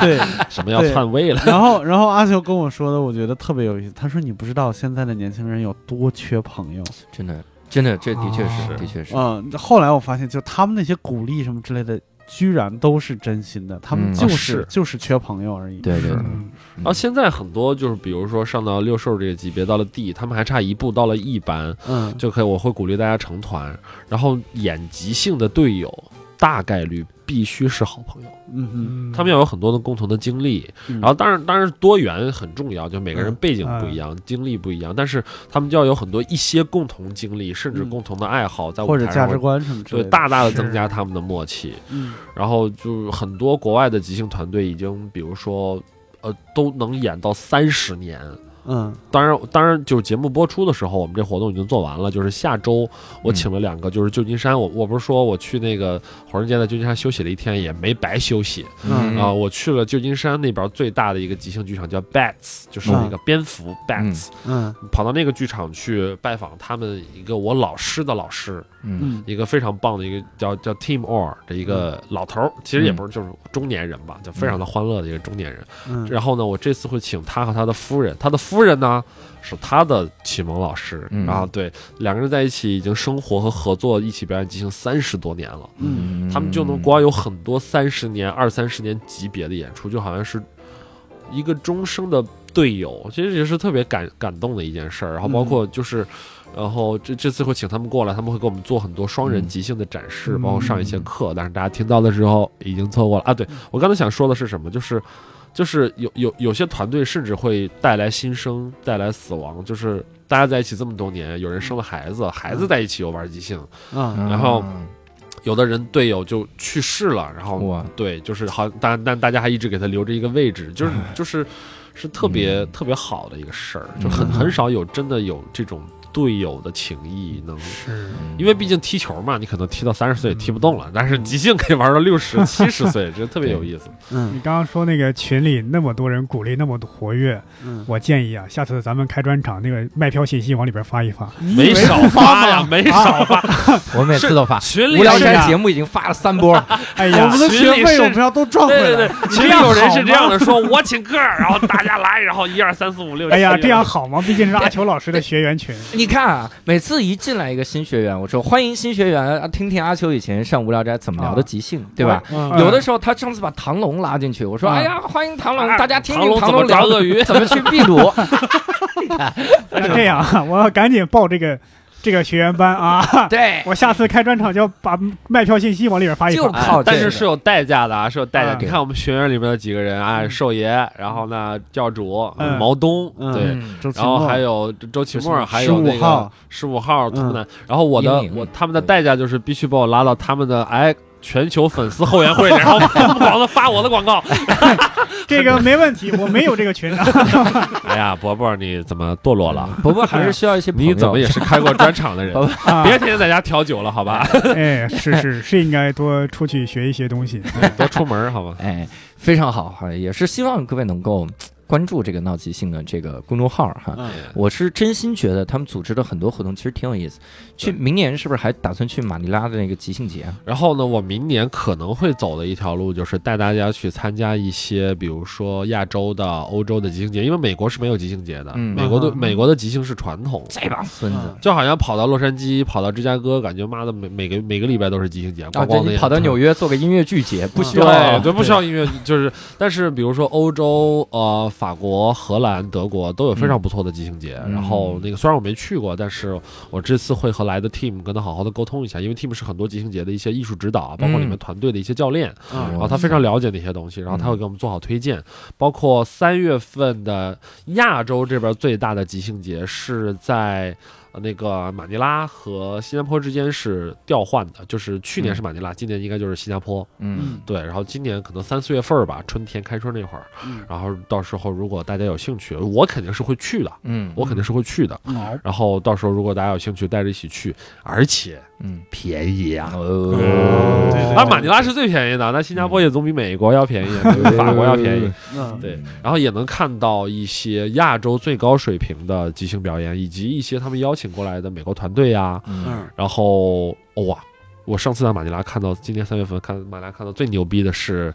C: 对，
E: 什么要
C: 对
E: 篡位了？
C: 然后然后阿秋跟我说的，我觉得特别有意思。他说你不知道现在的年轻人有多缺朋友。
A: 真的，真的，这的确是，
E: 哦
A: 的确是，
C: 嗯，后来我发现，就他们那些鼓励什么之类的，居然都是真心的，他
A: 嗯
C: 们就
E: 啊
C: 是、
E: 是
C: 就是缺朋友而已。
A: 对对对，
B: 嗯，
E: 然后现在很多就是，比如说上到六兽这个级别，到了 D，他们还差一步到了 E 班
C: 嗯，
E: 就可以。我会鼓励大家成团，然后演级性的队友大概率必须是好朋友，
C: 嗯哼
B: 嗯
E: 他们要有很多的共同的经历。
C: 嗯，
E: 然后当然当然多元很重要，就每个人
C: 嗯
E: 背景不一样，经历不一样，但是他们就要有很多一些共同经历，甚至
C: 嗯
E: 共同的爱好，在舞
C: 或者
E: 台
C: 价
E: 上
C: 值
E: 会。
C: 观什么之类
E: 对，
C: 的，
E: 大大的增
B: 是
E: 加他们的默契。
C: 嗯
E: 然后就是很多国外的即兴团队已经，比如说，呃，都能演到三十年。
C: 嗯
E: 当然，当然，就是节目播出的时候，我们这活动已经做完了。就是下周我请了两个，就是旧金山，我我不是说我去那个华人街在旧金山休息了一天，也没白休息啊、
A: 嗯
C: 嗯
E: 我去了旧金山那边最大的一个即兴剧场，叫 Bats，就是那
A: 嗯
E: 个蝙蝠 Bats，、
C: 嗯
E: 跑到那个剧场去拜访他们一个我老师的老师，
A: 嗯
C: 嗯
E: 一个非常棒的一个叫叫 Team Orr 的一个老头儿，其实也
A: 嗯
E: 不是就是中年人吧，就非常的欢乐的一个中年人。
C: 嗯，
E: 然后呢，我这次会请他和他的夫人，他的夫人呢是他的启蒙老师，
A: 嗯
E: 然后对两个人在一起已经生活和合作一起表演进行三十多年了，
C: 嗯
A: 嗯
E: 他们就能光有很多三十年、二三十年级别的演出，就好像是一个终生的队友，其实也是特别感感动的一件事儿。然后包括就是，然后这这次会请他们过来，他们会给我们做很多双人即兴的展示，
B: 嗯
E: 包括上一些课。但是大家听到的时候已经错过了啊！对我刚才想说的是什么，就是。就是有有有些团队甚至会带来新生，带来死亡。就是大家在一起这么多年，有人生了孩子，孩子在一起又玩即兴，
C: 啊
A: 嗯，
E: 然后有的人队友就去世了，然后
A: 嗯哇，
E: 对，就是好，但但大家还一直给他留着一个位置，就是就是是特别、
A: 嗯
E: 特别好的一个事儿，就很
C: 嗯
E: 很少有真的有这种队友的情谊能。
B: 是
E: 因为毕竟踢球嘛，你可能踢到三十岁也踢不动了，但是即兴可以玩到六十、七十岁，这特别有意思。
B: 你
C: 嗯
B: 刚刚说那个群里那么多人鼓励，那么活跃，
C: 嗯，
B: 我建议啊，下次咱们开专场那个卖票信息往里边发一发。
E: 没少发呀，没少发。
A: 我每次都发。
E: 群里
A: 无聊
E: 是啊
A: 斋节目已经发了三波，
B: 哎
C: 我
B: 呀
C: 们，的
E: 群
C: 学
E: 里
C: 费
E: 是
C: 我们要都赚回来。
E: 对对对，群里有人是这样的说：“我请客，然后大家来，然后一二三四五六。”
B: 哎呀，这样好吗？毕竟是阿球老师的学员 群。
A: 你看啊，每次一进来一个新学员，我说欢迎新学员，啊听听阿秋以前上无聊斋怎么
E: 啊
A: 聊的即兴，对吧？
C: 嗯，
B: 嗯
A: 有的时候他上次把唐龙拉进去，我说：“
B: 啊
A: 哎呀，欢迎唐龙，
E: 啊
A: 大家听
E: 唐
A: 听
E: 龙
A: 唐
E: 怎么
A: 龙
E: 抓
A: 聊
E: 鳄 鱼
A: 怎么去秘 鲁。
B: 那这样啊，我要赶紧报这个这个学员班啊！
A: 对，
B: 我下次开专场就要把卖票信息往里边发一
A: 就
B: 发。
A: 啊靠这
E: 哎但
A: 个。
E: 是是有代价的啊，是有代价。
B: 嗯
E: 你看我们学员里面的几个人啊，
B: 嗯
E: 寿爷，然后呢教主、
B: 嗯
E: 毛东，
C: 嗯
E: 对。
A: 嗯
C: 周奇
E: 然后
C: 墨
E: 还有周奇墨，
C: 周奇墨
E: 还有那
C: 15
E: 个
C: 号
E: 十五号图南，然后我的
A: 嗯英明
E: 我他们的代价就是必须把我拉到他们的哎全球粉丝后援会， 然后疯狂的发我的广告。
B: 这个没问题，我没有这个群啊。
E: 哎呀，伯伯你怎么堕落 了？
A: 伯伯还是需要一些朋友
E: 你怎么也是开过专场的人
A: 朋，
B: 啊
E: 别天天在家调酒了，好吧？
B: 哎，是是是，应该多出去学一些东西。
E: 多出门好吗？
A: 哎，非常好哈，也是希望各位能够嘖关注这个闹即兴的这个公众号哈。
C: 嗯
A: 我是真心觉得他们组织的很多活动其实挺有意思。去
E: 对
A: 明年是不是还打算去马尼拉的那个即兴节啊？
E: 然后呢，我明年可能会走的一条路就是带大家去参加一些，比如说亚洲的、欧洲的即兴节，因为美国是没有即兴节的，
A: 嗯
E: 美国的、
C: 嗯
E: 美国的即兴是传统。
A: 这帮孙子
C: 嗯
E: 就好像跑到洛杉矶，跑到芝加哥，感觉妈的每每个每个礼拜都是即兴节，
A: 啊！
E: 光
A: 对
E: 光那
A: 你跑到纽
E: 约，
A: 约做个音乐剧节，不需
E: 对
A: 要
E: 对，不需要音乐，就是但是比如说欧洲、呃法国、荷兰、德国都有非常不错的即兴节。
A: 嗯
E: 然后那个虽然我没去过，但是我这次会和来的 team 跟他好好的沟通一下，因为 team 是很多即兴节的一些艺术指导啊，包括你们
A: 嗯
E: 团队的一些教练，
A: 然
C: 啊
E: 然后他非常了解那些东西，然后
A: 嗯
E: 他会给我们做好推荐。包括三月份的亚洲这边最大的即兴节是在。呃那个马尼拉和新加坡之间是调换的，就是去年是马尼拉，今年应该就是新加坡。
A: 嗯
E: 对，然后今年可能三四月份儿吧，春天开春那会儿，
C: 嗯
E: 然后到时候如果大家有兴趣，我肯定是会去的，
A: 嗯
E: 我肯定是会去的。
C: 好
E: 然后到时候如果大家有兴趣，带着一起去，而且
A: 嗯
E: 便宜啊！
C: 嗯
A: 哦
C: 对对
E: 啊，马尼拉是最便宜的，那新加坡也总比美国要便宜，法国要便宜。
C: 嗯
E: 对，然后也能看到一些亚洲最高水平的即兴表演，以及一些他们邀请过来的美国团队呀、
A: 嗯
C: 嗯
E: 然后哦哇，我上次在马尼拉看到，今年三月份看马尼拉看到最牛逼的是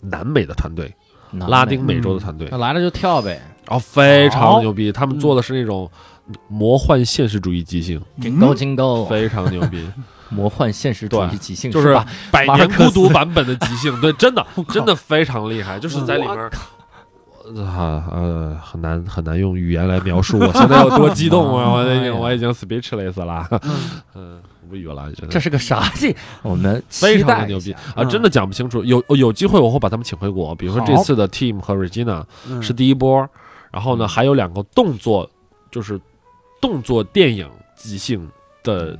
E: 南美的团队，嗯
A: 啊
E: 拉丁美洲的团队，
A: 那来了就跳呗，
E: 然后非
B: 好
E: 常牛逼，他
A: 嗯
E: 们做的是那种魔幻现实主义即兴，
A: 金钩金钩，
E: 非常牛 逼，
A: 魔幻现实主义
E: 对
A: 即兴
E: 就是是
A: 吧？
E: 百
A: 马
E: 年
A: 克
E: 孤
A: 思
E: 独版本的即兴，对， 真的真的非常厉害，就是在里面
A: 我
E: 儿。啊呃，很难很难用语言来描述我现在有多激 动啊！我已
A: 哎
E: 经我已经 speechless 了， 嗯，无语了，真的
A: 这是嗯个啥戏？我们
E: 非
A: 期
E: 常
A: 待一
E: 的牛逼
A: 下
E: 啊！真的讲不清楚，有有机会我会把他们请回国。比如说这次的 Team 和 Regina
C: 嗯
E: 是第一波，然后呢
A: 嗯
E: 还有两个动作，就是动作电影即兴的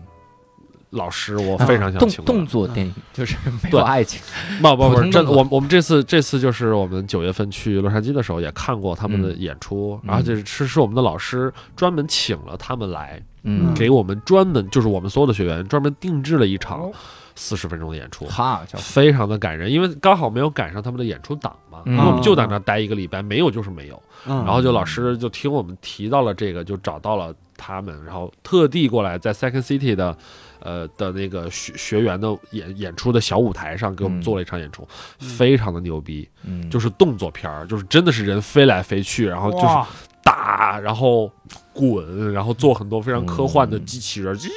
E: 老师，我非常想
A: 啊动
E: 请过来。
A: 动作电影，就是没有
E: 对
A: 爱情。
E: 不不
A: 普
E: 不，
A: 通
E: 真的，
A: 动作
E: 我们我们这次这次就是我们九月份去洛杉矶的时候也看过他们的
A: 嗯
E: 演出，
A: 嗯
E: 然后就是是是我们的老师专门请了他们来，
A: 嗯，
E: 给我们专门就是我们所有的学员专门定制了一场
B: 哦
E: 四十分钟的演出。
A: 哈，小
E: 非常的感人，因为刚好没有赶上他们的演出档嘛，
A: 嗯
E: 因为我们就在那儿待一个礼拜，没有就是没有。
C: 嗯
E: 然后就老师就听我们提到了这个，就找到了他们，然后特地过来在 Second City 的，呃的那个学学员的演演出的小舞台上给我们
A: 嗯
E: 做了一场演出，非常的牛逼，
A: 嗯，
E: 就是动作片儿，就是真的是人飞来飞去，然后就是
B: 哇，
E: 打，然后滚，然后做很多非常科幻的机器人，叽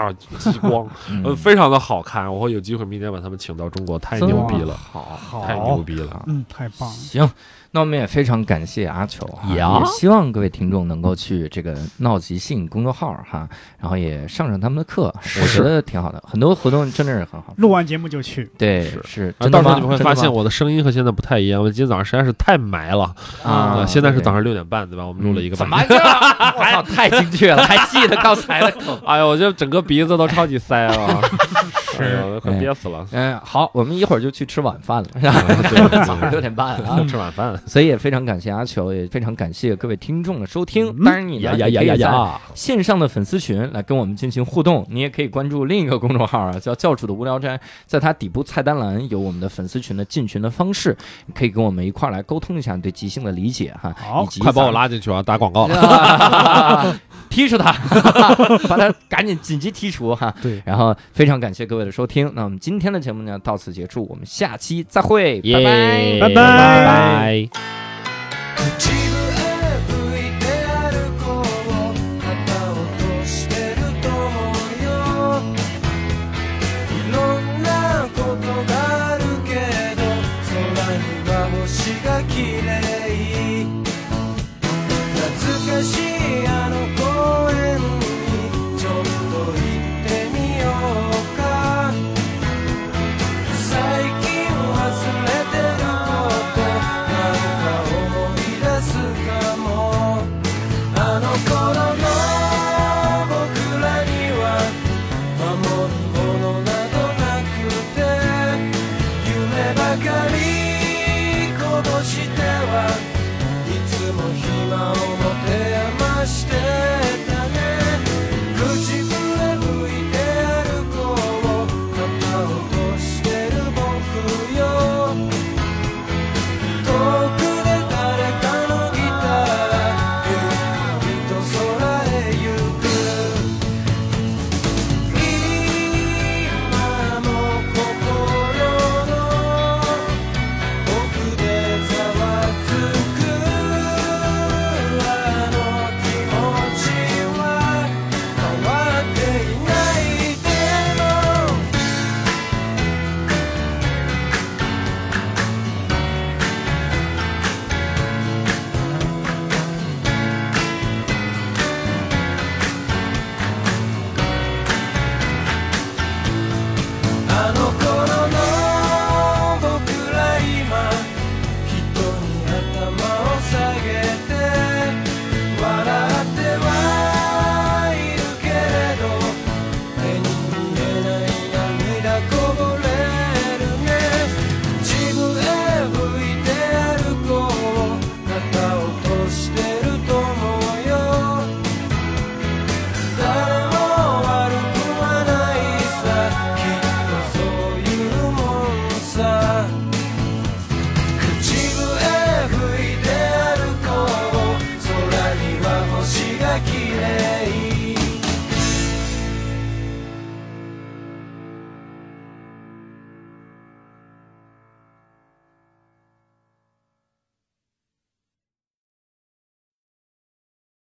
E: 啊激光，
A: 嗯
E: 呃，非常的好看。我会有机会明天把他们请到中国，太
A: 真
E: 牛逼了，
A: 好，
E: 太
B: 好
E: 牛，逼了。
B: 嗯，太棒了，
A: 行，那我们也非常感谢阿球啊，
F: 呀
A: 也希望各位听众能够去这个闹即兴公众号哈，然后也上上他们的课，我觉得挺好的，很多活动真的是很 好。
B: 录完节目就去，
A: 对，
E: 是
A: 是，
E: 啊
A: 真
E: 到
A: 的
E: 时候
A: 吗？
E: 你们会
A: 真的
E: 发
A: 吗
E: 现我的声音和现在不太一样，我今天早上实在是太埋了
A: 啊，
E: 呃现在是
A: 对嗯
E: 早上六点半，对吧？我们录了一个
A: 怎
E: 半
A: 么就？我操，太精确了，还记得刚才的梗。
E: 哎呀，我这整个鼻子都超级塞了，是、哎呦、快憋死了。
A: 嗯，好，我们一会儿就去吃晚饭了， 是吧？早上
E: 嗯对
A: 六点半啊，
E: 吃晚饭，
A: 所以也非常感谢阿球，也非常感谢各位听众的收听。
B: 嗯
A: 当然，你呢
E: 呀呀
A: 也
E: 呀
A: 可以
E: 呀
A: 在
E: 呀！
A: 线上的粉丝群来跟我们进行互动，你也可以关注另一个公众号啊，叫教主的无聊斋，在它底部菜单栏有我们的粉丝群的进群的方式，你可以跟我们一块儿来沟通一下你对即兴的理解哈，
B: 好
A: 以及
E: 快把我
A: 咱们
E: 拉进去啊！打广 告了，
A: 啊 踢出他，把他赶紧紧急剔除哈。
B: 对，
A: 然后非常感谢各位的收听，那我们今天的节目呢到此结束，我们下期再会，拜拜。
F: 耶
B: 拜拜
F: 拜拜。
D: Keep